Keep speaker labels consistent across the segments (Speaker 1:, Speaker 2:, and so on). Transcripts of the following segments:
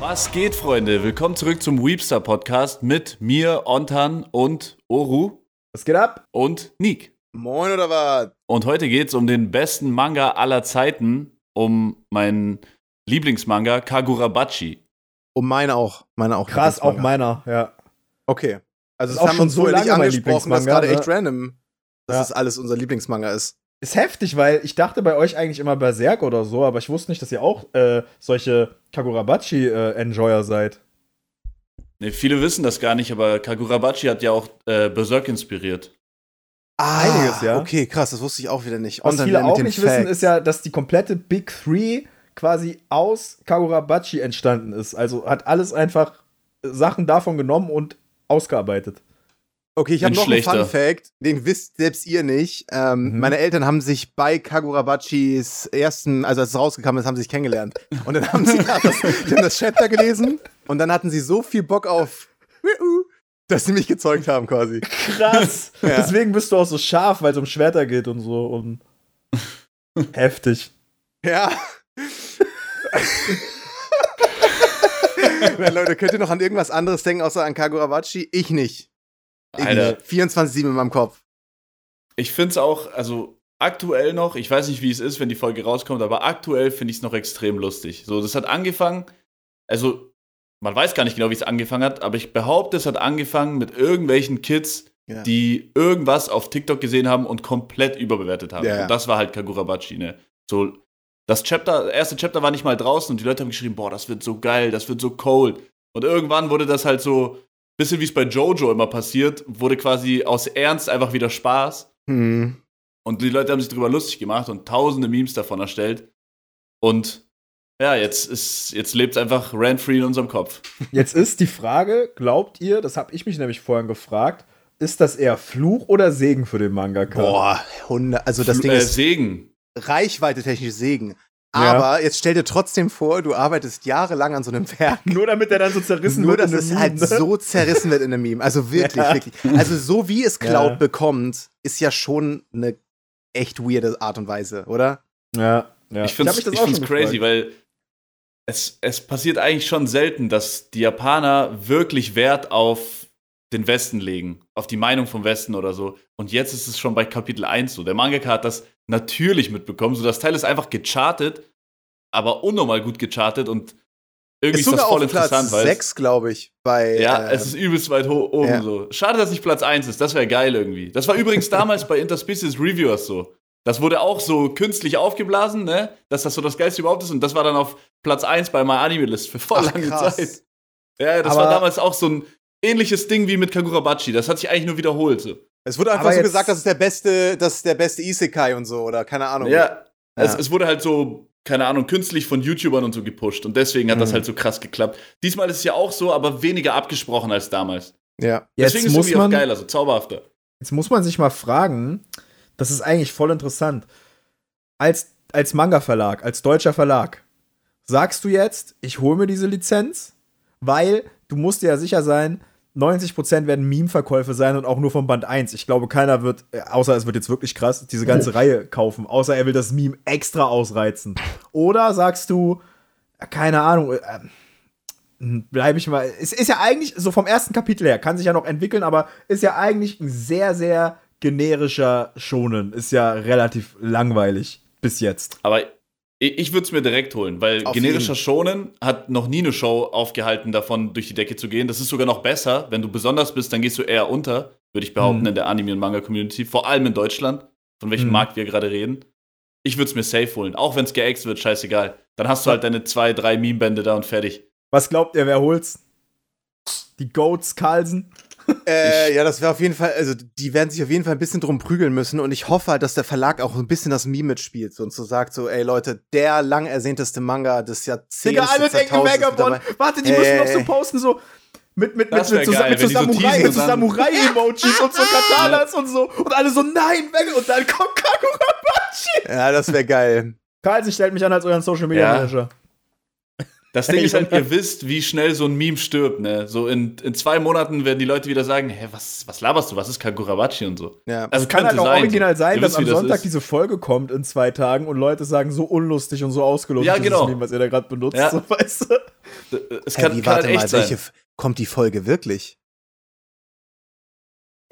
Speaker 1: Was geht, Freunde? Willkommen zurück zum Weepster Podcast mit mir, Ontan und Oru
Speaker 2: Was geht ab?
Speaker 1: und Nick.
Speaker 2: Moin oder was?
Speaker 1: Und heute geht es um den besten Manga aller Zeiten, um meinen Lieblingsmanga Kagurabachi.
Speaker 3: Und meine auch. Meine auch.
Speaker 2: Krass, Oh, auch
Speaker 3: meine.
Speaker 2: meiner, ja.
Speaker 3: Okay. Also
Speaker 2: Ist
Speaker 3: das
Speaker 2: auch
Speaker 3: haben wir
Speaker 2: schon
Speaker 3: uns
Speaker 2: so
Speaker 3: vorher
Speaker 2: lange
Speaker 3: nicht
Speaker 2: mein
Speaker 3: angesprochen, das ist
Speaker 2: Lieblingsmanga,
Speaker 3: gerade echt
Speaker 2: ne?
Speaker 3: random, dass
Speaker 2: Ja.
Speaker 3: das alles unser Lieblingsmanga ist.
Speaker 2: Ist heftig, weil ich dachte bei euch eigentlich immer Berserk oder so, aber ich wusste nicht, dass ihr auch äh, solche Kagurabachi-Enjoyer seid.
Speaker 1: Ne, viele wissen das gar nicht, aber Kagurabachi hat ja auch äh, Berserk inspiriert.
Speaker 3: Ah,
Speaker 2: Einiges, ja.
Speaker 3: Okay, krass, das wusste ich auch wieder nicht.
Speaker 2: Was
Speaker 3: dann
Speaker 2: viele
Speaker 3: wieder mit
Speaker 2: auch
Speaker 3: den
Speaker 2: nicht
Speaker 3: Facts.
Speaker 2: wissen, ist ja, dass die komplette Big Three quasi aus Kagurabachi entstanden ist. Also hat alles einfach Sachen davon genommen und ausgearbeitet.
Speaker 3: Okay, ich habe
Speaker 1: Ein
Speaker 3: noch
Speaker 1: schlechter.
Speaker 3: einen Fun Fact, den wisst selbst ihr nicht. Ähm,
Speaker 2: Mhm.
Speaker 3: Meine Eltern haben sich bei Kagurabachis ersten, also als es rausgekommen ist, haben sie sich kennengelernt. Und dann haben sie das, die haben das Chapter gelesen und dann hatten sie so viel Bock auf, dass sie mich gezeugt haben quasi.
Speaker 2: Krass!
Speaker 3: Ja.
Speaker 2: Deswegen bist du auch so scharf, weil es um Schwerter geht und so. Und heftig.
Speaker 3: Ja. Na, Leute, könnt ihr noch an irgendwas anderes denken, außer an Kagurabachi? Ich nicht. Ich
Speaker 1: Alter,
Speaker 3: nicht. 24-7 in meinem Kopf.
Speaker 1: ich finde es auch, also aktuell noch, ich weiß nicht, wie es ist, wenn die Folge rauskommt, aber aktuell finde ich es noch extrem lustig. So, das hat angefangen, also man weiß gar nicht genau, wie es angefangen hat, aber ich behaupte, es hat angefangen mit irgendwelchen Kids,
Speaker 3: Ja.
Speaker 1: die irgendwas auf TikTok gesehen haben und komplett überbewertet haben.
Speaker 3: Ja, ja.
Speaker 1: Und das war halt Kagurabachi, ne? So, das Chapter, erste Chapter war nicht mal draußen und die Leute haben geschrieben, boah, das wird so geil, das wird so cold. Und irgendwann wurde das halt so, bisschen wie es bei Jojo immer passiert, wurde quasi aus Ernst einfach wieder Spaß.
Speaker 3: Hm.
Speaker 1: Und die Leute haben sich darüber lustig gemacht und tausende Memes davon erstellt. Und ja, jetzt ist, jetzt lebt einfach rent-free in unserem Kopf.
Speaker 2: Jetzt ist die Frage, glaubt ihr, das habe ich mich nämlich vorhin gefragt, ist das eher Fluch oder Segen für den Mangaka?
Speaker 3: Boah, Hunde. Also das
Speaker 1: Fl-
Speaker 3: Ding
Speaker 1: äh,
Speaker 3: ist
Speaker 1: Segen.
Speaker 3: Reichweite technisch Segen.
Speaker 2: Ja.
Speaker 3: Aber jetzt stell dir trotzdem vor, du arbeitest jahrelang an so einem Werk.
Speaker 2: Nur damit er dann so zerrissen
Speaker 3: Nur,
Speaker 2: wird.
Speaker 3: dass
Speaker 2: in
Speaker 3: es
Speaker 2: einem
Speaker 3: halt
Speaker 2: Meme, ne?
Speaker 3: so zerrissen wird in einem Meme. Also wirklich,
Speaker 2: Ja.
Speaker 3: wirklich. Also so wie es Cloud
Speaker 2: Ja.
Speaker 3: bekommt, ist ja schon eine echt weirde Art und Weise, oder?
Speaker 2: Ja, ja.
Speaker 1: Ich finde
Speaker 2: hab mich
Speaker 1: es
Speaker 2: das auch schon
Speaker 1: crazy,
Speaker 2: gefragt.
Speaker 1: weil es, es passiert eigentlich schon selten, dass die Japaner wirklich Wert auf den Westen legen, auf die Meinung vom Westen oder so. Und jetzt ist es schon bei Kapitel 1 so. Der Mangaka hat das natürlich mitbekommen. So, das Teil ist einfach gechartet, aber unnormal gut gechartet und irgendwie ist, das voll interessant, weil es-
Speaker 3: 6, glaube ich, bei
Speaker 1: Ja,
Speaker 3: äh,
Speaker 1: es ist übelst weit ho- oben
Speaker 3: ja.
Speaker 1: so. Schade, dass nicht Platz 1 ist. Das wäre geil irgendwie. Das war übrigens damals bei Interspecies Reviewers so. Das wurde auch so künstlich aufgeblasen, ne? Dass das so das Geilste überhaupt ist. Und das war dann auf Platz 1 bei My Anime List für voll
Speaker 3: Ach,
Speaker 1: lange
Speaker 3: krass.
Speaker 1: Zeit. Ja, das war
Speaker 2: Aber-
Speaker 1: damals auch so ein ähnliches Ding wie mit Kagurabachi. Das hat sich eigentlich nur wiederholt. So.
Speaker 3: Es wurde
Speaker 2: Aber
Speaker 3: einfach so
Speaker 2: jetzt-
Speaker 3: gesagt, das ist der beste, das ist der beste Isekai und so oder keine Ahnung.
Speaker 1: Ja, Es,
Speaker 3: Ja.
Speaker 1: es wurde halt so, keine Ahnung, künstlich von YouTubern und so gepusht. Und deswegen hat das
Speaker 2: Mhm.
Speaker 1: halt so krass geklappt. Diesmal ist es ja auch so, aber weniger abgesprochen als damals.
Speaker 3: ja.
Speaker 1: deswegen
Speaker 2: Jetzt
Speaker 1: ist es
Speaker 2: muss,
Speaker 1: irgendwie auch
Speaker 2: man,
Speaker 1: geiler, so zauberhafter.
Speaker 2: jetzt muss man sich mal fragen, das ist eigentlich voll interessant. Als, als Manga-Verlag, als deutscher Verlag, sagst du jetzt, ich hole mir diese Lizenz, weil du musst dir ja sicher sein, 90% werden Meme-Verkäufe sein und auch nur vom Band 1. Ich glaube, keiner wird, äh, außer es wird jetzt wirklich krass, diese ganze Reihe kaufen, außer er will das Meme extra ausreizen. Oder sagst du, äh, keine Ahnung, äh, bleibe ich mal. Es ist ja eigentlich, so vom ersten Kapitel her, kann sich ja noch entwickeln, aber ist ja eigentlich ein sehr, sehr generischer Schonen. Ist ja relativ langweilig bis jetzt.
Speaker 1: Aber ich, ich würde es mir direkt holen, weil
Speaker 3: Auf
Speaker 1: generischer Shonen hat noch nie eine Show aufgehalten, davon durch die Decke zu gehen. Das ist sogar noch besser. Wenn du besonders bist, dann gehehst du eher unter, würde ich behaupten,
Speaker 2: Mhm.
Speaker 1: in der Anime- und Manga-Community. Vor allem in Deutschland, von welchem
Speaker 2: Mhm.
Speaker 1: Markt wir gerade reden. Ich würde es mir safe holen. Auch wenn es geäxt wird, scheißegal. Dann hast du halt deine zwei, drei Meme-Bände da und fertig.
Speaker 2: Was glaubt ihr, wer holt's? Die Goats, Carlsen?
Speaker 3: Äh, ja, das wäre auf jeden Fall, also die werden sich auf jeden Fall ein bisschen drum prügeln müssen und ich hoffe halt, dass der Verlag auch ein bisschen das Meme mitspielt und so sagt so, ey Leute, der lang ersehteste Manga des Jahrzehnts.
Speaker 2: Digga, alle
Speaker 3: des
Speaker 2: denken
Speaker 3: Jahrtausends ist
Speaker 2: Vagabond.
Speaker 3: dabei.
Speaker 2: Warte, die
Speaker 3: Äh,
Speaker 2: müssen noch
Speaker 3: äh,
Speaker 2: so
Speaker 3: äh.
Speaker 2: posten, so. Mit, mit, mit,
Speaker 1: Das
Speaker 2: mit,
Speaker 1: wär
Speaker 2: so,
Speaker 1: geil,
Speaker 2: mit so
Speaker 1: wenn die so
Speaker 2: Samurai,
Speaker 1: teasen und
Speaker 2: so
Speaker 1: dann-
Speaker 2: Samurai-Emojis und so Katanas und so. Und alle so, nein, weg. Und dann kommt Kakurabachi.
Speaker 3: Ja, das wäre geil.
Speaker 2: Carlsen stellt mich an als euren Social Media
Speaker 1: Ja.
Speaker 2: Manager.
Speaker 1: Das Ding
Speaker 2: Ey,
Speaker 1: ist halt,
Speaker 2: Junge.
Speaker 1: ihr wisst, wie schnell so ein Meme stirbt, ne? So in, in zwei Monaten werden die Leute wieder sagen: Hä, was, was laberst du? Was ist Kagurabachi und so?
Speaker 3: Ja.
Speaker 1: Also
Speaker 2: Kann halt
Speaker 1: könnte
Speaker 2: auch
Speaker 1: sein.
Speaker 2: original sein,
Speaker 1: Ihr
Speaker 2: dass
Speaker 1: wisst,
Speaker 2: am
Speaker 1: wie das
Speaker 2: Sonntag
Speaker 1: ist.
Speaker 2: diese Folge kommt in zwei Tagen und Leute sagen, so unlustig und so ausgelutscht
Speaker 1: Ja,
Speaker 2: dieses
Speaker 1: genau.
Speaker 2: Meme, was ihr da gerade benutzt.
Speaker 1: Ja.
Speaker 2: So, weißt du?
Speaker 1: Äh, Es
Speaker 3: Hä,
Speaker 1: kann,
Speaker 3: wie,
Speaker 1: kann halt
Speaker 3: warte
Speaker 1: echt
Speaker 3: mal,
Speaker 1: sein.
Speaker 3: welche F- kommt die Folge wirklich?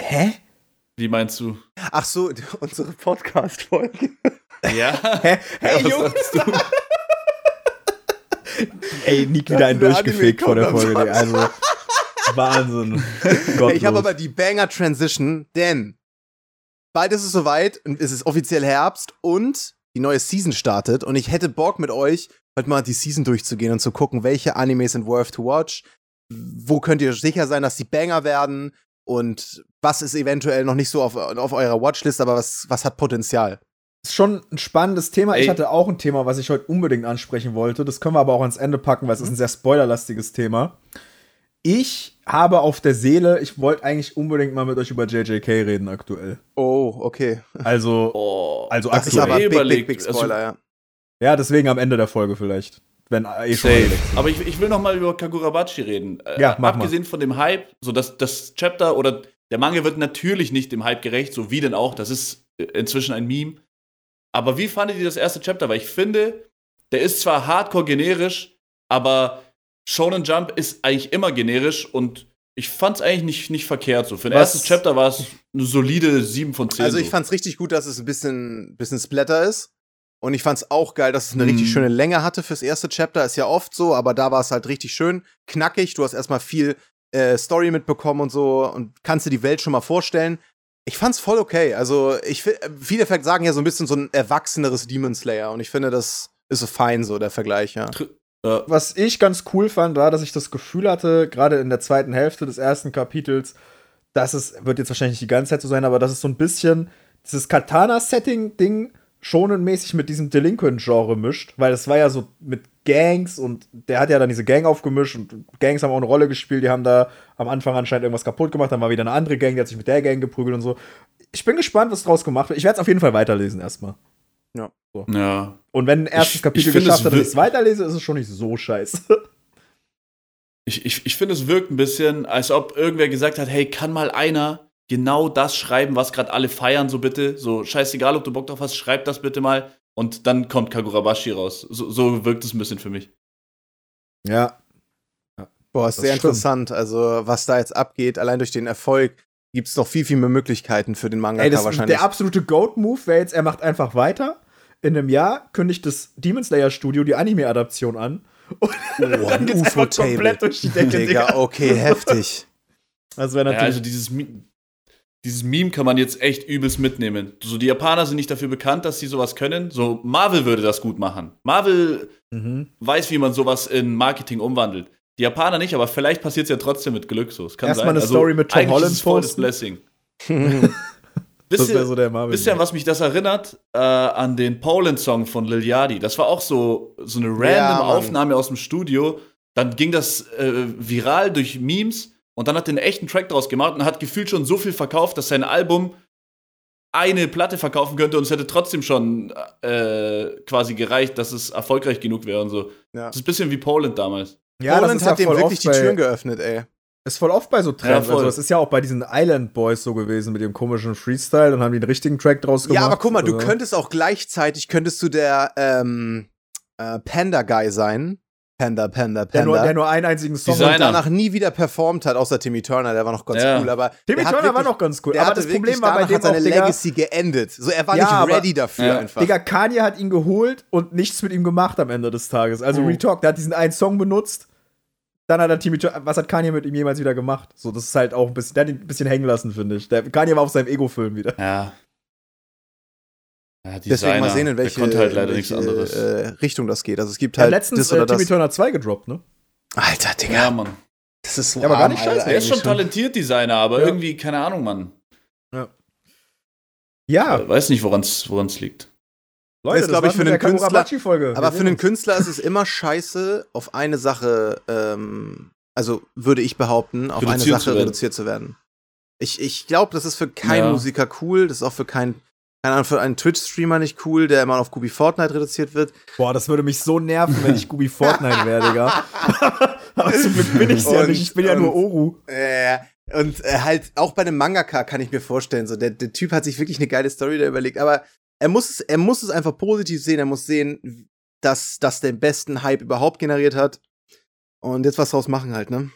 Speaker 3: Hä?
Speaker 1: Wie meinst du?
Speaker 3: Ach so, unsere Podcast-Folge.
Speaker 1: Ja.
Speaker 2: Hä? Hey,
Speaker 1: Was
Speaker 2: Junge.
Speaker 1: sagst du?
Speaker 2: Ey, Nick wieder einen
Speaker 3: Wer hat die
Speaker 2: durchgefickt vor der
Speaker 3: bekommen
Speaker 2: Folge.
Speaker 3: am
Speaker 2: Ey, Also, Wahnsinn. Gottlos.
Speaker 3: Ich habe aber die Banger-Transition, denn bald ist es soweit und es ist offiziell Herbst und die neue Season startet und ich hätte Bock mit euch, heute mal die Season durchzugehen und zu gucken, welche Animes sind worth to watch, wo könnt ihr sicher sein, dass die Banger werden und was ist eventuell noch nicht so auf, auf eurer Watchlist, aber was, was hat Potenzial?
Speaker 2: ist schon ein spannendes Thema. Ich
Speaker 1: Ey.
Speaker 2: hatte auch ein Thema, was ich heute unbedingt ansprechen wollte. Das können wir aber auch ans Ende packen, weil es ist
Speaker 3: Mhm.
Speaker 2: ein sehr spoilerlastiges Thema. Ich habe auf der Seele, ich wollte eigentlich unbedingt mal mit euch über JJK reden aktuell.
Speaker 3: Oh, okay.
Speaker 2: Also,
Speaker 1: Oh.
Speaker 2: also
Speaker 3: Das ist
Speaker 2: aktuell.
Speaker 3: aber big, big,
Speaker 1: überlegt.
Speaker 3: big
Speaker 1: Also-
Speaker 3: Spoiler, ja.
Speaker 2: ja, deswegen am Ende der Folge vielleicht. Wenn eh schon
Speaker 1: Safe.
Speaker 2: überlegt.
Speaker 1: Aber ich, ich will noch mal über Kagurabachi reden. Äh,
Speaker 2: Ja, mach mal.
Speaker 1: Abgesehen von dem Hype, so dass das Chapter oder der Manga wird natürlich nicht dem Hype gerecht, so wie denn auch. Das ist äh, inzwischen ein Meme. Aber wie fandet ihr das erste Chapter? Weil ich finde, der ist zwar hardcore generisch, aber Shonen Jump ist eigentlich immer generisch und ich fand's eigentlich nicht, nicht verkehrt so. Für ein
Speaker 2: Was-
Speaker 1: erstes Chapter war es eine solide 7 von 10.
Speaker 3: Also ich
Speaker 1: so.
Speaker 3: fand's richtig gut, dass es ein bisschen, bisschen Splatter ist. Und ich fand's auch geil, dass es eine richtig
Speaker 1: Mhm.
Speaker 3: schöne Länge hatte fürs erste Chapter. Ist ja oft so, aber da war es halt richtig schön knackig. Du hast erstmal viel äh, Story mitbekommen und so und kannst dir die Welt schon mal vorstellen. Ich fand's voll okay. Also ich fi- viele ver- sagen ja so ein bisschen so ein erwachseneres Demon Slayer und ich finde das ist so fein so der Vergleich ja.
Speaker 1: Äh,
Speaker 2: Was ich ganz cool fand, war, dass ich das Gefühl hatte, gerade in der zweiten Hälfte des ersten Kapitels, dass es, wird jetzt wahrscheinlich nicht die ganze Zeit so sein, aber dass es so ein bisschen dieses Katana-Setting-Ding schonenmäßig mit diesem Delinquent-Genre mischt, weil es war ja so mit Gangs und der hat ja dann diese Gang aufgemischt und Gangs haben auch eine Rolle gespielt, die haben da am Anfang anscheinend irgendwas kaputt gemacht, dann war wieder eine andere Gang, die hat sich mit der Gang geprügelt und so. Ich bin gespannt, was draus gemacht wird. Ich werde es auf jeden Fall weiterlesen erstmal.
Speaker 1: ja.
Speaker 2: Und wenn ein erstes
Speaker 1: Ich- ich
Speaker 2: Kapitel
Speaker 1: finde,
Speaker 2: geschafft
Speaker 1: es
Speaker 2: hat und
Speaker 1: wird-
Speaker 2: ich es weiterlese, ist es schon nicht so scheiße.
Speaker 1: Ich, ich, ich finde, es wirkt ein bisschen, als ob irgendwer gesagt hat, hey, kann mal einer genau das schreiben, was gerade alle feiern, so bitte. So, scheißegal, ob du Bock drauf hast, schreib das bitte mal. Und dann kommt Kagurabashi raus. So, so wirkt es ein bisschen für mich.
Speaker 2: Ja,
Speaker 3: Boah, ist
Speaker 2: Das
Speaker 3: sehr
Speaker 2: stimmt.
Speaker 3: interessant. Also was da jetzt abgeht, allein durch den Erfolg gibt's noch viel viel mehr Möglichkeiten für den Mangaka
Speaker 2: Ey, das,
Speaker 3: wahrscheinlich.
Speaker 2: der absolute Goat-Move wäre jetzt, er macht einfach weiter. In einem Jahr kündigt das Demon Slayer Studio die Anime-Adaption an.
Speaker 3: oh,
Speaker 2: Dann geht's einfach
Speaker 3: UFO-Table.
Speaker 2: komplett durch die Decke,
Speaker 3: Digga,
Speaker 2: Digga.
Speaker 3: okay, heftig.
Speaker 2: Das wäre
Speaker 1: Ja,
Speaker 2: natürlich.
Speaker 1: also dieses, Mi- dieses Meme kann man jetzt echt übelst mitnehmen. So, die Japaner sind nicht dafür bekannt, dass sie sowas können. So, Marvel würde das gut machen. Marvel
Speaker 2: mhm.
Speaker 1: weiß, wie man sowas in Marketing umwandelt. Die Japaner nicht, aber vielleicht passiert es ja trotzdem mit Glück so. Es kann
Speaker 2: Erstmal
Speaker 1: sein. Also
Speaker 2: eine Story mit Tom
Speaker 1: eigentlich
Speaker 2: Holland
Speaker 1: ist es voll das
Speaker 2: posten.
Speaker 1: Blessing.
Speaker 2: Das
Speaker 1: Wisst ihr-
Speaker 2: wäre so der Marvel.
Speaker 1: Wisst ihr, an was mich das erinnert? Äh, an den Poland-Song von Lil Yachty. Das war auch so, so eine random
Speaker 3: Ja, Mann.
Speaker 1: Aufnahme aus dem Studio. Dann ging das äh, viral durch Memes und dann hat er einen echten Track draus gemacht und hat gefühlt schon so viel verkauft, dass sein Album eine Platte verkaufen könnte und es hätte trotzdem schon äh, quasi gereicht, dass es erfolgreich genug wäre und so.
Speaker 3: Ja.
Speaker 1: Das ist ein bisschen wie Poland damals.
Speaker 2: ja, das
Speaker 3: Poland
Speaker 2: ist
Speaker 3: hat
Speaker 2: ja
Speaker 3: dem
Speaker 2: voll
Speaker 3: wirklich
Speaker 2: oft
Speaker 3: die Türen
Speaker 2: bei,
Speaker 3: geöffnet, ey.
Speaker 2: ist voll oft bei so Trends.
Speaker 1: voll.
Speaker 2: also das ist ja auch bei diesen Island Boys so gewesen mit dem komischen Freestyle. Dann haben die einen richtigen Track draus gemacht.
Speaker 3: Ja, aber guck mal, du
Speaker 2: Also,
Speaker 3: könntest auch gleichzeitig, könntest du der ähm, äh, Panda-Guy sein. Panda, Panda,
Speaker 2: Der nur,
Speaker 3: Panda.
Speaker 2: der nur einen einzigen Song.
Speaker 1: Design-
Speaker 3: und danach nie wieder performt hat, außer Timmy Turner, der war noch ganz
Speaker 1: Ja.
Speaker 3: cool, aber
Speaker 2: Timmy
Speaker 3: der hat
Speaker 2: Turner war
Speaker 3: wirklich-
Speaker 2: noch ganz cool.
Speaker 3: der
Speaker 2: Aber
Speaker 3: hatte
Speaker 2: das Problem
Speaker 3: wirklich
Speaker 2: war bei
Speaker 3: danach
Speaker 2: dem
Speaker 3: hat
Speaker 2: auch,
Speaker 3: seine
Speaker 2: Digga,
Speaker 3: Legacy geendet. So, er war
Speaker 2: Ja,
Speaker 3: nicht
Speaker 2: aber-
Speaker 3: ready dafür
Speaker 1: Ja.
Speaker 3: einfach.
Speaker 2: Digga, Kanye hat ihn geholt und nichts mit ihm gemacht am Ende des Tages. Also
Speaker 3: Mhm.
Speaker 2: Retalk, der hat diesen einen Song benutzt, dann hat er Timmy Tur- Was hat Kanye mit ihm jemals wieder gemacht? So, das ist halt auch ein bisschen, der hat ihn ein bisschen hängen lassen, finde ich. Der, Kanye war auf seinem Ego-Film
Speaker 3: Halt
Speaker 2: wieder.
Speaker 1: Ja. ja
Speaker 3: Deswegen mal
Speaker 1: Designer.
Speaker 3: sehen, in
Speaker 1: Der
Speaker 3: welche,
Speaker 1: konnte halt leider
Speaker 3: in
Speaker 1: nichts
Speaker 3: welche
Speaker 1: anderes.
Speaker 3: Äh, Richtung das geht. Also es gibt
Speaker 2: Der hat
Speaker 3: halt
Speaker 2: letztens
Speaker 3: das oder
Speaker 2: äh, Timmy
Speaker 3: das.
Speaker 2: Turner 2 gedroppt, ne?
Speaker 3: Alter,
Speaker 1: ja,
Speaker 3: Digga,
Speaker 1: Mann.
Speaker 3: das ist so
Speaker 2: Ja, aber gar
Speaker 3: arm,
Speaker 2: nicht
Speaker 3: Alter,
Speaker 2: scheiße, ne?
Speaker 1: Er ist
Speaker 3: eigentlich
Speaker 1: schon talentiert Designer, aber
Speaker 2: Ja.
Speaker 1: irgendwie, keine Ahnung, Mann.
Speaker 2: Ja,
Speaker 1: Äh, Weiß nicht, woran es liegt.
Speaker 2: Leute,
Speaker 3: ist, glaub ich,
Speaker 2: war's
Speaker 3: für
Speaker 2: mit
Speaker 3: den
Speaker 2: der
Speaker 3: Künstler-
Speaker 2: Kagurabachi-Folge.
Speaker 3: Aber
Speaker 2: Wir
Speaker 3: für
Speaker 2: sehen
Speaker 3: einen
Speaker 2: uns.
Speaker 3: Künstler ist es immer scheiße, auf eine Sache, ähm, also würde ich behaupten, auf eine
Speaker 1: Reduziert zu
Speaker 3: Sache
Speaker 1: werden.
Speaker 3: reduziert zu werden. Ich, ich glaube, das ist für keinen
Speaker 1: Ja.
Speaker 3: Musiker cool, das ist auch für keinen, keine Ahnung, für einen Twitch-Streamer nicht cool, der immer auf Gubi Fortnite reduziert wird.
Speaker 2: Boah, das würde mich so nerven, wenn ich Gubi Fortnite wäre, Digga. aber zum Glück bin ich's ja
Speaker 3: Und-
Speaker 2: nicht. Ich bin ja nur Oru.
Speaker 3: Äh, und äh, halt auch bei einem Mangaka kann ich mir vorstellen, so der, der Typ hat sich wirklich eine geile Story da überlegt, aber er muss es, er muss es einfach positiv sehen, er muss sehen, dass das den besten Hype überhaupt generiert hat. Und jetzt was draus machen halt, ne?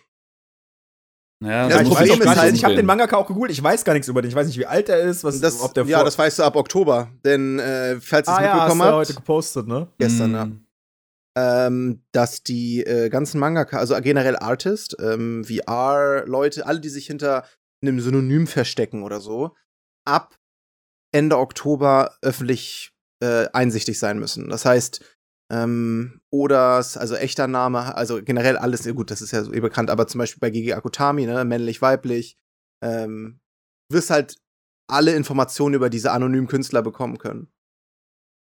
Speaker 1: Ja,
Speaker 3: Das
Speaker 2: Ja, Also ich
Speaker 3: Problem
Speaker 2: weiß auch
Speaker 3: ist
Speaker 2: gar nicht,
Speaker 3: halt-
Speaker 2: ich habe den Mangaka auch gegoogelt, ich weiß gar nichts über den. Ich weiß nicht, wie alt er ist, was,
Speaker 3: Das,
Speaker 2: ob der
Speaker 3: ja,
Speaker 2: vor-
Speaker 3: das weißt du ab Oktober. Denn äh, falls ihr es
Speaker 2: ah, ja, hast
Speaker 3: mitbekommen
Speaker 2: du ja
Speaker 3: habt,
Speaker 2: heute gepostet, ne?
Speaker 3: gestern, ja.
Speaker 1: ja.
Speaker 3: ähm, dass die äh, ganzen Mangaka, also generell Artist, ähm, VR-Leute, alle, die sich hinter einem Synonym verstecken oder so, ab Ende Oktober öffentlich äh, einsichtig sein müssen. Das heißt, ähm, oder, also echter Name, also generell alles, ja gut, das ist ja so eh bekannt, aber zum Beispiel bei Gigi Akutami, ne, männlich, weiblich, ähm, wirst halt alle Informationen über diese anonymen Künstler bekommen können.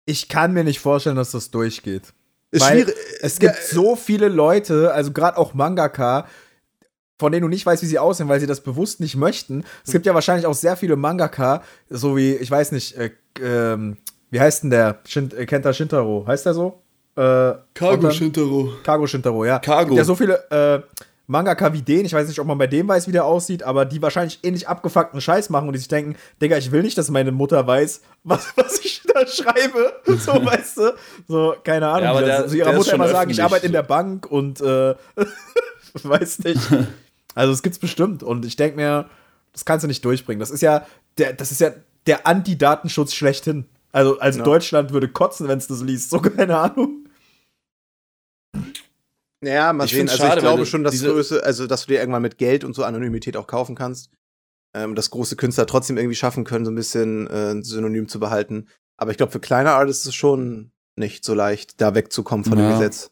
Speaker 2: Ich kann mir nicht vorstellen, dass das durchgeht.
Speaker 3: Ist
Speaker 2: Weil
Speaker 3: schwierig.
Speaker 2: Es gibt so viele Leute, also gerade auch Mangaka, von denen du nicht weißt, wie sie aussehen, weil sie das bewusst nicht möchten. Es gibt ja wahrscheinlich auch sehr viele Mangaka, so wie, ich weiß nicht, äh, ähm, wie heißt denn der? Shin äh, Kenta Shintaro, heißt der so? Äh,
Speaker 1: Cargo
Speaker 2: unter-
Speaker 1: Shintaro.
Speaker 2: Cargo Shintaro, ja.
Speaker 1: Cargo.
Speaker 2: Gibt Ja, so viele äh, Mangaka wie den, ich weiß nicht, ob man bei dem weiß, wie der aussieht, aber die wahrscheinlich ähnlich abgefuckten Scheiß machen und die sich denken, Digga, ich will nicht, dass meine Mutter weiß, was, was ich da schreibe. So, weißt du? So, keine Ahnung.
Speaker 1: Ja, aber
Speaker 2: die
Speaker 1: der-
Speaker 2: dann zu ihrer
Speaker 1: der ist
Speaker 2: Mutter
Speaker 1: schon
Speaker 2: immer sagen, ich
Speaker 1: öffentlich.
Speaker 2: arbeite in der Bank und äh, weiß nicht. Also es gibt's bestimmt. Und ich denke mir, das kannst du nicht durchbringen. Das ist ja der, das ist ja der Anti-Datenschutz schlechthin. Also, also Deutschland würde kotzen, wenn es das liest. So keine Ahnung.
Speaker 3: Ja, mal
Speaker 1: Ich
Speaker 3: sehen.
Speaker 1: find's
Speaker 3: Also
Speaker 1: schade,
Speaker 3: ich
Speaker 1: weil
Speaker 3: glaube
Speaker 1: das-
Speaker 3: schon, dass
Speaker 1: diese-
Speaker 3: Größe, also dass du dir irgendwann mit Geld und so Anonymität auch kaufen kannst. Ähm, dass große Künstler trotzdem irgendwie schaffen können, so ein bisschen äh, ein Synonym zu behalten. Aber ich glaube, für kleine Artists ist es schon nicht so leicht, da wegzukommen von dem
Speaker 1: Ja.
Speaker 3: Gesetz.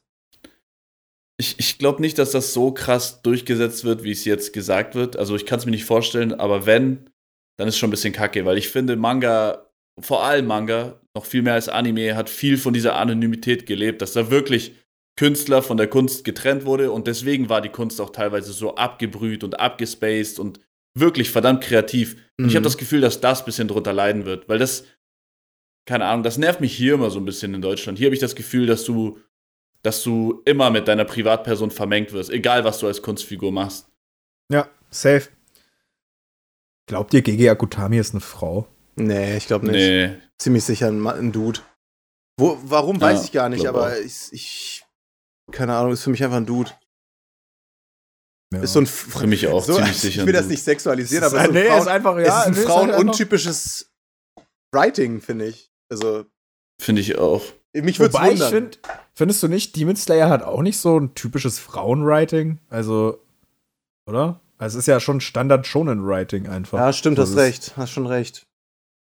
Speaker 1: Ich, ich glaube nicht, dass das so krass durchgesetzt wird, wie es jetzt gesagt wird. Also ich kann es mir nicht vorstellen, aber wenn, dann ist schon ein bisschen kacke, weil ich finde, Manga, vor allem Manga, noch viel mehr als Anime, hat viel von dieser Anonymität gelebt, dass da wirklich Künstler von der Kunst getrennt wurde und deswegen war die Kunst auch teilweise so abgebrüht und abgespaced und wirklich verdammt kreativ. Und ich
Speaker 3: Mhm.
Speaker 1: habe das Gefühl, dass das ein bisschen drunter leiden wird, weil das, keine Ahnung, das nervt mich hier immer so ein bisschen in Deutschland. Hier habe ich das Gefühl, dass du, dass du immer mit deiner Privatperson vermengt wirst, egal was du als Kunstfigur machst.
Speaker 2: Ja, safe. Glaubt ihr, Gigi Akutami ist eine Frau?
Speaker 3: Hm. Nee, ich glaube nicht.
Speaker 1: Nee.
Speaker 3: Ziemlich sicher ein, Ma- ein Dude. Wo, warum
Speaker 1: Ja,
Speaker 3: weiß ich gar nicht,
Speaker 1: glaub
Speaker 3: aber
Speaker 1: auch.
Speaker 3: ich, ich. Keine Ahnung, ist für mich einfach ein Dude.
Speaker 2: Ja.
Speaker 3: Ist so ein.
Speaker 1: Für mich auch
Speaker 3: so,
Speaker 1: ziemlich
Speaker 3: ich
Speaker 1: sicher.
Speaker 3: will das nicht sexualisieren, aber
Speaker 2: ist,
Speaker 3: so ein
Speaker 2: nee,
Speaker 3: Frauen-
Speaker 2: ist halt einfach,
Speaker 3: es
Speaker 2: ja.
Speaker 1: halt
Speaker 3: ist ein
Speaker 2: nee,
Speaker 3: frauenuntypisches Writing, finde ich. Also,
Speaker 1: Finde ich auch.
Speaker 3: Äh, mich würde es
Speaker 2: Wobei ich
Speaker 3: wundern.
Speaker 2: find, findest du nicht, Demon Slayer hat auch nicht so ein typisches Frauenwriting? Also, oder? Also, es ist ja schon Standard Shonen Writing einfach.
Speaker 3: ja, stimmt,
Speaker 2: Das
Speaker 3: hast
Speaker 2: ist-
Speaker 3: recht. Hast schon recht.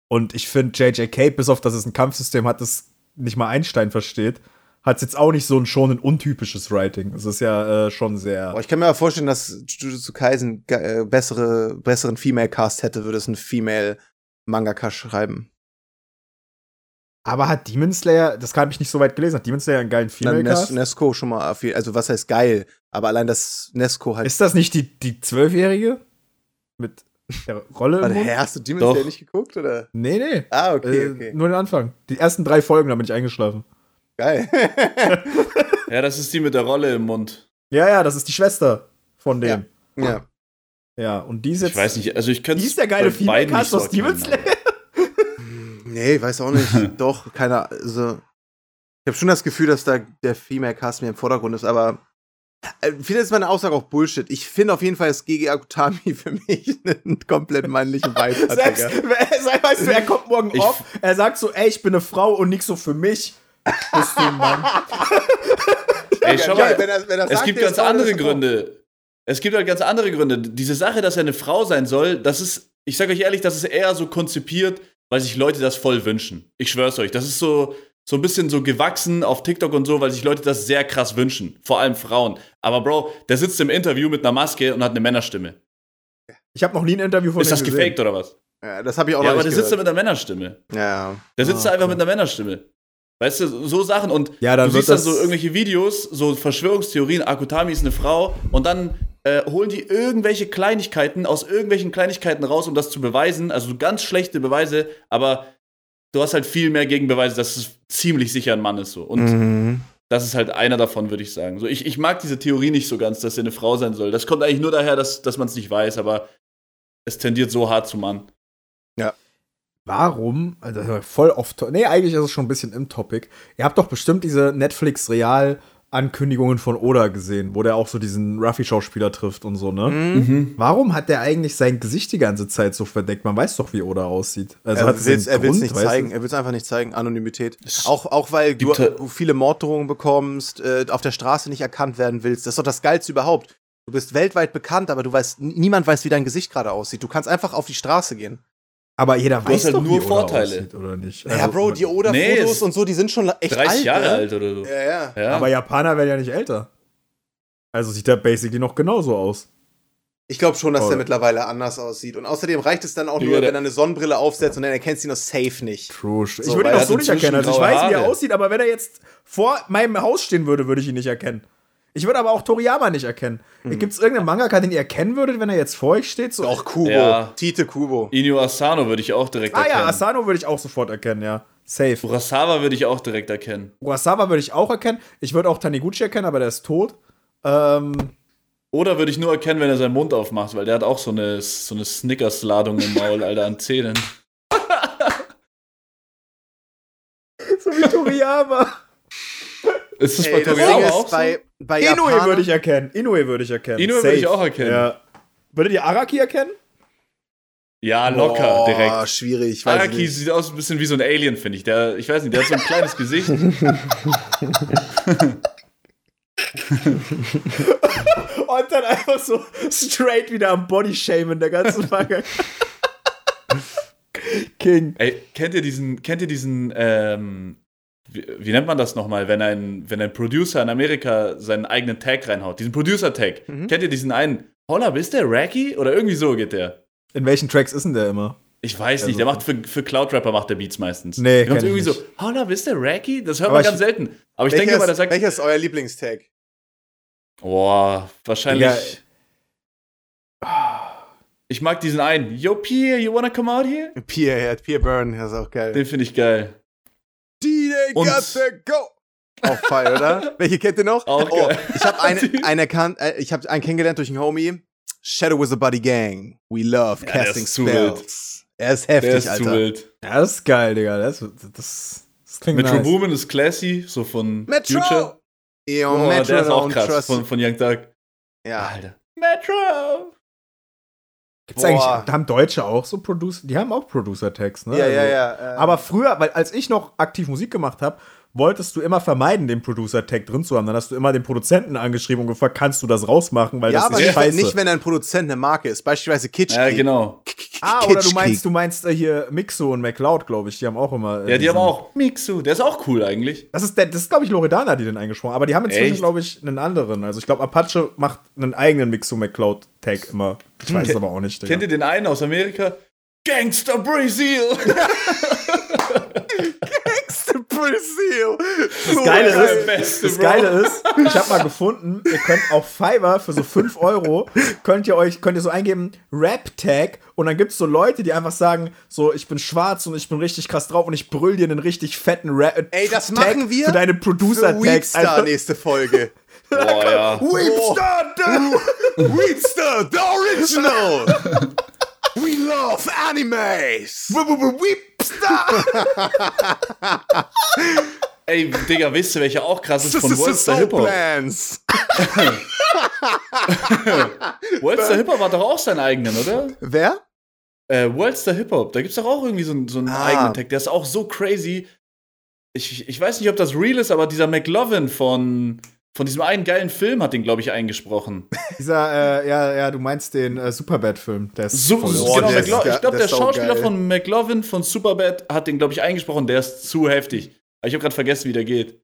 Speaker 2: Und ich finde, JJK, bis auf dass es ein Kampfsystem hat, das nicht mal Einstein versteht, hat es jetzt auch nicht so ein Shonen untypisches Writing. Es ist ja äh, schon sehr.
Speaker 3: Aber ich kann mir aber vorstellen, dass Jujutsu Kaisen äh, bessere, besseren Female-Cast hätte, würde es ein Female-Mangaka schreiben.
Speaker 2: Aber hat Demon Slayer, das kann ich nicht so weit gelesen, hat Demon Slayer einen geilen
Speaker 3: Dann Nes
Speaker 2: Female-Cast?
Speaker 3: Nesco schon mal viel, also was heißt geil, aber allein das Nesco halt.
Speaker 2: Ist das nicht die, die Zwölfjährige? Mit der Rolle im
Speaker 3: Warte,
Speaker 2: Mund?
Speaker 3: hä, hast du Demon
Speaker 1: Doch.
Speaker 3: Slayer nicht geguckt, oder?
Speaker 2: Nee, nee.
Speaker 3: Ah, okay,
Speaker 2: äh,
Speaker 3: okay.
Speaker 2: Nur den Anfang. Die ersten drei Folgen, da bin ich eingeschlafen.
Speaker 3: Geil.
Speaker 1: Ja, das ist die mit der Rolle im Mund.
Speaker 2: Ja, ja, das ist die Schwester von dem.
Speaker 3: ja.
Speaker 2: Ja, und die ist jetzt.
Speaker 1: Ich weiß nicht, also ich könnte
Speaker 2: Die ist der geile Female-Cast aus Demon Slayer.
Speaker 3: Nee, ich weiß auch nicht. Doch, keine also ich habe schon das Gefühl, dass da der Female Cast mir im Vordergrund ist, aber äh, vielleicht ist meine Aussage auch Bullshit. Ich finde auf jeden Fall, dass Gigi Akutami für mich einen komplett männlichen Vibe hat.
Speaker 2: Selbst,
Speaker 3: Digga.
Speaker 2: wer- weißt du, er kommt morgen
Speaker 1: Ich-
Speaker 2: auf, er sagt so, ey, ich bin eine Frau und nicht so für mich. Bist du ein Mann.
Speaker 1: Ey, schau
Speaker 3: Geil,
Speaker 1: mal,
Speaker 3: wenn er- wenn er
Speaker 1: es
Speaker 3: sagt,
Speaker 1: gibt
Speaker 3: der
Speaker 1: ganz
Speaker 3: ist Frau,
Speaker 1: andere
Speaker 3: der ist eine Frau.
Speaker 1: Gründe. Es gibt halt ganz andere Gründe. Diese Sache, dass er eine Frau sein soll, das ist, ich sag euch ehrlich, das ist eher so konzipiert, weil sich Leute das voll wünschen. Ich schwör's euch, das ist so, so ein bisschen so gewachsen auf TikTok und so, weil sich Leute das sehr krass wünschen. Vor allem Frauen. Aber Bro, der sitzt im Interview mit einer Maske und hat eine Männerstimme.
Speaker 2: Ich habe noch nie ein Interview von
Speaker 1: ist
Speaker 2: dem
Speaker 1: das
Speaker 2: gesehen.
Speaker 1: gefaked oder was?
Speaker 3: Ja, das habe ich auch
Speaker 1: Ja,
Speaker 3: noch
Speaker 1: aber der
Speaker 3: nicht
Speaker 1: sitzt da
Speaker 3: gehört.
Speaker 1: mit einer Männerstimme.
Speaker 3: Ja,
Speaker 1: Der sitzt
Speaker 2: Ah,
Speaker 1: da einfach
Speaker 2: okay.
Speaker 1: mit einer Männerstimme. Weißt du, so Sachen und
Speaker 2: Ja, dann
Speaker 1: du
Speaker 2: wird
Speaker 1: siehst dann
Speaker 2: das-
Speaker 1: so irgendwelche Videos, so Verschwörungstheorien, Akutami ist eine Frau und dann äh, holen die irgendwelche Kleinigkeiten aus irgendwelchen Kleinigkeiten raus, um das zu beweisen. Also so ganz schlechte Beweise, aber du hast halt viel mehr Gegenbeweise, dass es ziemlich sicher ein Mann ist so. Und
Speaker 3: Mhm.
Speaker 1: das ist halt einer davon, würde ich sagen. So, ich, ich mag diese Theorie nicht so ganz, dass er eine Frau sein soll. Das kommt eigentlich nur daher, dass, dass man es nicht weiß, aber es tendiert so hart zum Mann.
Speaker 2: Warum? Also das war voll off. to- Nee, eigentlich ist es schon ein bisschen im Topic. Ihr habt doch bestimmt diese Netflix Real Ankündigungen von Oda gesehen, wo der auch so diesen Ruffy-Schauspieler trifft und so, ne?
Speaker 3: Mhm.
Speaker 2: Warum hat der eigentlich sein Gesicht die ganze Zeit so verdeckt? Man weiß doch, wie Oda aussieht. Also hat
Speaker 3: er will es
Speaker 2: einen Grund,
Speaker 3: nicht
Speaker 2: weißt du?
Speaker 3: zeigen, er will es einfach nicht zeigen, Anonymität. Auch, auch weil du
Speaker 1: Gibt halt-
Speaker 3: du viele Morddrohungen bekommst, äh, auf der Straße nicht erkannt werden willst. Das ist doch das Geilste überhaupt. Du bist weltweit bekannt, aber du weißt, n- niemand weiß, wie dein Gesicht gerade aussieht. Du kannst einfach auf die Straße gehen.
Speaker 2: Aber jeder weiß
Speaker 1: halt
Speaker 2: doch,
Speaker 1: nur
Speaker 2: wie
Speaker 1: Vorteile.
Speaker 2: Oda aussieht, oder nicht?
Speaker 3: ja,
Speaker 2: Also,
Speaker 3: Bro,
Speaker 1: Nee,
Speaker 3: die Oda-Fotos
Speaker 1: ist
Speaker 3: und so, die sind schon echt
Speaker 1: 30
Speaker 3: alt.
Speaker 1: Jahre
Speaker 3: ne?
Speaker 1: alt oder so.
Speaker 3: Ja, ja.
Speaker 1: Ja.
Speaker 2: Aber Japaner werden ja nicht älter. Also sieht er basically noch genauso aus.
Speaker 3: Ich glaube schon, dass
Speaker 2: Voll.
Speaker 3: der mittlerweile anders aussieht. Und außerdem reicht es dann auch
Speaker 1: Digga,
Speaker 3: nur,
Speaker 1: der-
Speaker 3: wenn er eine Sonnenbrille aufsetzt und dann erkennst du ihn noch safe nicht.
Speaker 2: True. ich
Speaker 1: So,
Speaker 2: würde
Speaker 1: weil
Speaker 2: ihn auch
Speaker 1: er
Speaker 2: so
Speaker 1: hat
Speaker 2: nicht erkennen. Also ich
Speaker 1: inzwischen
Speaker 2: weiß, wie er
Speaker 1: graue Haare.
Speaker 2: aussieht, aber wenn er jetzt vor meinem Haus stehen würde, würde ich ihn nicht erkennen. Ich würde aber auch Toriyama nicht erkennen.
Speaker 1: Mhm.
Speaker 2: Gibt es irgendeinen Mangaka, den ihr erkennen würdet, wenn er jetzt vor euch steht? So,
Speaker 3: Auch Kubo.
Speaker 1: Ja.
Speaker 3: Tite Kubo.
Speaker 1: Inyo Asano würde ich auch direkt
Speaker 2: ah
Speaker 1: erkennen.
Speaker 2: ja, Asano würde ich auch sofort erkennen, ja. Safe.
Speaker 1: Urasawa würde ich auch direkt erkennen.
Speaker 2: Urasawa würde ich auch erkennen. Ich würde auch Taniguchi erkennen, aber der ist tot. Ähm,
Speaker 1: Oder würde ich nur erkennen, wenn er seinen Mund aufmacht, weil der hat auch so eine, so eine Snickers-Ladung im Maul, Alter, an Zähnen.
Speaker 2: so wie Toriyama.
Speaker 1: Ist das bei
Speaker 3: Ey, das
Speaker 1: Toriyama
Speaker 3: Ding
Speaker 1: auch
Speaker 3: ist,
Speaker 1: so?
Speaker 3: bei, bei
Speaker 2: Inoue
Speaker 3: Japanern-
Speaker 2: würde ich erkennen. Inoue würde ich erkennen.
Speaker 1: Inoue würde ich auch erkennen.
Speaker 2: Ja. Würdet ihr Araki erkennen?
Speaker 1: Ja, locker,
Speaker 3: Boah,
Speaker 1: direkt.
Speaker 3: schwierig. ich weiß
Speaker 1: Araki
Speaker 3: nicht.
Speaker 1: sieht aus ein bisschen wie so ein Alien, finde ich. Der, ich weiß nicht, der hat so ein kleines Gesicht.
Speaker 2: Und dann einfach so straight wieder am Bodyshamen der ganzen Frage. King.
Speaker 1: Ey, kennt ihr diesen, kennt ihr diesen, ähm, wie, wie nennt man das nochmal, wenn ein, wenn ein Producer in Amerika seinen eigenen Tag reinhaut? Diesen Producer-Tag.
Speaker 3: Mhm.
Speaker 1: Kennt ihr diesen einen? Holla, bist der Racky? Oder irgendwie so geht der.
Speaker 2: In welchen Tracks ist denn der immer?
Speaker 1: Ich weiß nicht, der
Speaker 3: Also-
Speaker 1: macht für, für Cloud-Rapper macht der Beats meistens.
Speaker 2: Nee,
Speaker 1: Der kommt
Speaker 2: kenn ich
Speaker 1: irgendwie so,
Speaker 2: nicht.
Speaker 1: Holla, bist der Racky? Das hört
Speaker 2: Aber
Speaker 1: man ganz
Speaker 2: ich-
Speaker 1: selten. Aber ich
Speaker 3: welches,
Speaker 1: denke mal, der sagt,
Speaker 3: welcher ist euer Lieblingstag?
Speaker 1: boah, wahrscheinlich.
Speaker 2: Digga.
Speaker 1: Ich mag diesen einen. Yo, Pierre, you wanna come out here?
Speaker 3: Pierre, ja, Pierre Byrne, das ist auch geil.
Speaker 1: Den finde ich geil.
Speaker 3: DJ
Speaker 1: Und-
Speaker 3: go! Auch fire, oder? Welche kennt ihr noch?
Speaker 1: Auch
Speaker 3: oh,
Speaker 1: geil.
Speaker 3: ich habe einen, einen erkannt, äh, ich habe einen kennengelernt durch einen Homie. Shadow with a Buddy Gang. We love
Speaker 1: Ja, der
Speaker 3: casting
Speaker 1: ist zu wild.
Speaker 3: spells. Er ist
Speaker 1: Der
Speaker 3: heftig,
Speaker 1: ist zu
Speaker 3: Alter.
Speaker 1: wild.
Speaker 2: Ja, das ist geil, Digga. Das, das, das klingt
Speaker 1: Metro
Speaker 2: nice.
Speaker 1: Boomin ist classy, so von Future.
Speaker 3: Metro! Eon
Speaker 1: Oh,
Speaker 3: Metro
Speaker 1: der ist auch
Speaker 3: don't
Speaker 1: krass
Speaker 3: trust-
Speaker 1: von, von Young Thug.
Speaker 3: ja.
Speaker 1: Alter. Metro!
Speaker 2: Gibt's eigentlich,
Speaker 3: Boah.
Speaker 2: da haben Deutsche auch so Producer, die haben auch Producer-Tags, ne?
Speaker 3: ja, ja,
Speaker 2: Also-
Speaker 3: ja. Äh,
Speaker 2: Aber früher, weil als ich noch aktiv Musik gemacht habe, wolltest du immer vermeiden, den Producer-Tag drin zu haben. Dann hast du immer den Produzenten angeschrieben und gefragt, kannst du das rausmachen, weil
Speaker 3: ja,
Speaker 2: das
Speaker 3: aber
Speaker 2: ist
Speaker 3: nicht, wenn-
Speaker 2: scheiße.
Speaker 3: nicht, wenn ein Produzent eine Marke ist. Beispielsweise Kitsch.
Speaker 1: Ja, genau.
Speaker 2: ah, oder du
Speaker 3: Kitschkrieg.
Speaker 2: meinst, du meinst äh, hier Mixo und MacLeod, glaube ich, die haben auch immer. äh,
Speaker 1: Ja, die haben
Speaker 2: diesen-
Speaker 1: auch Mixu. Der ist auch cool eigentlich.
Speaker 2: Das ist, der- das ist glaube ich, Loredana, die den eingesprochen hat. Aber die haben inzwischen,
Speaker 1: Echt?
Speaker 2: glaube ich, einen anderen. Also ich glaube, Apache macht einen eigenen Mixo MacLeod-Tag immer. Ich weiß es aber auch nicht. Digga.
Speaker 1: Kennt ihr den einen aus Amerika? Gangster Brazil!
Speaker 3: Gangster Brazil. Das
Speaker 2: Geile
Speaker 1: Der
Speaker 2: ist,
Speaker 1: Beste,
Speaker 2: Das
Speaker 1: Bro.
Speaker 2: Geile ist, ich habe mal gefunden, ihr könnt auf Fiverr für so 5 Euro, könnt ihr euch, könnt ihr so eingeben, Rap-Tag und dann gibt's so Leute, die einfach sagen, so, ich bin schwarz und ich bin richtig krass drauf und ich brüll dir einen richtig fetten Rap
Speaker 3: Ey, das
Speaker 2: Tag
Speaker 3: machen wir
Speaker 2: für deine
Speaker 3: Für
Speaker 2: Producer-Tags.
Speaker 3: Weepstar
Speaker 2: Also,
Speaker 3: nächste Folge.
Speaker 1: Boah, ja.
Speaker 2: Weepstar, dude.
Speaker 3: Weepster, the original. We love animes.
Speaker 2: W- w- w- Weepstar!
Speaker 1: Ey, Digga, wisst ihr, welcher auch krass ist von Worldster
Speaker 3: so
Speaker 1: Hip Hop?
Speaker 3: plans.
Speaker 1: Worldster Hip Hop hat doch auch seinen eigenen, oder?
Speaker 3: Wer?
Speaker 1: Äh, Worldster Hip Hop, da gibt's doch auch irgendwie so, einen- so einen
Speaker 3: Ah.
Speaker 1: eigenen Tag. Der ist auch so crazy. Ich, ich weiß nicht, ob das real ist, aber dieser McLovin von, von diesem einen geilen Film hat den, glaube ich, eingesprochen.
Speaker 2: Dieser, äh, ja, ja, du meinst den äh, Superbad-Film. Der ist
Speaker 1: So,
Speaker 2: voll-
Speaker 1: so-
Speaker 3: Oh,
Speaker 1: genau,
Speaker 3: der
Speaker 1: McLo-
Speaker 3: ist ge-
Speaker 1: ich glaube,
Speaker 3: der
Speaker 1: der
Speaker 3: ist
Speaker 1: Schauspieler
Speaker 3: saugeil.
Speaker 1: von McLovin von Superbad hat den, glaube ich, eingesprochen. Der ist zu heftig. Aber Ich habe gerade vergessen, wie der geht.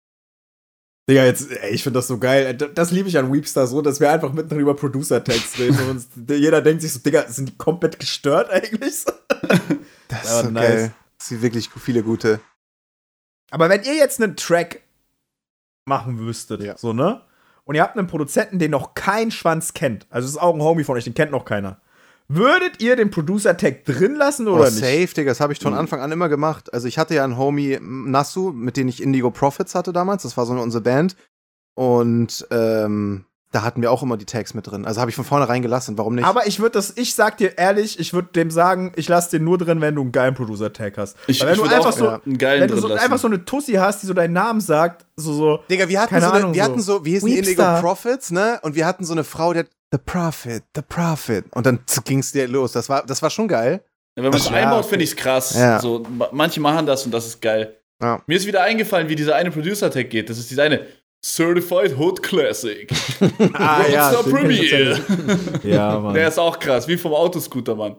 Speaker 2: Digga, jetzt, ey, ich finde das so geil. Äh, D- Das liebe ich an Weepstar so, dass wir einfach mittendrin über Producer-Tags reden und uns, d- jeder denkt sich so, Digga, sind die komplett gestört eigentlich?
Speaker 3: Das
Speaker 2: ist so geil.
Speaker 3: Das sind wirklich viele gute.
Speaker 2: Aber wenn ihr jetzt einen Track machen müsstet,
Speaker 3: Ja.
Speaker 2: so, ne? Und ihr habt einen Produzenten, den noch kein Schwanz kennt, also es ist auch ein Homie von euch, den kennt noch keiner. Würdet ihr den Producer-Tag drin lassen oder
Speaker 3: oh,
Speaker 2: nicht?
Speaker 3: safe, Digga, das habe ich von Anfang an immer gemacht. Also ich hatte ja einen Homie m, Nassu, mit dem ich Indigo Profits hatte damals. Das war so eine, unsere Band. Und ähm, Da hatten wir auch immer die Tags mit drin. Also habe ich von vornherein gelassen. Warum nicht?
Speaker 2: Aber ich würde das, ich sag dir ehrlich, ich würde dem sagen, ich lass den nur drin, wenn du einen geilen Producer-Tag hast.
Speaker 1: Ich-
Speaker 2: Weil wenn
Speaker 1: ich
Speaker 2: du
Speaker 1: würd auch,
Speaker 2: einfach so,
Speaker 1: ja, einen geilen
Speaker 2: wenn du
Speaker 1: drin
Speaker 2: so,
Speaker 1: lassen.
Speaker 2: einfach so eine Tussi hast, die so deinen Namen sagt, so so.
Speaker 3: Digga, wir hatten,
Speaker 2: keine
Speaker 3: so, eine,
Speaker 2: Ahnung,
Speaker 3: wir hatten so, wie hießen die
Speaker 2: Weepstar.
Speaker 3: Indigo Profits, ne? Und wir hatten so eine Frau, die hat The Prophet, The Prophet. Und dann ging es dir los. Das war, das war schon geil.
Speaker 1: Ja, Wenn man es
Speaker 3: Ja,
Speaker 1: einbaut,
Speaker 3: okay.
Speaker 1: finde ich es krass.
Speaker 3: Ja.
Speaker 1: So, ma- manche machen das und das ist geil.
Speaker 3: Ja.
Speaker 1: Mir ist wieder eingefallen, wie dieser eine Producer-Tag geht. Das ist diese eine Certified Hood Classic.
Speaker 3: Ah,
Speaker 1: Rockstar Premiere.
Speaker 2: Ja,
Speaker 1: Der ist auch krass, wie vom Autoscooter, Mann.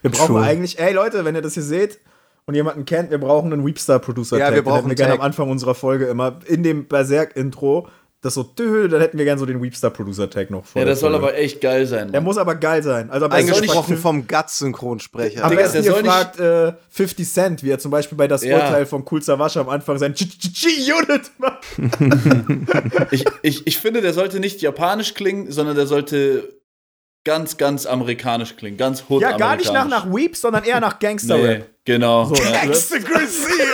Speaker 2: Wir brauchen
Speaker 3: True.
Speaker 2: eigentlich, ey Leute, wenn ihr das hier seht und jemanden kennt, wir brauchen einen Weepstar-Producer-Tag.
Speaker 3: Ja, wir
Speaker 2: Den
Speaker 3: brauchen
Speaker 2: hätten wir
Speaker 3: einen
Speaker 2: gerne am
Speaker 3: Tag.
Speaker 2: Anfang unserer Folge immer in dem Berserk-Intro, das so, dö, dann hätten wir gerne so den Weepstar-Producer-Tag noch vor
Speaker 1: Ja,
Speaker 2: der
Speaker 1: das soll
Speaker 2: Folge.
Speaker 1: aber echt geil sein.
Speaker 2: Der
Speaker 1: Mann.
Speaker 2: muss aber geil sein. Also am besten
Speaker 3: Eingesprochen
Speaker 2: fragt-
Speaker 3: vom Guts-Synchronsprecher.
Speaker 2: Am
Speaker 1: Digga,
Speaker 2: besten
Speaker 1: der
Speaker 2: ihr
Speaker 1: soll nicht-
Speaker 2: fragt äh, 50 Cent, wie er zum Beispiel bei das
Speaker 1: Ja.
Speaker 2: Urteil von Cool Savasche am Anfang sein G-Unit macht.
Speaker 1: Ich, ich, ich finde, der sollte nicht japanisch klingen, sondern der sollte ganz, ganz amerikanisch klingen. Ganz hood
Speaker 2: Ja, gar nicht nach,
Speaker 1: amerikanisch.
Speaker 2: nach Weep, sondern eher nach Gangster-Rap.
Speaker 1: Nee, genau.
Speaker 2: So,
Speaker 1: Ja.
Speaker 3: Gangsta Grizzle!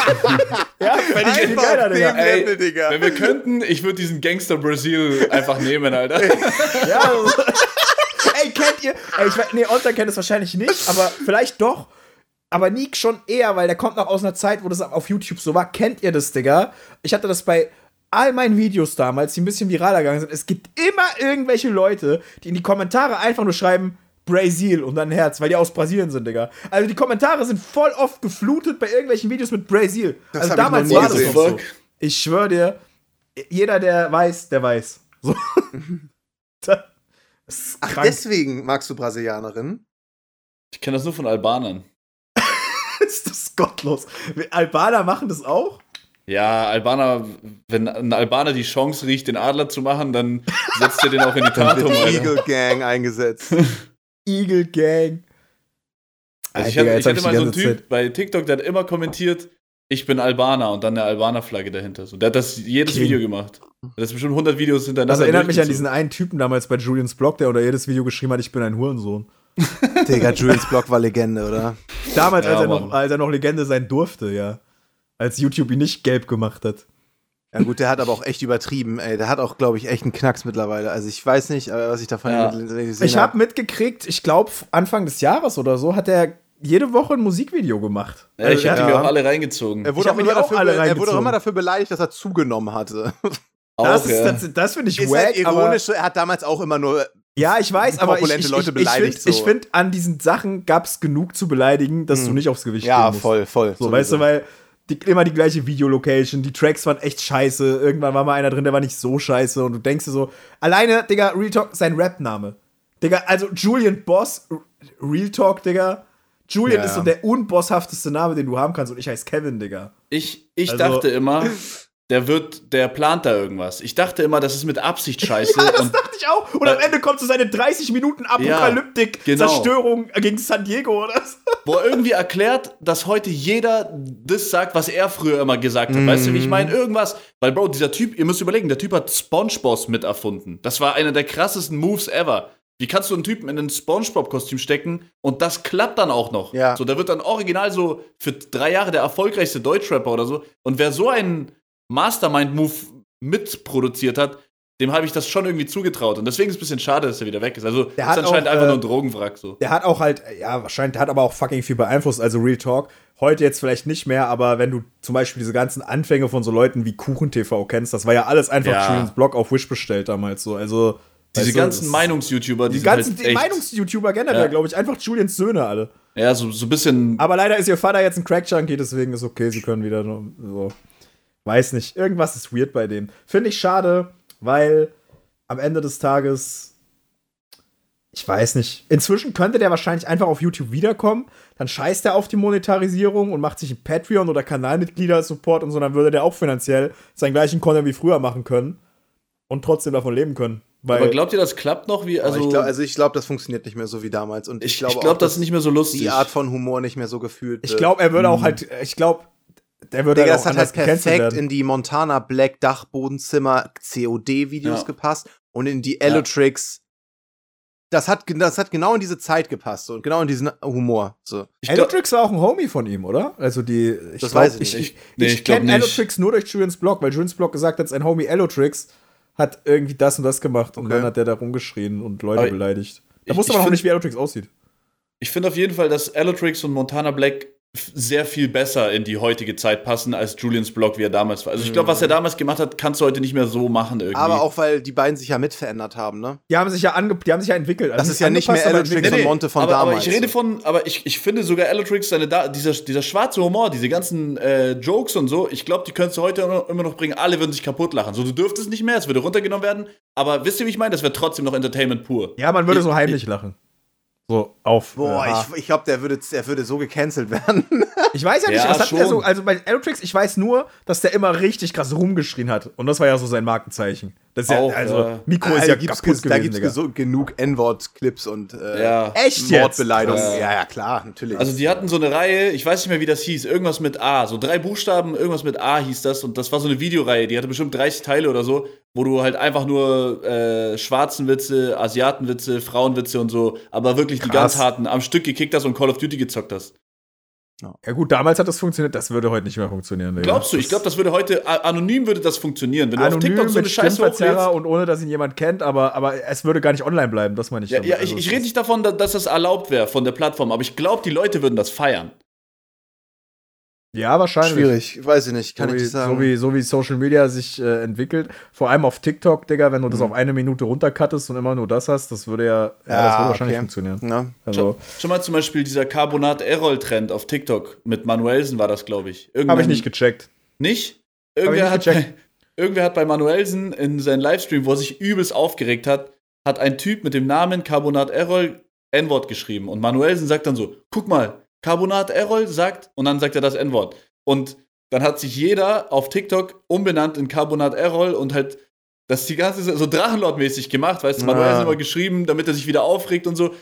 Speaker 2: Ja, fänd ich viel geiler, Digga.
Speaker 1: Ey,
Speaker 3: Digga.
Speaker 1: Wenn wir könnten, ich würde diesen Gangster Brasil einfach nehmen, Alter.
Speaker 2: Ja, also, ey, kennt ihr? Ey, ich weiß, nee, Otter kennt es wahrscheinlich nicht, aber vielleicht doch. Aber Nick schon eher, weil der kommt noch aus einer Zeit, wo das auf YouTube so war. Kennt ihr das, Digga? Ich hatte das bei all meinen Videos damals, die ein bisschen viraler gegangen sind. Es gibt immer irgendwelche Leute, die in die Kommentare einfach nur schreiben, Brasil und dann ein Herz, weil die aus Brasilien sind, Digga. Also die Kommentare sind voll oft geflutet bei irgendwelchen Videos mit Brasil.
Speaker 3: Das
Speaker 2: also
Speaker 3: hab ich noch
Speaker 2: damals
Speaker 3: nie
Speaker 2: war das
Speaker 3: gesehen.
Speaker 2: noch so. Ich schwör dir, jeder, der weiß, der weiß. So. das ist
Speaker 3: Ach,
Speaker 2: krank.
Speaker 3: deswegen magst du Brasilianerin?
Speaker 1: Ich kenne das nur von Albanern.
Speaker 2: ist das gottlos. Albaner machen das auch?
Speaker 1: Ja, Albaner, wenn ein Albaner die Chance riecht, den Adler zu machen, dann setzt er den auch in die
Speaker 3: Dann
Speaker 1: Tat um.
Speaker 3: wird die
Speaker 1: Alter.
Speaker 3: Eagle Gang eingesetzt.
Speaker 2: Eagle Gang.
Speaker 1: Also ich
Speaker 2: Ey,
Speaker 1: hatte,
Speaker 2: Digga, jetzt
Speaker 1: ich
Speaker 2: hab
Speaker 1: hatte
Speaker 2: ich
Speaker 1: mal
Speaker 2: die
Speaker 1: so einen
Speaker 2: ganze
Speaker 1: Typ bei TikTok, der hat immer kommentiert, ich bin Albaner und dann eine Albaner-Flagge dahinter. So, der hat das jedes
Speaker 2: King.
Speaker 1: Video gemacht. Das ist bestimmt 100 Videos hintereinander.
Speaker 2: Das erinnert mich an diesen
Speaker 1: durchgezogen.
Speaker 2: einen Typen damals bei Julians Blog, der unter jedes Video geschrieben hat, ich bin ein Hurensohn.
Speaker 3: Digga, Julians Block war Legende, oder?
Speaker 2: Damals,
Speaker 1: Ja,
Speaker 2: als, er noch,
Speaker 1: Mann.
Speaker 2: als er noch Legende sein durfte, ja. Als YouTube ihn nicht gelb gemacht hat.
Speaker 3: Ja gut, der hat aber auch echt übertrieben, ey. Der hat auch, glaube ich, echt einen Knacks mittlerweile. Also ich weiß nicht, aber was ich davon
Speaker 1: Ja.
Speaker 3: mit- gesehen
Speaker 2: Ich habe mitgekriegt, ich glaube, Anfang des Jahres oder so hat er jede Woche ein Musikvideo gemacht.
Speaker 1: Ja, ich habe
Speaker 2: ja.
Speaker 1: die mir auch alle reingezogen.
Speaker 3: Er
Speaker 2: Ich
Speaker 3: wurde,
Speaker 2: hab
Speaker 3: auch
Speaker 2: mir
Speaker 3: immer,
Speaker 2: die auch
Speaker 3: dafür,
Speaker 2: alle
Speaker 3: be- er wurde auch
Speaker 2: reingezogen.
Speaker 3: immer dafür beleidigt, dass er zugenommen hatte.
Speaker 2: Das,
Speaker 1: auch, äh,
Speaker 2: ist-
Speaker 1: ja.
Speaker 2: das, das finde ich
Speaker 3: Ist
Speaker 2: wack,
Speaker 3: halt
Speaker 2: aber
Speaker 3: ironisch, so, er hat damals auch immer nur.
Speaker 2: Ja, ich weiß, aber ich, ich,
Speaker 3: Korpulente
Speaker 2: ich,
Speaker 3: Leute
Speaker 2: ich finde,
Speaker 3: beleidigt so. Hm.
Speaker 2: ich find, an diesen Sachen gab's genug zu beleidigen, dass du nicht aufs Gewicht gehen musst.
Speaker 3: voll.
Speaker 2: So, weißt du, weil die, immer die gleiche Videolocation, die Tracks waren echt scheiße, irgendwann war mal einer drin, der war nicht so scheiße und du denkst dir so, alleine, Digga, Real Talk, sein Rap-Name. Digga, also Julian Boss, R- Real Talk, Digga. Julian
Speaker 3: Ja,
Speaker 2: ist so
Speaker 3: ja.
Speaker 2: der unbosshafteste Name, den du haben kannst und ich heiße Kevin, Digga.
Speaker 1: Ich, ich
Speaker 2: Also-
Speaker 1: dachte immer, der wird, der plant da irgendwas. Ich dachte immer, das ist mit Absicht scheiße.
Speaker 2: Das
Speaker 1: und
Speaker 2: dachte ich auch. Und am
Speaker 3: Äh,
Speaker 2: Ende kommt so seine 30 Minuten Apokalyptik,
Speaker 1: genau.
Speaker 2: Zerstörung gegen San Diego oder so.
Speaker 1: wo er irgendwie erklärt, dass heute jeder das sagt, was er früher immer gesagt hat. Weißt du, wie ich
Speaker 2: Mhm.
Speaker 1: meine? Irgendwas. Weil, Bro, dieser Typ, ihr müsst überlegen, der Typ hat Spongebob mit erfunden. Das war einer der krassesten Moves ever. Wie kannst du einen Typen in ein Spongebob-Kostüm stecken und das klappt dann auch noch?
Speaker 3: Ja.
Speaker 1: So, der wird dann original so für drei Jahre der erfolgreichste Deutschrapper oder so. Und wer so einen Mastermind-Move mitproduziert hat, dem habe ich das schon irgendwie zugetraut. Und deswegen ist es ein bisschen schade, dass er wieder weg ist. Also, der
Speaker 2: hat
Speaker 1: ist anscheinend
Speaker 2: auch,
Speaker 1: einfach
Speaker 2: äh,
Speaker 1: nur ein Drogenwrack. So.
Speaker 2: Der hat auch halt, ja, wahrscheinlich, der hat aber auch fucking viel beeinflusst. Also Real Talk. Heute jetzt vielleicht nicht mehr, aber wenn du zum Beispiel diese ganzen Anfänge von so Leuten wie KuchenTV kennst, das war ja alles einfach
Speaker 1: Ja.
Speaker 2: Julians Blog auf Wish bestellt damals so. Also
Speaker 1: Diese
Speaker 2: weißt du,
Speaker 1: ganzen
Speaker 2: das-
Speaker 1: Meinungs-YouTuber, die
Speaker 2: Die
Speaker 1: sind
Speaker 2: ganzen
Speaker 1: halt echt,
Speaker 2: Meinungs-YouTuber generell,
Speaker 1: Ja.
Speaker 2: glaube ich, einfach Julians Söhne alle.
Speaker 1: Ja, so, so ein bisschen.
Speaker 2: Aber leider ist ihr Vater jetzt ein Crack-Junkie, deswegen ist okay, sie können wieder nur- so. Weiß nicht, irgendwas ist weird bei dem. Finde ich schade, weil am Ende des Tages, ich weiß nicht, inzwischen könnte der wahrscheinlich einfach auf YouTube wiederkommen, dann scheißt er auf die Monetarisierung und macht sich einen Patreon- oder Kanalmitglieder-Support und so, dann würde der auch finanziell seinen gleichen Content wie früher machen können und trotzdem davon leben können. Weil
Speaker 1: aber glaubt ihr, das klappt noch? Wie,
Speaker 3: Also,
Speaker 1: also,
Speaker 3: ich glaube, also ich glaub, das funktioniert nicht mehr so wie damals. Und
Speaker 1: ich,
Speaker 3: ich
Speaker 1: ich
Speaker 3: glaube,
Speaker 1: glaube,
Speaker 3: auch,
Speaker 1: das
Speaker 3: dass
Speaker 1: ist nicht mehr so lustig.
Speaker 3: die Art von Humor nicht mehr so gefühlt
Speaker 2: ich
Speaker 3: wird.
Speaker 2: glaube, er würde auch halt, ich glaube, der würde
Speaker 3: Hm. Digga,
Speaker 2: halt auch
Speaker 3: das hat halt
Speaker 2: anders gecancelt
Speaker 3: perfekt
Speaker 2: werden.
Speaker 3: in die Montana Black Dachbodenzimmer COD-Videos
Speaker 1: Ja.
Speaker 3: gepasst und in die Elotrix. Das hat, ge- das hat genau in diese Zeit gepasst so, und genau in diesen Humor. So.
Speaker 1: ich glaub,
Speaker 2: Allotrix war auch ein Homie von ihm, oder? Also die. Ich
Speaker 3: Das weiß ich nicht.
Speaker 2: Ich, ich,
Speaker 1: Nee,
Speaker 2: ich
Speaker 1: ich glaub
Speaker 2: kenne
Speaker 1: nicht.
Speaker 2: Allotrix nur durch Julians Blog, weil Julians Blog gesagt hat, sein Homie Allotrix hat irgendwie das und das gemacht und
Speaker 3: Okay.
Speaker 2: dann hat der da rumgeschrien und Leute
Speaker 1: Aber
Speaker 2: beleidigt. Da
Speaker 1: ich-
Speaker 2: wusste
Speaker 1: ich
Speaker 2: man auch
Speaker 1: find-
Speaker 2: nicht, wie Altrix aussieht.
Speaker 1: Ich finde auf jeden Fall, dass Allotrix und Montana Black f- sehr viel besser in die heutige Zeit passen als Julians Blog, wie er damals war. Also ich glaube, was er damals gemacht hat, kannst du heute nicht mehr so machen irgendwie.
Speaker 3: Mhm. Aber auch, weil die beiden sich ja mit verändert haben, ne?
Speaker 2: Die haben sich ja, ange die haben sich ja entwickelt. Also
Speaker 3: Das ist ja nicht
Speaker 2: angepasst,
Speaker 3: mehr
Speaker 2: aber
Speaker 3: Altrix
Speaker 2: entwickelt.
Speaker 3: von Monte von
Speaker 1: aber,
Speaker 3: damals.
Speaker 1: Aber ich rede von, aber ich, ich finde sogar Allotrix, seine da dieser, dieser schwarze Humor, diese ganzen äh, Jokes und so, ich glaube, die könntest du heute immer- immer noch bringen. Alle würden sich kaputt lachen. So, du dürftest nicht mehr, es würde runtergenommen werden. Aber wisst ihr, wie ich meine? Das wäre trotzdem noch Entertainment pur.
Speaker 2: Ja, man würde so heimlich lachen. So, auf.
Speaker 3: Boah,
Speaker 2: äh,
Speaker 3: ich, ich glaube, der würde, der würde so gecancelt werden.
Speaker 2: Ich weiß ja nicht,
Speaker 1: Ja,
Speaker 2: was hat der
Speaker 1: schon.
Speaker 2: so. Also bei Altrix, ich weiß nur, dass der immer richtig krass rumgeschrien hat. Und das war ja so sein Markenzeichen. Das ist
Speaker 1: Auch,
Speaker 2: ja, also,
Speaker 1: äh,
Speaker 2: Mikro ist
Speaker 3: Da
Speaker 2: ja
Speaker 3: gibt's
Speaker 2: kaputt
Speaker 3: ges- da
Speaker 2: gewesen,
Speaker 3: gibt es
Speaker 2: Digga.
Speaker 3: genug N-Wort-Clips und äh,
Speaker 1: Ja.
Speaker 2: Echt jetzt?
Speaker 3: Mordbeleidigungen.
Speaker 1: Krass.
Speaker 3: Ja, ja, klar, natürlich.
Speaker 1: Also die hatten so eine Reihe, ich weiß nicht mehr, wie das hieß, irgendwas mit A, so drei Buchstaben, irgendwas mit A hieß das und das war so eine Videoreihe, die hatte bestimmt 30 Teile oder so, wo du halt einfach nur äh, schwarzen Witze, Asiatenwitze, Frauenwitze und so, aber wirklich die
Speaker 2: Krass.
Speaker 1: ganz harten am Stück gekickt hast und Call of Duty gezockt hast.
Speaker 2: Ja gut, damals hat das funktioniert, das würde heute nicht mehr funktionieren. Digga.
Speaker 1: Glaubst du, ich glaube, das würde heute a- anonym würde das funktionieren, wenn du auf
Speaker 2: Anonym
Speaker 1: TikTok so eine
Speaker 2: mit
Speaker 1: Scheiße hochlädst.
Speaker 2: Stimmverzerrer und ohne, dass ihn jemand kennt, aber, aber es würde gar nicht online bleiben, das meine ich
Speaker 1: Ja,
Speaker 2: damit.
Speaker 1: ja,
Speaker 2: Also,
Speaker 1: ich,
Speaker 2: es
Speaker 1: ich rede
Speaker 2: ist-
Speaker 1: nicht davon, da- dass das erlaubt wäre von der Plattform, aber ich glaube, die Leute würden das feiern.
Speaker 2: Ja, wahrscheinlich.
Speaker 3: Schwierig, weiß ich nicht, kann
Speaker 2: so,
Speaker 3: ich
Speaker 2: wie,
Speaker 3: nicht sagen.
Speaker 2: so, wie, so wie Social Media sich äh, entwickelt. Vor allem auf TikTok, Digga, wenn du
Speaker 3: Mhm.
Speaker 2: das auf eine Minute runtercuttest und immer nur das hast, das würde ja, ja, das würde wahrscheinlich
Speaker 3: Ah, okay.
Speaker 2: funktionieren.
Speaker 3: Ne?
Speaker 2: Also,
Speaker 1: Schon mal zum Beispiel dieser Carbonat-Errol-Trend auf TikTok mit Manuelsen war das, glaube ich.
Speaker 2: habe ich
Speaker 1: Irgendwann-
Speaker 2: nicht gecheckt.
Speaker 1: Nicht?
Speaker 2: ich
Speaker 1: Irgendwer,
Speaker 2: nicht
Speaker 1: hat bei,
Speaker 2: gecheckt.
Speaker 1: irgendwer hat bei Manuelsen in seinem Livestream, wo er sich übelst aufgeregt hat, hat ein Typ mit dem Namen Carbonat Errol N-Wort geschrieben. Und Manuelsen sagt dann so: Guck mal, Carbonat Errol sagt, und dann sagt er das N-Wort. Und dann hat sich jeder auf TikTok umbenannt in Carbonat Errol und halt das die ganze Zeit so Drachenlord-mäßig gemacht, weißt du? Manuelsen
Speaker 3: Ja.
Speaker 1: immer geschrieben, damit er sich wieder aufregt und so.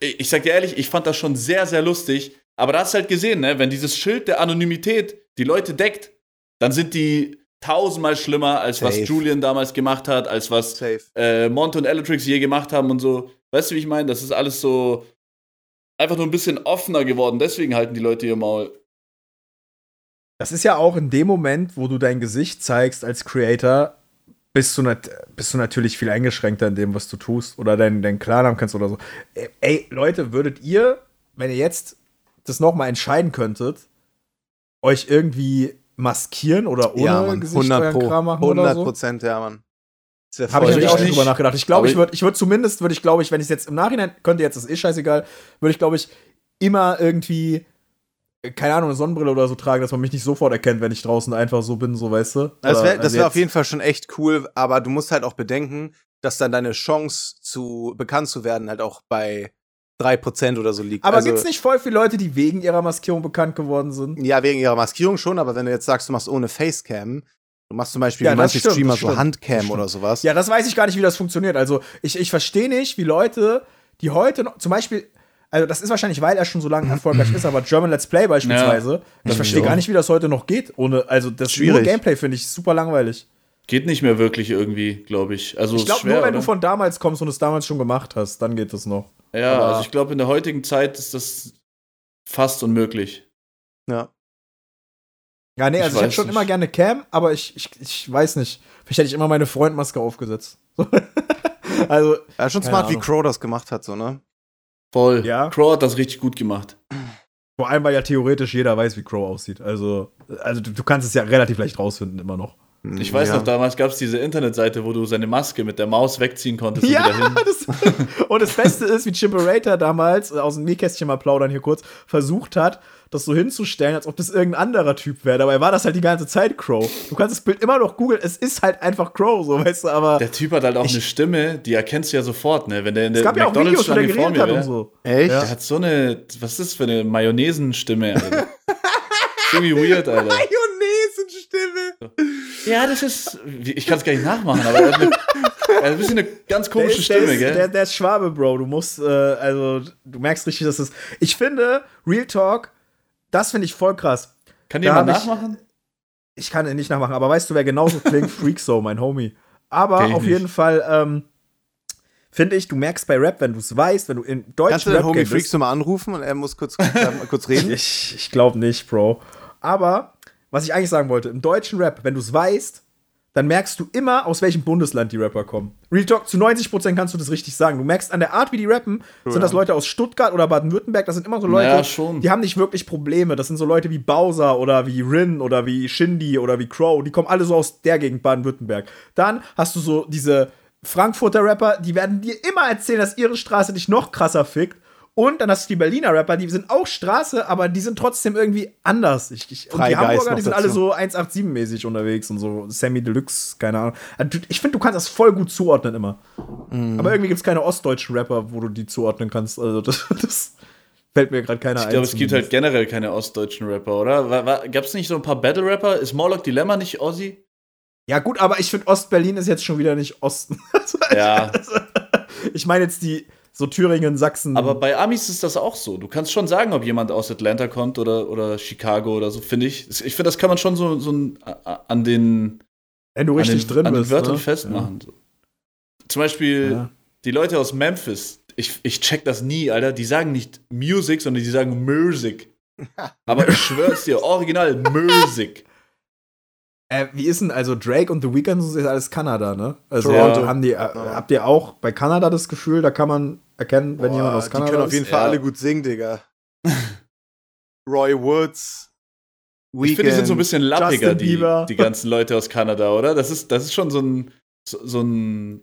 Speaker 1: Ich ich sag dir ehrlich, ich fand das schon sehr, sehr lustig. Aber da hast du halt gesehen, ne? wenn dieses Schild der Anonymität die Leute deckt, dann sind die tausendmal schlimmer, als
Speaker 3: Safe.
Speaker 1: was Julian damals gemacht hat, als was
Speaker 3: Safe.
Speaker 1: äh, Monte und Elatrix je gemacht haben und so. Weißt du, wie ich meine? Das ist alles so einfach nur ein bisschen offener geworden. Deswegen halten die Leute ihr Maul.
Speaker 2: Das ist ja auch in dem Moment, wo du dein Gesicht zeigst als Creator, bist du, nat bist du natürlich viel eingeschränkter in dem, was du tust oder deinen deinen Klarnamen kannst oder so. Ey, Ey, Leute, würdet ihr, wenn ihr jetzt das nochmal entscheiden könntet, euch irgendwie maskieren oder ohne
Speaker 3: ja, Mann,
Speaker 2: Gesicht
Speaker 3: 100
Speaker 2: euren
Speaker 3: Pro.
Speaker 2: Kram machen
Speaker 3: 100
Speaker 2: oder so?
Speaker 3: Prozent, ja, Mann. Das wär
Speaker 2: Habe
Speaker 3: voll
Speaker 2: ich nämlich
Speaker 1: Also
Speaker 2: auch
Speaker 1: ich
Speaker 2: schon
Speaker 1: nicht.
Speaker 2: drüber nachgedacht. Ich glaube,
Speaker 1: Aber
Speaker 2: ich würde ich würd zumindest, würde ich glaube ich, wenn ich jetzt im Nachhinein, könnte jetzt, das ist eh scheißegal, würde ich glaube ich immer irgendwie, äh, keine Ahnung, eine Sonnenbrille oder so tragen, dass man mich nicht sofort erkennt, wenn ich draußen einfach so bin, so weißt du.
Speaker 3: Das
Speaker 2: Oder
Speaker 3: wäre das
Speaker 2: wenn
Speaker 3: wär
Speaker 2: jetzt-
Speaker 3: auf jeden Fall schon echt cool, aber du musst halt auch bedenken, dass dann deine Chance zu bekannt zu werden halt auch bei 3% oder so liegt.
Speaker 2: Aber
Speaker 3: Also,
Speaker 2: gibt's nicht voll viele Leute, die wegen ihrer Maskierung bekannt geworden sind?
Speaker 3: Ja, wegen ihrer Maskierung schon, aber wenn du jetzt sagst, du machst ohne Facecam, du machst zum Beispiel
Speaker 2: Ja,
Speaker 3: wie
Speaker 2: das
Speaker 3: manche
Speaker 2: stimmt,
Speaker 3: Streamer
Speaker 2: das
Speaker 3: so
Speaker 2: stimmt, das
Speaker 3: Handcam
Speaker 2: stimmt.
Speaker 3: oder sowas.
Speaker 2: Ja, das weiß ich gar nicht, wie das funktioniert. Also ich, ich verstehe nicht, wie Leute, die heute noch, zum Beispiel, also das ist wahrscheinlich, weil er schon so lange erfolgreich ist, aber German Let's Play beispielsweise, ich verstehe gar nicht, wie das heute noch geht, ohne, also das
Speaker 3: Schwierig.
Speaker 2: nur Gameplay finde ich super langweilig.
Speaker 1: Geht nicht mehr wirklich irgendwie, glaube ich. Also
Speaker 2: Ich
Speaker 1: ist
Speaker 2: glaube,
Speaker 1: schwer,
Speaker 2: nur wenn du
Speaker 1: oder?
Speaker 2: von damals kommst und es damals schon gemacht hast, dann geht das noch.
Speaker 1: ja,
Speaker 2: aber-
Speaker 1: also ich glaube, in der heutigen Zeit ist das fast unmöglich.
Speaker 3: Ja.
Speaker 2: Ja, nee,
Speaker 1: Ich
Speaker 2: also ich,
Speaker 1: weiß
Speaker 2: hätte schon
Speaker 1: nicht.
Speaker 2: immer gerne Cam, aber ich, ich, ich weiß nicht. Vielleicht hätte ich immer meine Freundmaske aufgesetzt. So. also,
Speaker 3: Ja, schon
Speaker 2: Keine
Speaker 3: smart, wie
Speaker 2: Ahnung.
Speaker 3: Crow das gemacht hat, so, ne?
Speaker 1: Voll.
Speaker 2: Ja.
Speaker 1: Crow hat das richtig gut gemacht.
Speaker 2: vor allem, weil ja theoretisch jeder weiß, wie Crow aussieht. Also, also du, du kannst es ja relativ leicht rausfinden, immer noch.
Speaker 1: Ich weiß
Speaker 3: ja.
Speaker 1: noch, damals gab es diese Internetseite, wo du seine Maske mit der Maus wegziehen konntest und wieder
Speaker 2: Ja,
Speaker 1: hin.
Speaker 2: das, und das Beste ist, wie Chimperator damals, äh, aus dem Nähkästchen mal plaudern hier kurz, versucht hat, das so hinzustellen, als ob das irgendein anderer Typ wäre. Dabei war das halt die ganze Zeit Crow. Du kannst das Bild immer noch googeln, es ist halt einfach Crow, so weißt du, aber
Speaker 1: Der Typ hat halt auch eine Stimme, die erkennst du ja sofort, ne? Wenn der in
Speaker 2: es
Speaker 1: der
Speaker 2: gab ja auch Videos, wo der
Speaker 1: McDonalds-Schlange vor
Speaker 2: geredet
Speaker 1: mir
Speaker 2: hat und
Speaker 1: wäre.
Speaker 2: so.
Speaker 3: Echt?
Speaker 1: Der hat so eine, was ist das für eine Mayonnaise-Stimme, Alter? Ist Irgendwie weird, Alter.
Speaker 3: Mayonesenstimme.
Speaker 1: Ja, das ist, ich kann es gar nicht nachmachen, aber er hat, eine, er hat ein bisschen eine ganz
Speaker 2: Der
Speaker 1: komische
Speaker 2: ist- der
Speaker 1: Stimme,
Speaker 2: ist,
Speaker 1: gell?
Speaker 2: Der, der ist Schwabe, Bro. Du musst, äh, also, du merkst richtig, dass das. Ich finde, Real Talk, das finde ich voll krass.
Speaker 1: kann
Speaker 2: da
Speaker 1: jemand
Speaker 2: hab ich-
Speaker 1: nachmachen?
Speaker 2: Ich kann ihn nicht nachmachen, aber weißt du, wer genauso klingt? Freakso, mein Homie. Aber
Speaker 1: Kenn ich
Speaker 2: auf
Speaker 1: nicht.
Speaker 2: jeden Fall, ähm, finde ich, du merkst bei Rap, wenn du es weißt, wenn du in
Speaker 3: Kannst du
Speaker 2: deutschen
Speaker 3: den
Speaker 2: Rap
Speaker 3: Homie
Speaker 2: Game
Speaker 3: Freaks
Speaker 2: bist.
Speaker 3: nochmal anrufen und er muss kurz, äh, kurz reden?
Speaker 2: Ich, ich glaube nicht, Bro. Aber, was ich eigentlich sagen wollte, im deutschen Rap, wenn du es weißt, dann merkst du immer, aus welchem Bundesland die Rapper kommen. Real Talk, zu 90% kannst du das richtig sagen. Du merkst an der Art, wie die rappen, sind das Leute aus Stuttgart oder Baden-Württemberg, das sind immer so Leute,
Speaker 1: Ja, schon.
Speaker 2: die haben nicht wirklich Probleme. Das sind so Leute wie Bowser oder wie Rin oder wie Shindy oder wie Crow, die kommen alle so aus der Gegend Baden-Württemberg. Dann hast du so diese Frankfurter Rapper, die werden dir immer erzählen, dass ihre Straße dich noch krasser fickt. Und dann hast du die Berliner Rapper, die sind auch Straße, aber die sind trotzdem irgendwie anders. Ich, ich, und die
Speaker 3: Freigeist
Speaker 2: Hamburger,
Speaker 3: noch
Speaker 2: die sind alle
Speaker 3: dazu.
Speaker 2: so 187-mäßig unterwegs und so. Sammy Deluxe, keine Ahnung. Also, du- Ich finde, du kannst das voll gut zuordnen immer.
Speaker 1: Mhm.
Speaker 2: Aber irgendwie gibt es keine ostdeutschen Rapper, wo du die zuordnen kannst. Also das, das fällt mir gerade keiner ein.
Speaker 1: Ich glaube, es gibt
Speaker 2: zumindest.
Speaker 1: halt generell keine ostdeutschen Rapper, oder? Gab es nicht so ein paar Battle-Rapper? Ist Morlock Dilemma nicht Ossi? halt
Speaker 2: Ja, gut, aber ich finde, Ostberlin ist jetzt schon wieder nicht Osten. Also,
Speaker 1: Ja.
Speaker 2: ich meine jetzt die so Thüringen, Sachsen.
Speaker 1: Aber bei Amis ist das auch so. Du kannst schon sagen, ob jemand aus Atlanta kommt oder, oder Chicago oder so, finde ich. Ich finde, das kann man schon so, so ein, a- an den,
Speaker 2: wenn du
Speaker 1: an den,
Speaker 2: richtig drin
Speaker 1: an den
Speaker 2: bist.
Speaker 1: Wörtern
Speaker 2: ne?
Speaker 1: festmachen. So. Zum Beispiel
Speaker 2: Ja.
Speaker 1: die Leute aus Memphis. Ich, ich check das nie, Alter. Die sagen nicht Music, sondern die sagen Music. Aber ich schwör's dir, original Music.
Speaker 2: Äh, wie ist denn also Drake und The Weeknd das ist alles Kanada, ne? Also
Speaker 1: Toronto.
Speaker 2: haben die, äh, habt ihr auch bei Kanada das Gefühl, da kann man erkennen, wenn
Speaker 3: Boah,
Speaker 2: jemand aus
Speaker 3: Die
Speaker 2: Kanada
Speaker 3: können
Speaker 2: ist?
Speaker 3: auf jeden Fall
Speaker 1: Ja.
Speaker 3: alle gut singen, Digga. Roy Woods. Weekend.
Speaker 1: Ich finde, die sind so ein bisschen lappiger,
Speaker 2: Justin
Speaker 1: die,
Speaker 2: Bieber.
Speaker 1: die ganzen Leute aus Kanada, oder? Das ist, das ist schon so ein, so, so ein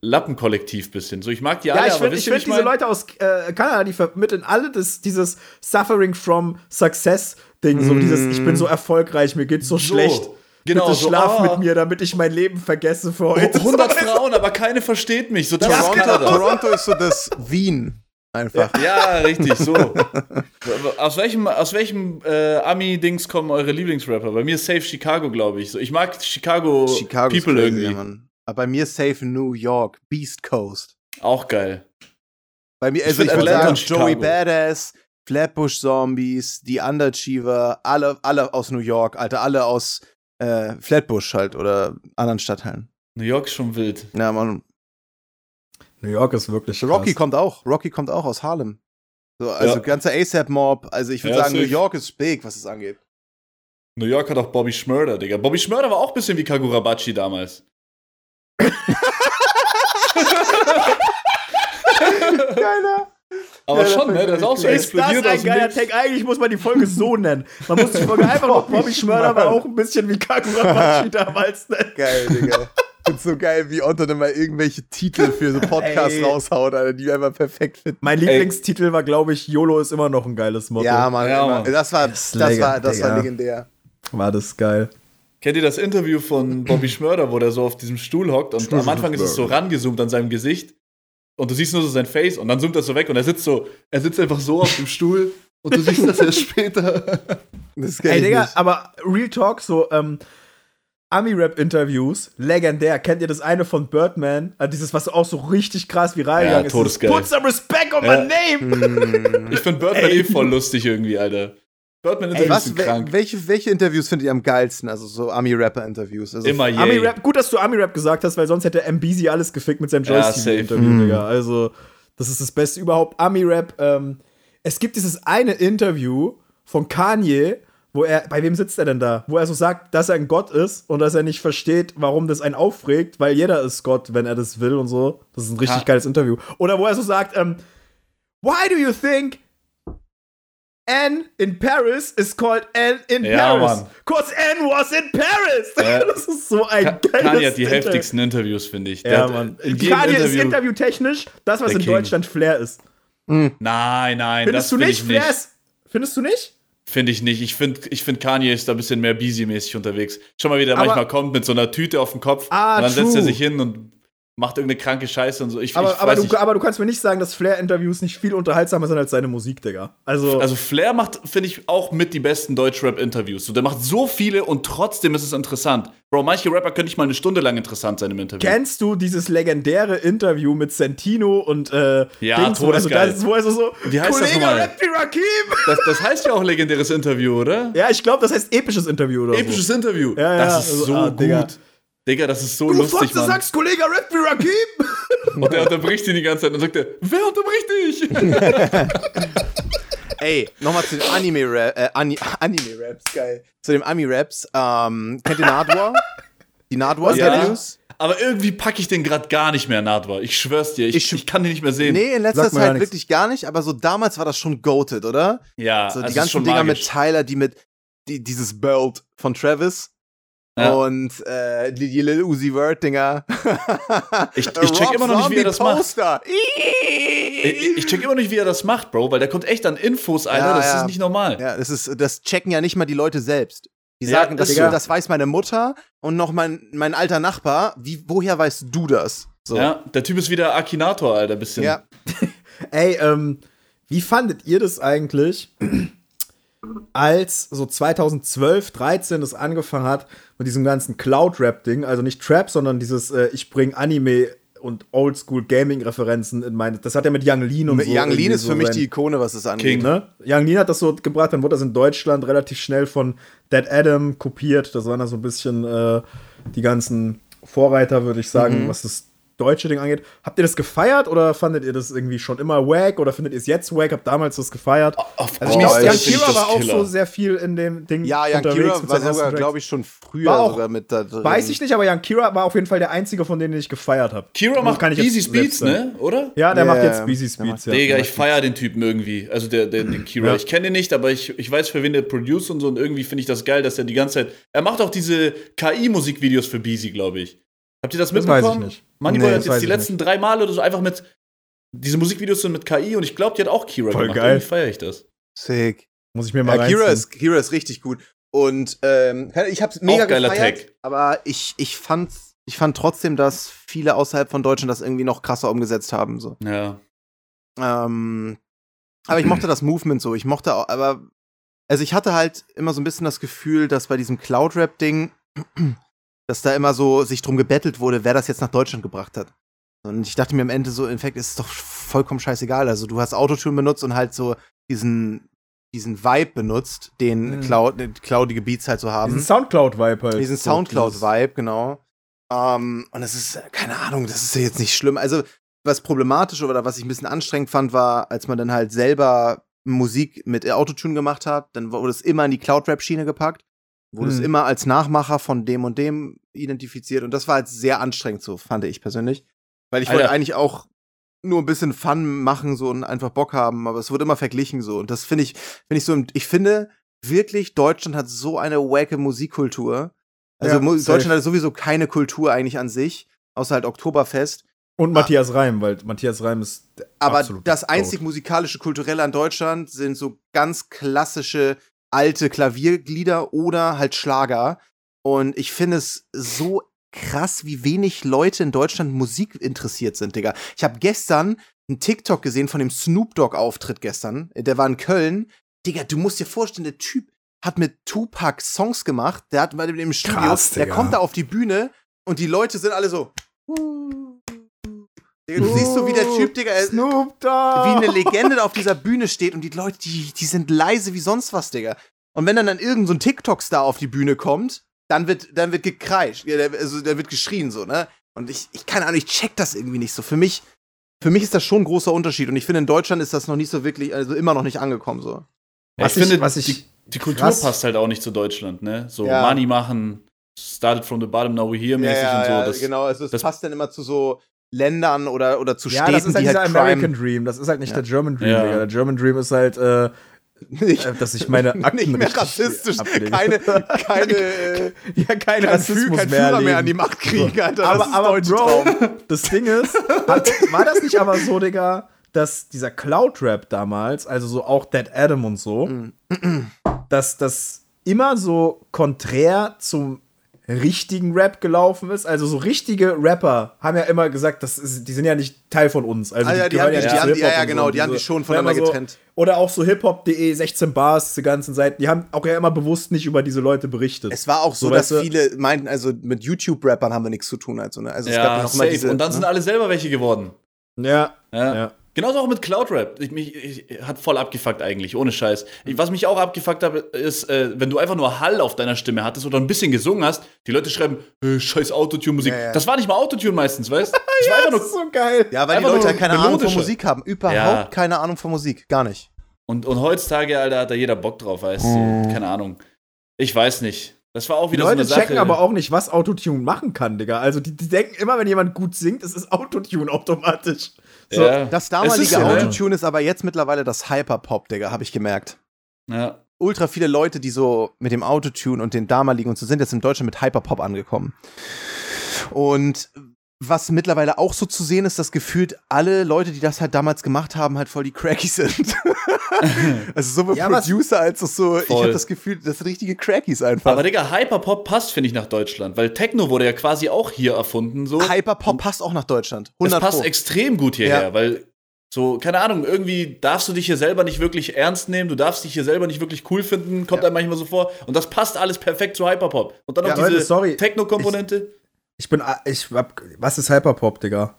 Speaker 1: Lappenkollektiv bisschen. So, ich mag die alle,
Speaker 2: Ja, ich
Speaker 1: aber
Speaker 2: finde
Speaker 1: wisst ihr,
Speaker 2: ich
Speaker 1: wie
Speaker 2: find
Speaker 1: ich
Speaker 2: diese
Speaker 1: mein?
Speaker 2: Leute aus äh, Kanada, die vermitteln alle das, dieses Suffering from Success Ding, so
Speaker 3: Mm.
Speaker 2: dieses ich bin so erfolgreich, mir geht's so, schlecht.
Speaker 1: Genau,
Speaker 2: Bitte
Speaker 1: so,
Speaker 2: schlaf
Speaker 1: oh.
Speaker 2: mit mir, damit ich mein Leben vergesse für heute.
Speaker 1: 100 Frauen, aber keine versteht mich. So, das
Speaker 3: Toronto,
Speaker 1: ist Kanada.
Speaker 3: Toronto ist so das Wien. Einfach.
Speaker 1: Ja, richtig, so. aus welchem, aus welchem äh, Ami-Dings kommen eure Lieblingsrapper? Bei mir ist Safe Chicago, glaube ich. So, ich mag Chicago,
Speaker 3: Chicago ist
Speaker 1: People
Speaker 3: crazy,
Speaker 1: irgendwie.
Speaker 3: Mann. Aber bei mir safe New York, Beast Coast.
Speaker 1: Auch geil.
Speaker 3: Bei mir,
Speaker 1: Ich
Speaker 3: also
Speaker 1: find
Speaker 3: ich, würde
Speaker 1: Atlanta
Speaker 3: sagen,
Speaker 1: und
Speaker 3: Joey
Speaker 1: Chicago.
Speaker 3: Badass, Flatbush Zombies, die Underachiever, alle, alle aus New York, Alter, alle aus äh, Flatbush halt oder anderen Stadtteilen.
Speaker 1: New York ist schon wild.
Speaker 3: Ja, Mann.
Speaker 2: New York ist wirklich
Speaker 3: Rocky
Speaker 2: krass.
Speaker 3: kommt auch. Rocky kommt auch aus Harlem. So, also
Speaker 1: Ja.
Speaker 3: ganzer ASAP-Mob. Also ich würde
Speaker 1: Ja,
Speaker 3: sagen, New
Speaker 1: safe.
Speaker 3: York ist big, was es angeht.
Speaker 1: New York hat auch Bobby Schmörder, Digga. Bobby Schmörder war auch ein bisschen wie Kagurabachi damals.
Speaker 3: Geiler.
Speaker 1: Aber
Speaker 3: Ja,
Speaker 1: schon,
Speaker 3: das
Speaker 1: ne? Das ist auch so
Speaker 2: Ist das
Speaker 1: explodiert aus
Speaker 2: ein
Speaker 1: dem
Speaker 2: geiler
Speaker 1: Nichts.
Speaker 2: Tag? Eigentlich muss man die Folge so nennen. Man muss die Folge einfach nur
Speaker 1: Oh,
Speaker 2: Bobby Schmörder war auch ein bisschen wie Kakurabachi damals. nennen.
Speaker 3: Geil, Digga. Find's so geil, wie Otto dann mal irgendwelche Titel für so Podcasts
Speaker 2: Ey.
Speaker 3: raushaut, Alter, die wir einfach perfekt finden.
Speaker 2: Mein Lieblingstitel war, glaube ich, YOLO ist immer noch ein geiles Motto.
Speaker 3: Ja, Mann,
Speaker 1: Ja,
Speaker 3: immer.
Speaker 1: Mann.
Speaker 3: das war, das,
Speaker 2: Das ist lecker,
Speaker 3: war, das war
Speaker 2: Digga.
Speaker 3: legendär.
Speaker 2: War das geil.
Speaker 1: Kennt ihr das Interview von Bobby Schmörder, wo der so auf diesem Stuhl hockt und am Anfang ist es so rangezoomt an seinem Gesicht und du siehst nur so sein Face und dann zoomt das so weg und er sitzt so, er sitzt einfach so auf dem Stuhl und du siehst das erst später.
Speaker 3: Das
Speaker 2: Ey,
Speaker 3: kenn ich
Speaker 2: Digga,
Speaker 3: nicht.
Speaker 2: aber Real Talk, so, ähm, Ami-Rap-Interviews, legendär. Kennt ihr das eine von Birdman? Äh, dieses, was auch so richtig krass viral
Speaker 1: Ja,
Speaker 2: gegangen ist. dieses,
Speaker 1: todesgeil.
Speaker 2: Put some respect on
Speaker 1: Ja.
Speaker 2: my name!
Speaker 1: Ich find Birdman eh voll lustig irgendwie, Alter. Birdman Interviews
Speaker 3: Was,
Speaker 1: sind
Speaker 3: wel-
Speaker 1: krank.
Speaker 3: welche, welche Interviews findet ihr am geilsten? Also so Ami-Rapper-Interviews. Also
Speaker 1: Immer je.
Speaker 2: Ami-Rap, gut, dass du Ami-Rap gesagt hast, weil sonst hätte MBZ alles gefickt mit seinem
Speaker 1: Ja, safe. Mhm.
Speaker 2: Joyce-Interview, Digga. Also, das ist das Beste überhaupt. Ami-Rap, ähm, es gibt dieses eine Interview von Kanye, wo er, bei wem sitzt er denn da? Wo er so sagt, dass er ein Gott ist und dass er nicht versteht, warum das einen aufregt, weil jeder ist Gott, wenn er das will und so. Das ist ein richtig
Speaker 1: Ka-
Speaker 2: geiles Interview. Oder wo er so sagt, ähm, why do you think Anne in Paris is called Anne in
Speaker 1: Ja,
Speaker 2: Paris?
Speaker 1: Mann.
Speaker 2: Cause Anne was in Paris!
Speaker 1: Ja.
Speaker 2: Das ist so ein
Speaker 1: Ka-
Speaker 2: geiles
Speaker 1: Kanye hat die
Speaker 2: Interview.
Speaker 1: heftigsten Interviews, finde ich. Der
Speaker 2: Ja,
Speaker 1: hat
Speaker 2: Mann.
Speaker 1: In jedem
Speaker 2: Kanye
Speaker 1: Interview.
Speaker 2: ist interviewtechnisch das, was
Speaker 1: Der
Speaker 2: in
Speaker 1: King.
Speaker 2: Deutschland Flair ist.
Speaker 1: Nein, nein,
Speaker 2: Findest
Speaker 1: das
Speaker 2: du
Speaker 1: find
Speaker 2: nicht?
Speaker 1: ich
Speaker 2: Flair ist. Findest du nicht?
Speaker 1: Finde ich nicht. Ich finde, ich find Kanye ist da ein bisschen mehr Busy-mäßig unterwegs. Schon mal wieder
Speaker 2: Aber-
Speaker 1: manchmal kommt mit so einer Tüte auf dem Kopf
Speaker 2: Ah,
Speaker 1: und dann setzt
Speaker 2: true.
Speaker 1: er sich hin und macht irgendeine kranke Scheiße und so. Ich, ich
Speaker 2: Aber,
Speaker 1: weiß
Speaker 2: aber, du,
Speaker 1: nicht.
Speaker 2: aber du kannst mir nicht sagen, dass Flair-Interviews nicht viel unterhaltsamer sind als seine Musik, Digga. Also,
Speaker 1: Also Flair macht, finde ich, auch mit die besten Deutschrap-Interviews. So, der macht so viele und trotzdem ist es interessant. Bro, manche Rapper können nicht mal eine Stunde lang interessant sein im Interview.
Speaker 2: kennst du dieses legendäre Interview mit Santino und äh,
Speaker 1: Ja,
Speaker 2: Dings, wo, also,
Speaker 1: todesgeil.
Speaker 2: das ist, wo er so, so
Speaker 1: Wie heißt das
Speaker 2: Kollege
Speaker 1: nochmal?
Speaker 2: Rap wie Rakim!
Speaker 1: Das, das heißt ja auch legendäres Interview, oder?
Speaker 2: Ja, ich glaube, das heißt episches Interview oder
Speaker 1: Episches Interview.
Speaker 2: Ja, ja,
Speaker 1: das ist
Speaker 2: also,
Speaker 1: so
Speaker 2: ah,
Speaker 1: gut.
Speaker 2: Digga.
Speaker 1: Digga. das ist so
Speaker 2: so. Du
Speaker 1: lustig,
Speaker 2: Fotze
Speaker 1: Mann.
Speaker 2: sagst, Kollege Rap wie Rakim!
Speaker 1: Und der unterbricht ihn die ganze Zeit und sagt, er, wer unterbricht dich?
Speaker 3: Ey, nochmal zu den Anime-Raps. Äh, Ani Anime-Raps, geil. Zu dem Ami-Raps. Ähm, kennt ihr Nadwa? Die Nardwar
Speaker 1: Ja.
Speaker 3: Interviews?
Speaker 1: Aber irgendwie packe ich den gerade gar nicht mehr, Nadwa. Ich schwör's dir, ich,
Speaker 3: Ich
Speaker 1: ich,
Speaker 3: schw-
Speaker 1: kann den nicht mehr sehen.
Speaker 3: Nee, in letzter
Speaker 2: Sagt mir gar
Speaker 3: Zeit
Speaker 2: nichts.
Speaker 3: wirklich gar nicht, aber so damals war das schon goated, oder?
Speaker 1: Ja,
Speaker 3: So
Speaker 1: also
Speaker 3: die
Speaker 1: ist
Speaker 3: ganzen
Speaker 1: schon
Speaker 3: Dinger
Speaker 1: magisch.
Speaker 3: mit Tyler, die mit die, dieses Belt von Travis
Speaker 1: Ja.
Speaker 3: und äh, die, die Lil Uzi Vert Dinger.
Speaker 1: Ich- ich check immer noch nicht, wie er das macht.
Speaker 3: Poster.
Speaker 1: Ich, ich check immer nicht, wie er das macht, Bro, weil der kommt echt an Infos, Alter.
Speaker 3: Ja,
Speaker 1: das
Speaker 3: ja.
Speaker 1: ist nicht normal.
Speaker 3: Ja, das ist das checken ja nicht mal die Leute selbst. Die
Speaker 1: Ja,
Speaker 3: sagen, das,
Speaker 1: Digga.
Speaker 3: das weiß meine Mutter und noch mein mein alter Nachbar. Wie woher weißt du das? So.
Speaker 1: Ja, der Typ ist wieder Akinator, Alter, bisschen.
Speaker 3: Ja.
Speaker 2: Ey, ähm, wie fandet ihr das eigentlich, als so 2012, 13 es angefangen hat mit diesem ganzen Cloud-Rap-Ding? Also nicht Trap, sondern dieses, äh, ich bring Anime und Oldschool-Gaming-Referenzen in meine. Das hat ja mit Young Lean und
Speaker 3: Mit
Speaker 2: so.
Speaker 3: Young
Speaker 2: irgendwie
Speaker 3: Lean ist
Speaker 2: so
Speaker 3: für mich
Speaker 2: sein-
Speaker 3: die Ikone, was es angeht.
Speaker 1: King.
Speaker 2: Ne? Young Lean hat das so gebracht, dann wurde das in Deutschland relativ schnell von Dead Adam kopiert. Das waren da so ein bisschen äh, die ganzen Vorreiter, würde ich
Speaker 3: Mhm.
Speaker 2: sagen, was das deutsche Ding angeht. Habt ihr das gefeiert oder fandet ihr das irgendwie schon immer wack oder findet ihr es jetzt wack? Habt damals das gefeiert?
Speaker 1: Auf
Speaker 2: Also ich
Speaker 3: Boah,
Speaker 2: glaube,
Speaker 3: Alter,
Speaker 2: Young
Speaker 3: find ich
Speaker 2: Kira war auch so sehr viel in dem Ding
Speaker 3: Ja, Young
Speaker 2: unterwegs.
Speaker 3: Kira war sogar, glaube ich, schon früher
Speaker 2: War auch-
Speaker 3: sogar mit da drin.
Speaker 2: Weiß ich nicht, aber Young Kira war auf jeden Fall der einzige, von denen ich gefeiert Also habe.
Speaker 1: Kira macht Easy Speeds, ne? Oder?
Speaker 2: Ja, der
Speaker 3: Ja,
Speaker 2: macht
Speaker 3: ja.
Speaker 2: jetzt Beasy Speeds. Ja.
Speaker 1: Digga, ich feier den Typen irgendwie. Also der, der, den Kira.
Speaker 2: Ja.
Speaker 1: Ich kenne ihn nicht, aber ich, ich weiß, für wen der produziert und so. Und irgendwie finde ich das geil, dass er die ganze Zeit. Er macht auch diese KI-Musikvideos für Beezy, glaube ich. Habt ihr das
Speaker 2: Das weiß
Speaker 1: mitbekommen?
Speaker 2: ich nicht.
Speaker 1: Moneyboy
Speaker 2: Nee,
Speaker 1: hat
Speaker 2: das weiß
Speaker 1: jetzt die
Speaker 2: ich
Speaker 1: letzten drei Male oder so einfach mit. Diese Musikvideos sind mit KI und ich glaube, die hat auch Kira
Speaker 2: Voll
Speaker 1: gemacht.
Speaker 2: geil.
Speaker 1: Irgendwie feiere ich das.
Speaker 3: Sick.
Speaker 2: Muss ich mir mal
Speaker 3: Ja, Kira
Speaker 2: reinziehen.
Speaker 3: ist, Kira ist richtig gut. Und ähm, ich hab's mega
Speaker 1: geiler
Speaker 3: gefeiert,
Speaker 1: Tag.
Speaker 3: aber ich, ich fand ich fand trotzdem, dass viele außerhalb von Deutschland das irgendwie noch krasser umgesetzt haben. So.
Speaker 1: Ja.
Speaker 3: Ähm, aber ich mochte das Movement so. Ich mochte auch, aber also ich hatte halt immer so ein bisschen das Gefühl, dass bei diesem Cloud-Rap-Ding, dass da immer so sich drum gebettelt wurde, wer das jetzt nach Deutschland gebracht hat. Und ich dachte mir am Ende so, in fact, ist es doch vollkommen scheißegal. Also du hast Autotune benutzt und halt so diesen, diesen Vibe benutzt, den
Speaker 2: Mhm.
Speaker 3: Cloud, den cloudige Beats halt so haben.
Speaker 2: Diesen Soundcloud-Vibe halt.
Speaker 3: Diesen
Speaker 2: So, dieses-
Speaker 3: Soundcloud-Vibe, genau. Ähm, und es ist, keine Ahnung, das ist ja jetzt nicht schlimm. Also, was problematisch oder was ich ein bisschen anstrengend fand, war, als man dann halt selber Musik mit Autotune gemacht hat, dann wurde es immer in die Cloud-Rap-Schiene gepackt, wurde es
Speaker 2: Hm.
Speaker 3: immer als Nachmacher von dem und dem identifiziert. Und das war halt sehr anstrengend, so fand ich persönlich. Weil ich wollte
Speaker 1: Alter.
Speaker 3: eigentlich auch nur ein bisschen Fun machen so und einfach Bock haben, aber es wurde immer verglichen so. Und das finde ich, finde ich so, im- ich finde wirklich, Deutschland hat so eine wacke Musikkultur. Also
Speaker 2: Ja,
Speaker 3: Mu-
Speaker 2: safe.
Speaker 3: Deutschland hat sowieso keine Kultur eigentlich an sich, außer halt Oktoberfest.
Speaker 2: Und Matthias Reim, weil Matthias Reim ist.
Speaker 3: Aber
Speaker 2: Absolut
Speaker 3: das
Speaker 2: Goat.
Speaker 3: einzig musikalische Kulturelle an Deutschland sind so ganz klassische alte Klavierglieder oder halt Schlager. Und ich finde es so krass, wie wenig Leute in Deutschland Musik interessiert sind, Digga. Ich habe gestern einen TikTok gesehen von dem Snoop Dogg-Auftritt gestern. Der war in Köln. Digga, du musst dir vorstellen, der Typ hat mit Tupac Songs gemacht. Der hat mal mit dem Studio,
Speaker 2: Krass,
Speaker 3: der
Speaker 2: Digga.
Speaker 3: kommt da auf die Bühne und die Leute sind alle so. Digga, du siehst so, wie der Typ, Digga, er-
Speaker 2: Snoop Dogg!
Speaker 3: wie eine Legende da auf dieser Bühne steht und die Leute, die, die sind leise wie sonst was, Digga. Und wenn dann, dann irgend so ein TikTok-Star auf die Bühne kommt, dann wird, dann wird gekreischt, ja, der, also der wird geschrien so, ne? Und ich, ich keine Ahnung, ich check das irgendwie nicht so. Für mich, für mich ist das schon ein großer Unterschied und ich finde, in Deutschland ist das noch nicht so wirklich, also immer noch nicht angekommen so.
Speaker 1: Ja,
Speaker 2: Was ich- was ich
Speaker 1: die, die Kultur
Speaker 2: krass-
Speaker 1: passt halt auch nicht zu Deutschland, ne? So
Speaker 3: Ja.
Speaker 1: Money machen, started from the bottom, now we're here mäßig und so. das,
Speaker 3: genau, also es
Speaker 1: das-
Speaker 3: passt dann immer zu so Ländern oder, oder zu
Speaker 2: ja,
Speaker 3: Städten,
Speaker 2: das ist halt
Speaker 3: die
Speaker 2: dieser
Speaker 3: halt
Speaker 2: American
Speaker 3: Crime
Speaker 2: Dream. Das ist halt nicht der
Speaker 3: Ja.
Speaker 2: German Dream,
Speaker 1: Ja.
Speaker 2: Digga. Der German Dream ist halt, äh, äh,
Speaker 3: nicht,
Speaker 2: dass ich meine Akten
Speaker 3: nicht mehr
Speaker 2: richtig
Speaker 3: rassistisch,
Speaker 2: ablege.
Speaker 3: keine, keine, äh,
Speaker 2: ja, kein
Speaker 3: kein Rassismus
Speaker 2: Rassismus
Speaker 3: kein
Speaker 2: mehr,
Speaker 3: Führer
Speaker 2: erleben.
Speaker 3: mehr an die Macht kriegen, Alter.
Speaker 2: aber,
Speaker 3: das ist
Speaker 2: aber
Speaker 3: deutsche
Speaker 2: Bro,
Speaker 3: Traum.
Speaker 2: das Ding ist, hat, war das nicht aber so, Digga, dass dieser Cloud-Rap damals, also so auch Dead Adam und so, dass das immer so konträr zum richtigen Rap gelaufen ist. Also so richtige Rapper haben ja immer gesagt, das ist, die sind ja nicht Teil von uns. Also
Speaker 3: Ah ja, die
Speaker 2: gehören
Speaker 3: haben die-
Speaker 2: nicht
Speaker 3: die
Speaker 2: zu
Speaker 3: haben die-
Speaker 2: Hip-Hop
Speaker 3: ja, ja,
Speaker 2: und
Speaker 3: genau, die haben
Speaker 2: Diese-
Speaker 3: die schon voneinander
Speaker 2: immer
Speaker 3: getrennt.
Speaker 2: So, oder auch so hiphop.de, 16 Bars, diese ganzen Seiten, die haben auch ja immer bewusst nicht über diese Leute berichtet.
Speaker 3: Es war auch so,
Speaker 2: So,
Speaker 3: dass
Speaker 2: weißt du-
Speaker 3: viele meinten, also mit YouTube-Rappern haben wir nichts zu tun. Also, ne? also es gab
Speaker 1: ja,
Speaker 3: noch
Speaker 1: safe.
Speaker 3: mal diese,
Speaker 1: und dann sind
Speaker 3: ne?
Speaker 1: alle selber welche geworden.
Speaker 2: ja,
Speaker 1: Ja.
Speaker 2: Ja.
Speaker 1: Genauso auch mit Cloudrap. Ich, mich, ich, hat voll abgefuckt eigentlich, ohne Scheiß. Ich, was mich auch abgefuckt hat, ist, äh, wenn du einfach nur Hall auf deiner Stimme hattest oder ein bisschen gesungen hast, die Leute schreiben, äh, scheiß Autotune-Musik.
Speaker 3: Ja, ja.
Speaker 1: Das war nicht mal Autotune meistens, weißt du? Das war einfach
Speaker 2: das ist
Speaker 1: nur.
Speaker 2: so geil.
Speaker 3: ja, weil die
Speaker 1: einfach
Speaker 3: Leute
Speaker 1: nur
Speaker 3: halt keine Ahnung von
Speaker 1: melodischer.
Speaker 3: Musik haben. Überhaupt
Speaker 1: Ja.
Speaker 3: keine Ahnung von Musik. Gar nicht.
Speaker 1: Und, und heutzutage, Alter, hat da jeder Bock drauf, weißt du? Keine Ahnung. Ich weiß nicht. Das war auch wieder
Speaker 2: Leute
Speaker 1: so eine
Speaker 2: checken
Speaker 1: Sache.
Speaker 2: aber auch nicht, was Autotune machen kann, Digga. Also die, die denken immer, wenn jemand gut singt, es ist Autotune automatisch. So,
Speaker 1: ja. Es
Speaker 3: Das
Speaker 1: ist
Speaker 3: damalige
Speaker 1: ja, ne?
Speaker 3: Autotune ist aber jetzt mittlerweile das Hyperpop, Digga, habe ich gemerkt.
Speaker 1: ja.
Speaker 3: Ultra viele Leute, die so mit dem Autotune und den damaligen und so sind jetzt in Deutschland mit Hyperpop angekommen. Und was mittlerweile auch so zu sehen ist, dass gefühlt alle Leute, die das halt damals gemacht haben, halt voll die Cracky sind. also sowohl
Speaker 2: Ja, was-
Speaker 3: Producer als auch so, ich
Speaker 1: Voll.
Speaker 3: habe das Gefühl, das sind richtige Crackies einfach.
Speaker 1: Aber Digga, Hyperpop passt, finde ich, nach Deutschland, weil Techno wurde ja quasi auch hier erfunden. So.
Speaker 3: Hyperpop passt auch nach Deutschland. 100
Speaker 1: Das passt
Speaker 3: Pro.
Speaker 1: extrem gut hierher,
Speaker 3: Ja.
Speaker 1: weil so, keine Ahnung, irgendwie darfst du dich hier selber nicht wirklich ernst nehmen, du darfst dich hier selber nicht wirklich cool finden, kommt einem manchmal so vor. Und das passt alles perfekt zu Hyperpop. Und dann
Speaker 2: Ja,
Speaker 1: noch diese
Speaker 2: Leute, sorry.
Speaker 1: Techno-Komponente.
Speaker 2: Ich bin, a- ich hab, was ist Hyperpop, Digga?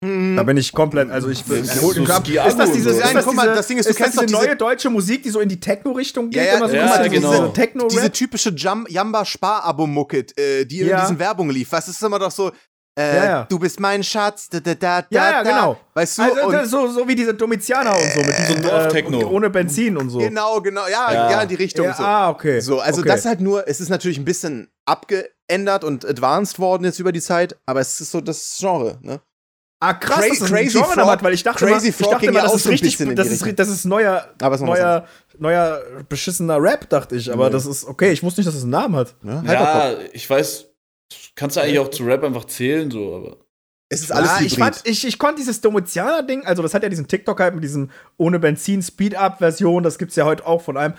Speaker 2: Da bin ich komplett, also ich bin.
Speaker 1: Das ist so Ski-Alu
Speaker 2: ist das diese,
Speaker 1: und so.
Speaker 2: Hm. ist
Speaker 3: Nein,
Speaker 2: das
Speaker 3: guck mal,
Speaker 2: diese,
Speaker 3: das Ding ist, du
Speaker 2: das
Speaker 3: kennst doch
Speaker 2: diese
Speaker 3: diese-
Speaker 2: neue deutsche Musik, die so in die Techno-Richtung geht,
Speaker 3: Ja, ja,
Speaker 2: immer so
Speaker 1: ja,
Speaker 2: immer so
Speaker 1: genau.
Speaker 2: diese Techno-Rap.
Speaker 3: diese typische Jam Jamba Spar-Abo-Mucke, äh, die in
Speaker 2: Ja.
Speaker 3: diesen Werbung lief. Was ist immer doch so, äh,
Speaker 2: Ja, ja.
Speaker 3: du bist mein Schatz, da, da, da, da,
Speaker 2: ja, ja,
Speaker 3: da.
Speaker 2: genau.
Speaker 3: Weißt du,
Speaker 2: also,
Speaker 3: und
Speaker 2: so, so wie diese Domitianer und so, mit diesem
Speaker 1: Dorftechno.
Speaker 2: Äh, ohne Benzin und so.
Speaker 3: genau, genau, ja, ja,
Speaker 1: Ja.
Speaker 3: in die Richtung
Speaker 2: Ja,
Speaker 3: so.
Speaker 2: Ah, okay.
Speaker 3: So, also
Speaker 2: okay.
Speaker 3: das ist halt nur, es ist natürlich ein bisschen abgeändert und advanced worden jetzt über die Zeit, aber es ist so das Genre, ne?
Speaker 2: Ah, krass,
Speaker 3: Cra-
Speaker 2: dass das
Speaker 3: Crazy
Speaker 2: Crazy Genre
Speaker 3: Frog-
Speaker 2: Frog, weil ich dachte
Speaker 3: Crazy
Speaker 2: immer, ich
Speaker 3: Frog
Speaker 2: dachte
Speaker 3: ging
Speaker 2: immer,
Speaker 3: ja
Speaker 2: das
Speaker 3: auch
Speaker 2: ist
Speaker 3: so ein
Speaker 2: richtig,
Speaker 3: bisschen in die
Speaker 2: das ist,
Speaker 3: Richtung.
Speaker 2: ri- das ist neuer,
Speaker 3: Aber es ist noch was
Speaker 2: neuer, neuer beschissener Rap, dachte ich.
Speaker 3: Mhm.
Speaker 2: Aber das ist okay. Ich wusste nicht, dass es das einen Namen hat.
Speaker 3: ne? Hyperpop.
Speaker 1: Ja, ich weiß, kannst du eigentlich auch zu Rap einfach zählen, so, aber.
Speaker 3: Es ist alles
Speaker 2: ja,
Speaker 3: hybrid.
Speaker 2: ich, fand, ich, ich konnte dieses Domitianer-Ding, also das hat ja diesen TikTok halt mit diesem ohne Benzin Speed-Up-Version, das gibt's ja heute auch von einem.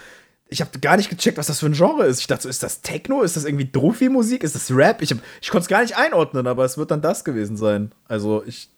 Speaker 2: Ich habe gar nicht gecheckt, was das für ein Genre ist. Ich dachte so, ist das Techno? Ist das irgendwie Drofi-Musik? Ist das Rap? Ich, hab- ich konnte es gar nicht einordnen, aber es wird dann das gewesen sein. Also ich.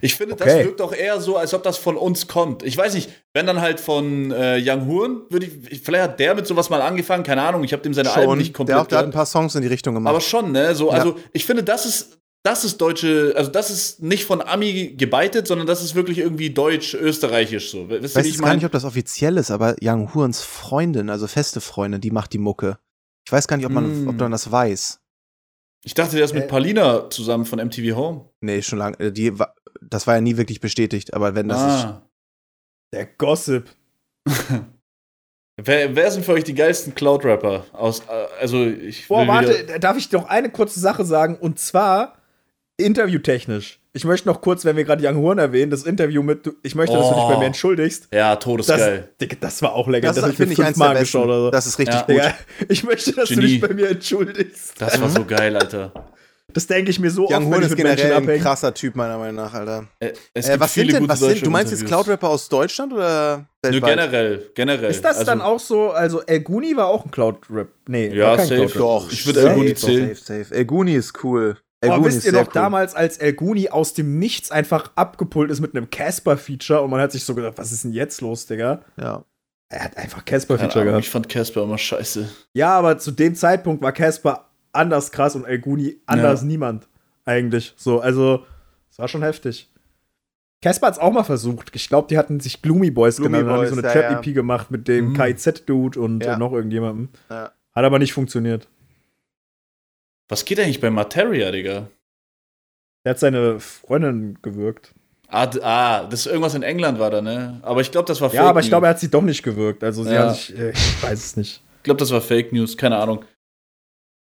Speaker 1: Ich finde,
Speaker 2: Okay.
Speaker 1: das wirkt auch eher so, als ob das von uns kommt. Ich weiß nicht, wenn dann halt von äh, Young Huren, würde ich, vielleicht hat der mit sowas mal angefangen, keine Ahnung, ich habe dem seine Alben nicht
Speaker 3: Schon,
Speaker 1: komplett.
Speaker 3: der, hat- der hat ein
Speaker 1: gehört.
Speaker 3: paar Songs in die Richtung gemacht.
Speaker 1: aber schon, ne? So, also ich finde, das ist, das ist deutsche, also das ist nicht von Ami gebeitet, sondern das ist wirklich irgendwie deutsch-österreichisch so. Wisst
Speaker 3: Ich
Speaker 1: ihr,
Speaker 3: weiß
Speaker 1: wie ich
Speaker 3: jetzt gar nicht,
Speaker 1: meine?
Speaker 3: ob das offiziell ist, aber Yang Hurens Freundin, also feste Freundin, die macht die Mucke. Ich weiß gar nicht, ob man,
Speaker 1: Mm.
Speaker 3: ob man das weiß.
Speaker 1: Ich dachte, der ist mit
Speaker 2: Äh.
Speaker 1: Paulina zusammen von MTV Home.
Speaker 3: Nee, schon lange. äh, Die, wa- das war ja nie wirklich bestätigt, aber wenn das ist.
Speaker 1: ah.
Speaker 2: Der Gossip.
Speaker 1: Wer, wer sind für euch die geilsten Cloud-Rapper? Aus, äh, also ich.
Speaker 2: Boah,
Speaker 1: will
Speaker 2: warte,
Speaker 1: wieder-
Speaker 2: darf ich noch eine kurze Sache sagen? Und zwar interviewtechnisch. Ich möchte noch kurz, wenn wir gerade Young Horn erwähnen, das Interview mit. Ich möchte, dass du dich
Speaker 1: Oh.
Speaker 2: bei mir entschuldigst.
Speaker 1: Ja, todesgeil.
Speaker 2: Digga, das war auch lecker.
Speaker 3: ist,
Speaker 2: hab
Speaker 3: eins der
Speaker 2: fünfmal
Speaker 3: besten.
Speaker 2: geschaut oder so.
Speaker 3: Das ist richtig
Speaker 1: Ja.
Speaker 3: gut.
Speaker 2: Digga, ich möchte, dass du
Speaker 1: Genie.
Speaker 2: dich bei mir entschuldigst.
Speaker 1: Das,
Speaker 3: Äh,
Speaker 1: war so geil, Alter.
Speaker 2: Das denke ich mir so
Speaker 3: Yang
Speaker 2: oft, wenn
Speaker 3: Huren
Speaker 2: ich
Speaker 3: ist
Speaker 2: mit Menschen
Speaker 3: generell ein
Speaker 2: abhänge.
Speaker 3: krasser Typ, meiner Meinung nach, Alter.
Speaker 1: Äh, es
Speaker 3: Äh,
Speaker 1: gibt
Speaker 3: was sind
Speaker 1: viele
Speaker 3: denn,
Speaker 1: gute
Speaker 3: was sind,
Speaker 1: deutsche
Speaker 3: du meinst jetzt
Speaker 1: Interviews.
Speaker 3: Cloud-Rapper aus Deutschland oder
Speaker 1: Nö,
Speaker 3: weltweit?
Speaker 1: generell, generell.
Speaker 2: Ist das
Speaker 1: Also,
Speaker 2: dann auch so, also El Guni war auch ein Cloud-Rap. Nee,
Speaker 1: Ja,
Speaker 2: war kein
Speaker 1: safe.
Speaker 2: Cloud-Rap.
Speaker 3: Doch,
Speaker 1: Ich würde El Guni zählen.
Speaker 3: Safe, safe. El Guni ist cool. El
Speaker 2: Boah,
Speaker 3: Guni
Speaker 2: wisst
Speaker 3: ist
Speaker 2: ihr
Speaker 3: sehr
Speaker 2: noch damals, als El Guni aus dem Nichts einfach abgepult ist mit einem Casper-Feature und man hat sich so gedacht, was ist denn jetzt los, Digga?
Speaker 3: Ja.
Speaker 2: Er hat einfach
Speaker 1: Keine
Speaker 2: Casper-Feature
Speaker 1: Ahnung, ich
Speaker 2: gehabt.
Speaker 1: fand Casper immer scheiße.
Speaker 2: Ja, aber zu dem Zeitpunkt war Casper anders krass und El Guni anders niemand. Eigentlich. So, also, es war schon heftig. Casper hat's auch mal versucht. Ich glaube, die hatten sich Gloomy Boys
Speaker 3: Gloomy
Speaker 2: genannt und haben
Speaker 3: Boys,
Speaker 2: so eine
Speaker 3: ja,
Speaker 2: Trap-EP gemacht mit dem
Speaker 1: Mhm.
Speaker 2: KIZ-Dude und
Speaker 3: Ja.
Speaker 2: äh, noch irgendjemandem.
Speaker 3: Ja.
Speaker 2: Hat aber nicht funktioniert.
Speaker 1: Was geht eigentlich bei Materia, Digga?
Speaker 2: Er hat seine Freundin gewirkt.
Speaker 1: Ah, d- ah, das ist irgendwas in England war da, ne? Aber ich glaube, das war Fake
Speaker 2: Ja, aber ich glaube,
Speaker 1: News.
Speaker 2: er hat sie doch nicht gewirkt. Also, sie
Speaker 1: Ja.
Speaker 2: hat sich, äh, ich weiß es nicht.
Speaker 1: Ich glaube, das war Fake News, keine Ahnung.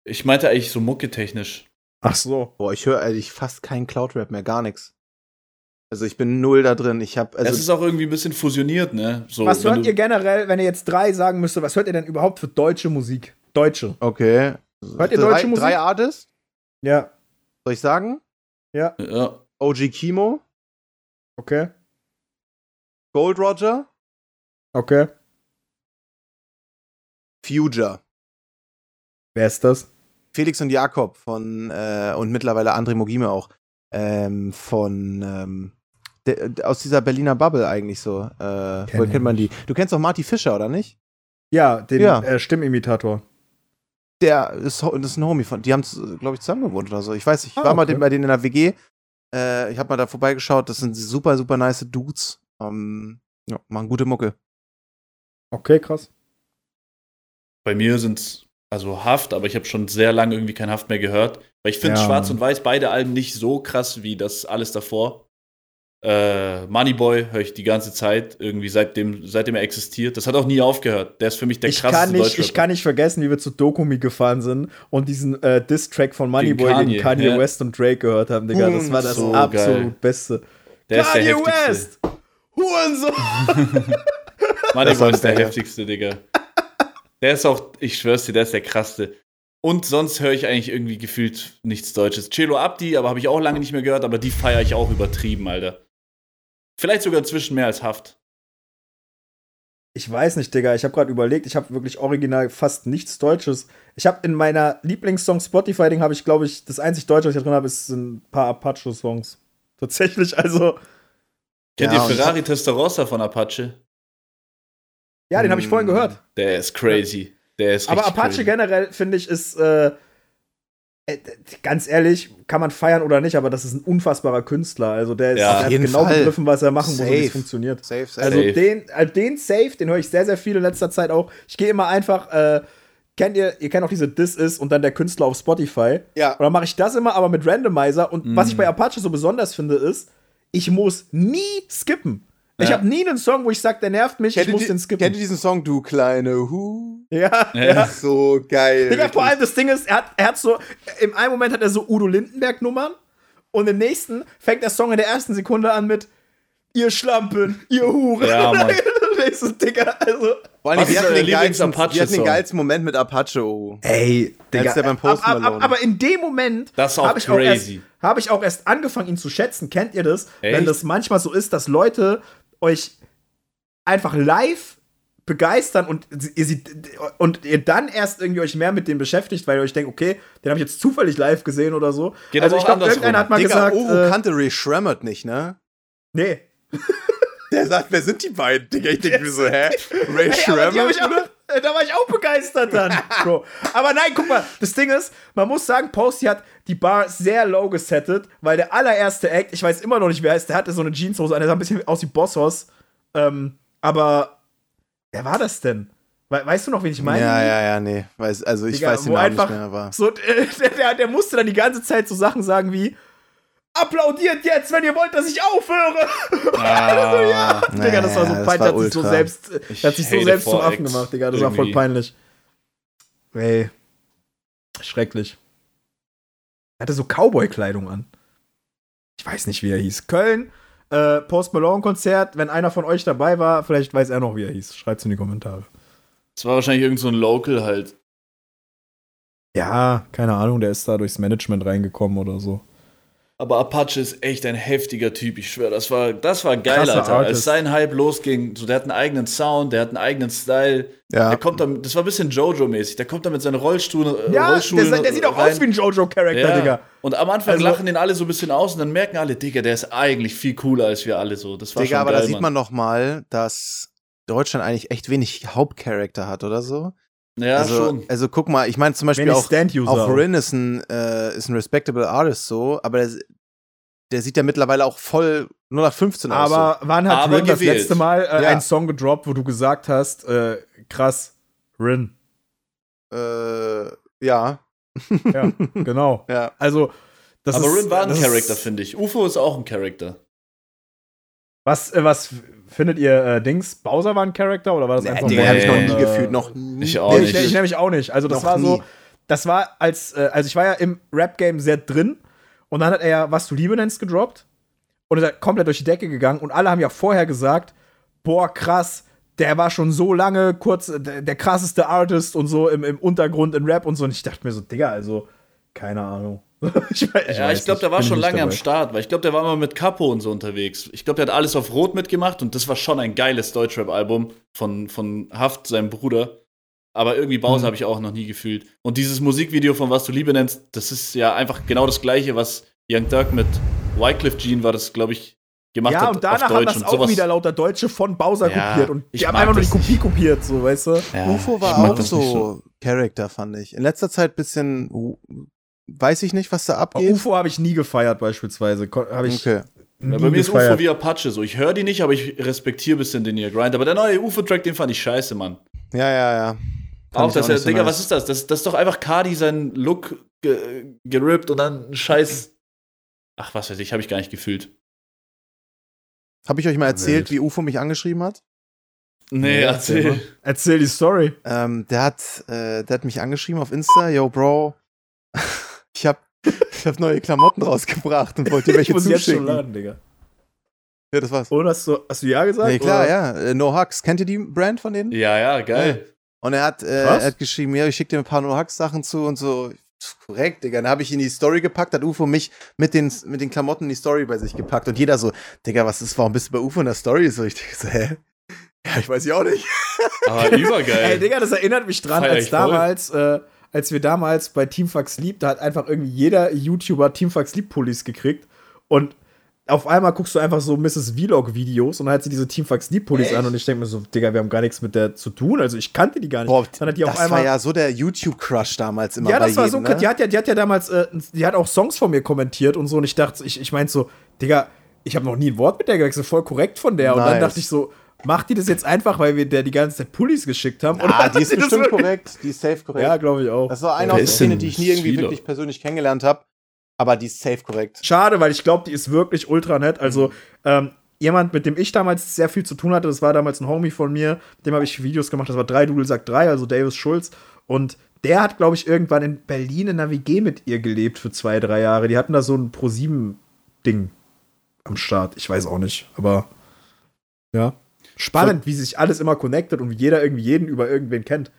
Speaker 1: Ich meinte eigentlich so mucketechnisch.
Speaker 2: Ach so.
Speaker 3: Boah, ich höre eigentlich fast keinen Cloud-Rap mehr, gar nichts. Also ich bin null da drin. Ich habe also
Speaker 1: es ist auch irgendwie ein bisschen fusioniert, ne? So,
Speaker 2: was
Speaker 1: wenn
Speaker 2: hört
Speaker 1: du-
Speaker 2: ihr generell, wenn ihr jetzt drei sagen müsstet, was hört ihr denn überhaupt für deutsche Musik? Deutsche.
Speaker 3: Okay.
Speaker 2: Hört ihr
Speaker 3: drei,
Speaker 2: deutsche Musik?
Speaker 3: Drei Artists,
Speaker 2: Ja,
Speaker 3: soll ich sagen?
Speaker 1: Ja.
Speaker 3: OG Kimo,
Speaker 2: okay.
Speaker 3: Gold Roger,
Speaker 2: Okay.
Speaker 3: Future.
Speaker 2: Wer ist das?
Speaker 3: Felix und Jakob von äh, und mittlerweile André Mogime auch. Ähm, von ähm, de, de, aus dieser Berliner Bubble eigentlich so. Äh,
Speaker 2: Kenn
Speaker 3: woher
Speaker 2: ich
Speaker 3: kennt man die? Du kennst doch Marty Fischer, oder nicht?
Speaker 2: Ja, den
Speaker 3: Ja.
Speaker 2: Äh, Stimmimitator.
Speaker 3: Der ist, ho- das ist ein Homie von. Die haben, glaube ich, zusammen gewohnt oder so. Ich weiß, ich
Speaker 2: Ah,
Speaker 3: war mal
Speaker 2: okay.
Speaker 3: den, bei denen in der WG. Äh, ich habe mal da vorbeigeschaut. Das sind super, super nice Dudes. Ähm, ja, machen gute Mucke.
Speaker 2: Okay, krass.
Speaker 1: Bei mir sind's also Haft, aber ich habe schon sehr lange irgendwie kein Haft mehr gehört. Weil ich finde
Speaker 2: Ja.
Speaker 1: Schwarz und Weiß beide Alben nicht so krass wie das alles davor. Äh, Moneyboy höre ich die ganze Zeit, irgendwie seitdem, seitdem er existiert. Das hat auch nie aufgehört. Der ist für mich der
Speaker 2: ich
Speaker 1: krasseste
Speaker 2: kann, nicht,
Speaker 1: Deutschrapper.
Speaker 2: ich kann nicht vergessen, wie wir zu Dokumi gefahren sind und diesen äh, Diss-Track von Moneyboy gegen
Speaker 1: Kanye,
Speaker 2: Kanye,
Speaker 1: ja.
Speaker 2: West und Drake gehört haben, Digga. Das war das
Speaker 1: so
Speaker 2: absolut
Speaker 1: geil.
Speaker 2: Beste.
Speaker 1: Der ist der
Speaker 2: Kanye
Speaker 1: heftigste.
Speaker 2: West! Hurensohn!
Speaker 3: Das war
Speaker 1: Moneyboy ist der
Speaker 3: der-
Speaker 1: heftigste, Digga. Der ist auch, ich schwör's dir, der ist der krasseste. Und sonst höre ich eigentlich irgendwie gefühlt nichts Deutsches. Celo Abdi, aber habe ich auch lange nicht mehr gehört, aber die feiere ich auch übertrieben, Alter. Vielleicht sogar inzwischen mehr als Haft.
Speaker 2: Ich weiß nicht, Digga. Ich habe gerade überlegt, ich habe wirklich original fast nichts Deutsches. Ich habe in meiner Lieblingssong Spotify, Ding habe ich, glaube ich, das einzig Deutsche, was ich da drin habe, ist ein paar Apache-Songs. Tatsächlich, also.
Speaker 1: Kennt
Speaker 3: Ja,
Speaker 1: ihr
Speaker 3: und-
Speaker 1: Ferrari Testarossa von Apache?
Speaker 2: Ja, den habe ich
Speaker 1: Hm.
Speaker 2: vorhin
Speaker 3: Mm.
Speaker 2: gehört.
Speaker 1: Der ist crazy. Der ist
Speaker 2: Aber
Speaker 1: richtig
Speaker 2: Apache
Speaker 1: crazy.
Speaker 2: generell, finde ich, ist. Äh, äh, ganz ehrlich, kann man feiern oder nicht, aber das ist ein unfassbarer Künstler. Also der, ist,
Speaker 1: Ja.
Speaker 2: der
Speaker 1: Auf
Speaker 2: hat
Speaker 3: jeden
Speaker 2: genau
Speaker 3: Fall.
Speaker 2: begriffen, was er machen muss und wie
Speaker 3: Safe.
Speaker 2: es funktioniert.
Speaker 3: Safe, safe.
Speaker 2: Also
Speaker 1: Safe.
Speaker 2: den, äh, den Safe, den höre ich sehr, sehr viel in letzter Zeit auch. Ich gehe immer einfach, äh, kennt ihr, ihr kennt auch diese This Is und dann der Künstler auf Spotify.
Speaker 3: Ja.
Speaker 2: Und dann mache ich das immer, aber mit Randomizer. Und was
Speaker 3: Mhm.
Speaker 2: ich bei Apache so besonders finde, ist, ich muss nie skippen. Ich
Speaker 1: Ja.
Speaker 2: habe nie einen Song, wo ich sage, der nervt mich,
Speaker 3: kennt,
Speaker 2: ich muss
Speaker 3: ihr,
Speaker 2: den
Speaker 3: die- kennt ihr
Speaker 2: skippen.
Speaker 3: diesen Song, du kleine Hu?
Speaker 2: Ja.
Speaker 1: Ja.
Speaker 3: So
Speaker 1: Äh,
Speaker 3: geil.
Speaker 2: Digga, vor
Speaker 3: wirklich.
Speaker 2: allem das Ding ist, er hat, er hat so, im einen Moment hat er so Udo Lindenberg-Nummern und im nächsten fängt der Song in der ersten Sekunde an mit Ihr Schlampen, ihr Hure.
Speaker 1: Ja, Mann.
Speaker 2: das ist Digga, also.
Speaker 3: Vor allem,
Speaker 1: Was
Speaker 3: wir
Speaker 1: ist
Speaker 3: hatten
Speaker 1: euer
Speaker 3: den geilsten,
Speaker 1: Lieblings-Apache-Song?
Speaker 3: wir hatten den geilsten Moment mit Apache, oh.
Speaker 2: Ey, äh,
Speaker 3: Digga, Als der beim Post
Speaker 2: ab, ab, ab,
Speaker 3: Malone.
Speaker 2: aber in dem Moment
Speaker 1: Das ist auch
Speaker 2: habe ich, auch erst-
Speaker 1: crazy.
Speaker 2: hab ich auch erst angefangen, ihn zu schätzen. Kennt ihr das? Wenn
Speaker 1: Echt?
Speaker 2: das manchmal so ist, dass Leute euch einfach live begeistern und sie- ihr, sie, und ihr dann erst irgendwie euch mehr mit dem beschäftigt, weil ihr euch denkt, okay, den habe ich jetzt zufällig live gesehen oder so.
Speaker 1: Geht
Speaker 2: also
Speaker 1: aber
Speaker 2: ich
Speaker 1: auch
Speaker 2: glaube,
Speaker 1: andersrum.
Speaker 2: irgendeiner hat mal
Speaker 3: Digga,
Speaker 2: gesagt,
Speaker 3: Oru
Speaker 2: äh,
Speaker 3: kannte Ray Schrammert nicht, ne?
Speaker 2: nee.
Speaker 3: Der sagt, wer sind die beiden? Digga, ich denke mir so, hä?
Speaker 2: Ey,
Speaker 3: Ray
Speaker 2: Äh, aber die hab
Speaker 3: Schrammert?
Speaker 2: ich auch, äh, da war ich auch begeistert dann, Bro. Aber nein, guck mal, das Ding ist, man muss sagen, Posty hat die Bar sehr low gesettet, weil der allererste Act, ich weiß immer noch nicht, wer er ist, der hatte so eine Jeanshose an, der sah ein bisschen aus wie Bossos. Ähm, aber wer war das denn? We weißt du noch, wen ich meine?
Speaker 3: Ja, ja, ja, nee. Weiß, also ich
Speaker 2: Digga,
Speaker 3: weiß den
Speaker 2: wo
Speaker 3: Namen
Speaker 2: einfach
Speaker 3: nicht mehr, aber.
Speaker 2: so, äh, der, der, der musste dann die ganze Zeit so Sachen sagen wie Applaudiert jetzt, wenn ihr wollt, dass ich aufhöre.
Speaker 1: Ah.
Speaker 2: also, ja. Digga, das war so
Speaker 3: Ja,
Speaker 2: peinlich.
Speaker 3: das war
Speaker 2: Der hat sich so
Speaker 3: ultra.
Speaker 2: selbst, äh,
Speaker 1: Ich
Speaker 2: der hat sich so
Speaker 1: hate
Speaker 2: selbst zum
Speaker 1: Forex
Speaker 2: Affen gemacht, Digga. Das war voll
Speaker 1: irgendwie.
Speaker 2: peinlich. Ey. Schrecklich. Er hatte so Cowboy-Kleidung an. Ich weiß nicht, wie er hieß. Köln, äh, Post Malone-Konzert. Wenn einer von euch dabei war, vielleicht weiß er noch, wie er hieß. Schreibt's in die Kommentare.
Speaker 1: Das war wahrscheinlich irgend so ein Local halt.
Speaker 2: Ja, keine Ahnung, der ist da durchs Management reingekommen oder so.
Speaker 1: Aber Apache ist echt ein heftiger Typ, ich schwöre. Das war, das war geil,
Speaker 2: Krasser
Speaker 1: Alter. Als
Speaker 2: Artist.
Speaker 1: sein Hype losging, so, der hat einen eigenen Sound, der hat einen eigenen Style.
Speaker 3: Ja.
Speaker 1: Der kommt dann, das war ein bisschen Jojo-mäßig. Der kommt dann mit seinen Rollstuhl, äh,
Speaker 2: Ja,
Speaker 1: Rollschuhen.
Speaker 2: der, der sieht auch
Speaker 1: rein.
Speaker 2: aus wie ein Jojo-Charakter,
Speaker 1: ja.
Speaker 2: Digga.
Speaker 1: Und am Anfang
Speaker 2: Also-
Speaker 1: lachen den alle so ein bisschen aus und dann merken alle, Digga, der ist eigentlich viel cooler als wir alle so. Das war
Speaker 3: Digga,
Speaker 1: schon
Speaker 3: aber
Speaker 1: geil,
Speaker 3: da sieht man nochmal, dass Deutschland eigentlich echt wenig Hauptcharakter hat, oder so?
Speaker 1: Mann. Ja,
Speaker 3: also,
Speaker 1: schon.
Speaker 3: also guck mal, ich meine zum Beispiel
Speaker 2: Wenig
Speaker 3: auch,
Speaker 2: Stand-User.
Speaker 3: auch Rin ist ein, äh, ist ein respectable Artist so, aber der, der sieht ja mittlerweile auch voll nur nach 15 aus. so.
Speaker 2: Aber wann hat
Speaker 1: Aber
Speaker 2: Rin das
Speaker 1: gewählt.
Speaker 2: letzte Mal äh,
Speaker 3: Ja.
Speaker 2: einen Song gedroppt, wo du gesagt hast, äh, krass, Rin.
Speaker 3: Äh, ja,
Speaker 2: Ja, genau.
Speaker 3: ja.
Speaker 2: Also, das
Speaker 1: aber
Speaker 2: ist,
Speaker 1: Rin war ein
Speaker 2: das
Speaker 1: Charakter,
Speaker 2: ist-
Speaker 1: finde ich. UFO ist auch ein Charakter.
Speaker 2: Was, äh, was f- findet ihr, äh, Dings? Bowser war ein Charakter oder war das einfach
Speaker 1: Digga,
Speaker 3: Den
Speaker 2: nur-
Speaker 3: habe ich noch
Speaker 1: nee.
Speaker 3: nie
Speaker 2: äh,
Speaker 3: gefühlt, noch nie.
Speaker 1: Ich auch
Speaker 2: Nee,
Speaker 1: nicht.
Speaker 2: ich, ich nämlich auch nicht. Also das
Speaker 3: Noch
Speaker 2: war so,
Speaker 3: nie.
Speaker 2: das war als, äh, also ich war ja im Rap-Game sehr drin und dann hat er ja Was du Liebe nennst gedroppt und ist halt komplett durch die Decke gegangen und alle haben ja vorher gesagt, boah krass, der war schon so lange kurz äh, der, der krasseste Artist und so im, im Untergrund in Rap und so und ich dachte mir so, Digga, also keine Ahnung. ich weiß,
Speaker 1: Ja, ich glaube, der war
Speaker 2: bin
Speaker 1: schon
Speaker 2: nicht
Speaker 1: lange am
Speaker 2: dabei.
Speaker 1: Start, weil ich glaube, der war immer mit Capo und so unterwegs. Ich glaube, der hat alles auf Rot mitgemacht und das war schon ein geiles Deutschrap-Album von, von Haft, seinem Bruder. Aber irgendwie Bowser
Speaker 2: Mhm.
Speaker 1: habe ich auch noch nie gefühlt. Und dieses Musikvideo von Was du Liebe nennst, das ist ja einfach genau das gleiche, was Young Dirk mit Wycliffe Jean war, das glaube ich gemacht
Speaker 2: Ja,
Speaker 1: hat
Speaker 2: und
Speaker 1: auf
Speaker 2: danach haben
Speaker 1: Deutsch
Speaker 2: das
Speaker 1: und
Speaker 2: auch
Speaker 1: sowas.
Speaker 2: wieder lauter Deutsche von Bowser
Speaker 1: Ja,
Speaker 2: kopiert und
Speaker 1: ich
Speaker 2: die haben
Speaker 1: mag
Speaker 2: einfach nur die
Speaker 1: das
Speaker 2: Kopie kopiert, so, weißt du?
Speaker 1: Ja,
Speaker 3: UFO
Speaker 1: ich
Speaker 3: war
Speaker 1: mag
Speaker 3: auch
Speaker 1: das nicht
Speaker 3: so Charakter, fand ich. In letzter Zeit bisschen, uh, weiß ich nicht, was da abgeht.
Speaker 2: UFO habe ich nie gefeiert, beispielsweise. Ko- Hab ich
Speaker 3: Okay.
Speaker 1: Ja,
Speaker 2: nie
Speaker 1: bei mir ist
Speaker 2: gefeiert.
Speaker 1: UFO wie Apache so. Ich höre die nicht, aber ich respektiere ein bisschen den ihr Grind. Aber der neue UFO-Track, den fand ich scheiße, Mann.
Speaker 3: Ja, ja, ja. Fand
Speaker 1: auch,
Speaker 3: ich
Speaker 1: dass er,
Speaker 3: nicht so
Speaker 1: Digga,
Speaker 3: nice.
Speaker 1: was ist das? das? Das ist doch einfach Cardi seinen Look ge gerippt und dann einen Scheiß. Ach, was weiß ich, habe ich gar nicht gefühlt.
Speaker 3: Habe ich euch mal erzählt, wie UFO mich angeschrieben hat?
Speaker 1: Nee, erzähl.
Speaker 2: Erzähl die Story.
Speaker 3: Ähm, der hat, äh, der hat mich angeschrieben auf Insta, yo Bro, ich hab, ich hab neue Klamotten rausgebracht und wollte dir welche zuschicken.
Speaker 2: laden, Digga.
Speaker 3: ja, das war's.
Speaker 2: Oder hast du, hast du ja gesagt?
Speaker 3: Nee, klar,
Speaker 2: oder?
Speaker 3: ja. Äh, No Hugs. Kennt ihr die Brand von denen?
Speaker 1: Ja, ja, geil.
Speaker 3: Und er hat, äh,
Speaker 2: Was?
Speaker 3: er hat geschrieben, ja, ich schicke dir ein paar No Hugs Sachen zu und so. Pff, Korrekt, Digga. Dann habe ich in die Story gepackt, hat UFO mich mit den, mit den Klamotten in die Story bei sich gepackt und jeder so, Digga, was ist, warum bist du bei UFO in der Story? So, ich denke so, hä? Ja, ich weiß ja auch nicht.
Speaker 1: Aber übergeil.
Speaker 2: Ey, Digga, das erinnert mich dran,
Speaker 1: Feier
Speaker 2: als
Speaker 1: ich voll.
Speaker 2: damals, äh, als wir damals bei Teamfuck Sleep, da hat einfach irgendwie jeder YouTuber Teamfuck Sleep Pullis gekriegt und auf einmal guckst du einfach so Mrs. Vlog Videos und dann hat sie diese Teamfuck Sleep Pullis an und ich denke mir so, Digga, wir haben gar nichts mit der zu tun, also ich kannte die gar nicht. dann hat die auf
Speaker 3: das war
Speaker 2: einmal
Speaker 3: ja so der YouTube-Crush damals immer
Speaker 2: ja,
Speaker 3: bei
Speaker 2: das war so,
Speaker 3: jedem,
Speaker 2: krass.
Speaker 3: ne?
Speaker 2: die hat ja, die hat ja damals, äh, die hat auch Songs von mir kommentiert und so und ich dachte, ich, ich meinte so, Digga, ich habe noch nie ein Wort mit der gewechselt, voll korrekt von der und dann
Speaker 3: Nice.
Speaker 2: dachte ich so, macht die das jetzt einfach, weil wir der die ganze Zeit Pullis geschickt haben? Oder
Speaker 3: Ah,
Speaker 2: hat
Speaker 3: die ist
Speaker 2: das
Speaker 3: bestimmt
Speaker 2: wirklich-
Speaker 3: korrekt. Die ist safe korrekt.
Speaker 2: Ja, glaube ich auch.
Speaker 3: das war eine
Speaker 1: Wer
Speaker 3: aus der
Speaker 1: ist
Speaker 3: Szene,
Speaker 1: denn
Speaker 3: die ich nie irgendwie
Speaker 1: Silo?
Speaker 3: wirklich persönlich kennengelernt habe. Aber die ist safe korrekt.
Speaker 2: Schade, weil ich glaube, die ist wirklich ultra nett. Also, ähm, jemand, mit dem ich damals sehr viel zu tun hatte, das war damals ein Homie von mir, mit dem habe ich Videos gemacht, das war drei Dudel sagt drei, also Davis Schulz. Und der hat, glaube ich, irgendwann in Berlin in einer WG mit ihr gelebt für zwei, drei Jahre. Die hatten da so ein Pro-7-Ding am Start. Ich weiß auch nicht, aber ja. Spannend, wie sich alles immer connectet und wie jeder irgendwie jeden über irgendwen kennt.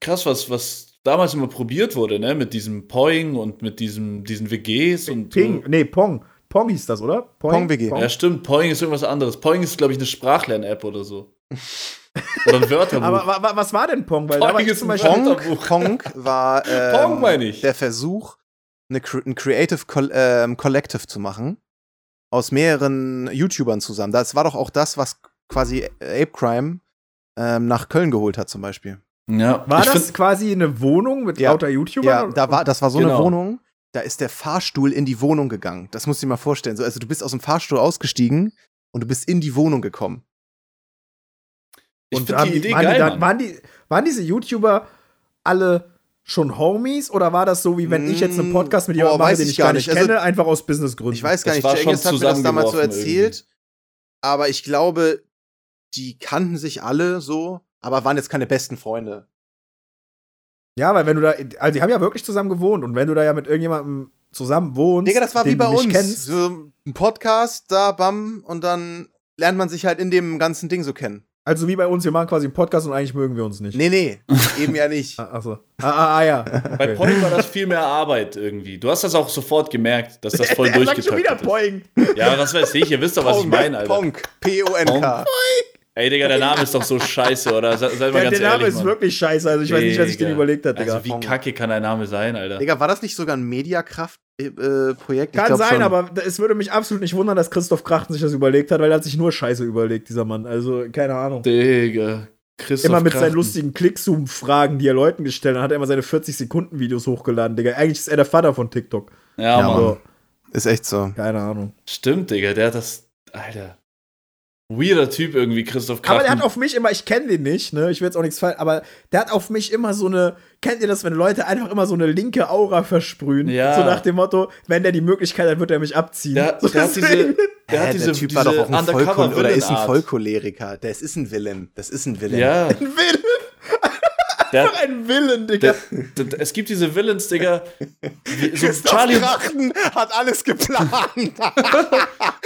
Speaker 1: Krass, was, was damals immer probiert wurde, ne? Mit diesem Poing und mit diesem, diesen WGs und.
Speaker 2: Ping, nee, Pong. Pong hieß das, oder?
Speaker 3: Pong WG.
Speaker 1: Ja, stimmt, Poing ist irgendwas anderes. Poing ist, glaube ich, eine Sprachlern-App oder so. Oder ein Wörterbuch.
Speaker 2: Aber wa- wa- was war denn Pong? Weil da
Speaker 1: Pong
Speaker 2: war ich
Speaker 1: ist
Speaker 2: zum
Speaker 1: ein
Speaker 2: Beispiel
Speaker 3: Pong,
Speaker 1: Wörterbuch.
Speaker 3: Pong war ähm,
Speaker 1: Pong meine ich.
Speaker 3: der Versuch, eine, Cre- ein Creative Col ähm, Collective zu machen. Aus mehreren YouTubern zusammen. Das war doch auch das, was quasi Ape Crime ähm, nach Köln geholt hat, zum Beispiel.
Speaker 1: ja,
Speaker 2: War
Speaker 1: ich
Speaker 2: das
Speaker 1: find-
Speaker 2: quasi eine Wohnung mit
Speaker 3: Ja.
Speaker 2: lauter YouTubern?
Speaker 3: Ja, da war, das war so eine
Speaker 1: Genau.
Speaker 3: Wohnung, da ist der Fahrstuhl in die Wohnung gegangen. Das musst du dir mal vorstellen. So, also du bist aus dem Fahrstuhl ausgestiegen und du bist in die Wohnung gekommen.
Speaker 1: ich
Speaker 2: und
Speaker 1: find
Speaker 2: haben
Speaker 1: die Idee
Speaker 2: waren,
Speaker 1: geil.
Speaker 2: die dann-
Speaker 1: Mann.
Speaker 2: waren, die, waren diese YouTuber alle schon Homies oder war das so, wie wenn ich jetzt einen Podcast mit
Speaker 3: Mm,
Speaker 2: jemandem
Speaker 3: boah,
Speaker 2: mache,
Speaker 3: weiß
Speaker 2: den
Speaker 3: ich
Speaker 2: ich gar
Speaker 3: gar
Speaker 2: nicht
Speaker 3: nicht.
Speaker 2: kenne,
Speaker 3: Also,
Speaker 2: einfach aus Businessgründen?
Speaker 3: Ich weiß gar
Speaker 1: Das
Speaker 3: nicht,
Speaker 1: war
Speaker 3: Jay
Speaker 1: schon
Speaker 3: Engels hat mir das damals so
Speaker 1: zusammengeworfen
Speaker 3: erzählt, aber ich glaube, die kannten sich alle so, aber waren jetzt keine besten Freunde.
Speaker 2: Ja, weil wenn du da, also die haben ja wirklich zusammen gewohnt und wenn du da ja mit irgendjemandem zusammen wohnst,
Speaker 3: Digga, das war
Speaker 2: den
Speaker 3: wie bei
Speaker 2: du nicht
Speaker 3: uns.
Speaker 2: Kennst,
Speaker 3: So ein Podcast, da, bam, und dann lernt man sich halt in dem ganzen Ding so kennen.
Speaker 2: also wie bei uns, wir machen quasi einen Podcast und eigentlich mögen wir uns nicht.
Speaker 3: Nee, nee, eben ja nicht.
Speaker 2: Ah, Achso. Ah, ah, ah ja.
Speaker 1: Bei Poing war das viel mehr Arbeit irgendwie. Du hast das auch sofort gemerkt, dass das voll
Speaker 2: Er sagt schon wieder
Speaker 1: durchgetaktet ist.
Speaker 2: Boing.
Speaker 1: Ja, was weiß ich, ihr wisst doch, was ich meine, Alter.
Speaker 3: Ponk, P-O-N-K.
Speaker 1: Ey, Digga, der Name ist doch so scheiße, oder? Se- Seid mal
Speaker 2: Der,
Speaker 1: ganz
Speaker 2: der Name
Speaker 1: ehrlich,
Speaker 2: ist
Speaker 1: Mann.
Speaker 2: wirklich scheiße, also ich weiß nicht, was ich
Speaker 1: Digga.
Speaker 2: dem überlegt habe, Digga.
Speaker 1: Also, wie kacke kann ein Name sein, Alter?
Speaker 3: Digga, war das nicht sogar ein äh, Mediakraft-Projekt?
Speaker 2: Kann sein, aber da- es würde mich absolut nicht wundern, dass Christoph Krachten sich das überlegt hat, weil er hat sich nur Scheiße überlegt, dieser Mann. Also, keine Ahnung.
Speaker 1: Digga. Christoph
Speaker 2: immer mit
Speaker 1: Krachten.
Speaker 2: seinen lustigen Klickzoom-Fragen, die er Leuten gestellt hat, hat er immer seine 40-Sekunden-Videos hochgeladen, Digga. Eigentlich ist er der Vater von TikTok.
Speaker 1: Ja,
Speaker 3: Ja,
Speaker 1: Mann.
Speaker 3: Mann.
Speaker 2: Also,
Speaker 3: Ist echt so.
Speaker 2: keine Ahnung.
Speaker 1: Stimmt, Digga, der hat das. Alter. Weirder Typ irgendwie, Christoph Krachten.
Speaker 2: Aber der hat auf mich immer, ich kenne den nicht, ne? Ich will jetzt auch nichts fallen, aber der hat auf mich immer so eine, kennt ihr das, wenn Leute einfach immer so eine linke Aura versprühen?
Speaker 1: Ja.
Speaker 2: So nach dem Motto, wenn der die Möglichkeit hat, wird er mich abziehen.
Speaker 1: der,
Speaker 2: so
Speaker 1: der hat diese.
Speaker 2: deswegen-
Speaker 1: Der hat
Speaker 3: Hä,
Speaker 1: diese,
Speaker 3: Typ
Speaker 1: diese
Speaker 3: war doch auch ein Vollkol oder ist ein
Speaker 1: Villain-Art.
Speaker 3: Vollkoleriker. Der ist- ist ein Villain. Das ist ein Villain.
Speaker 1: Ja,
Speaker 2: Ein Willen,
Speaker 1: der,
Speaker 2: einfach ein Willen, Digga.
Speaker 1: der, der, es gibt diese Villains, Digga. Wie, so
Speaker 3: Christoph
Speaker 1: Charlie,
Speaker 3: Krachten hat alles geplant.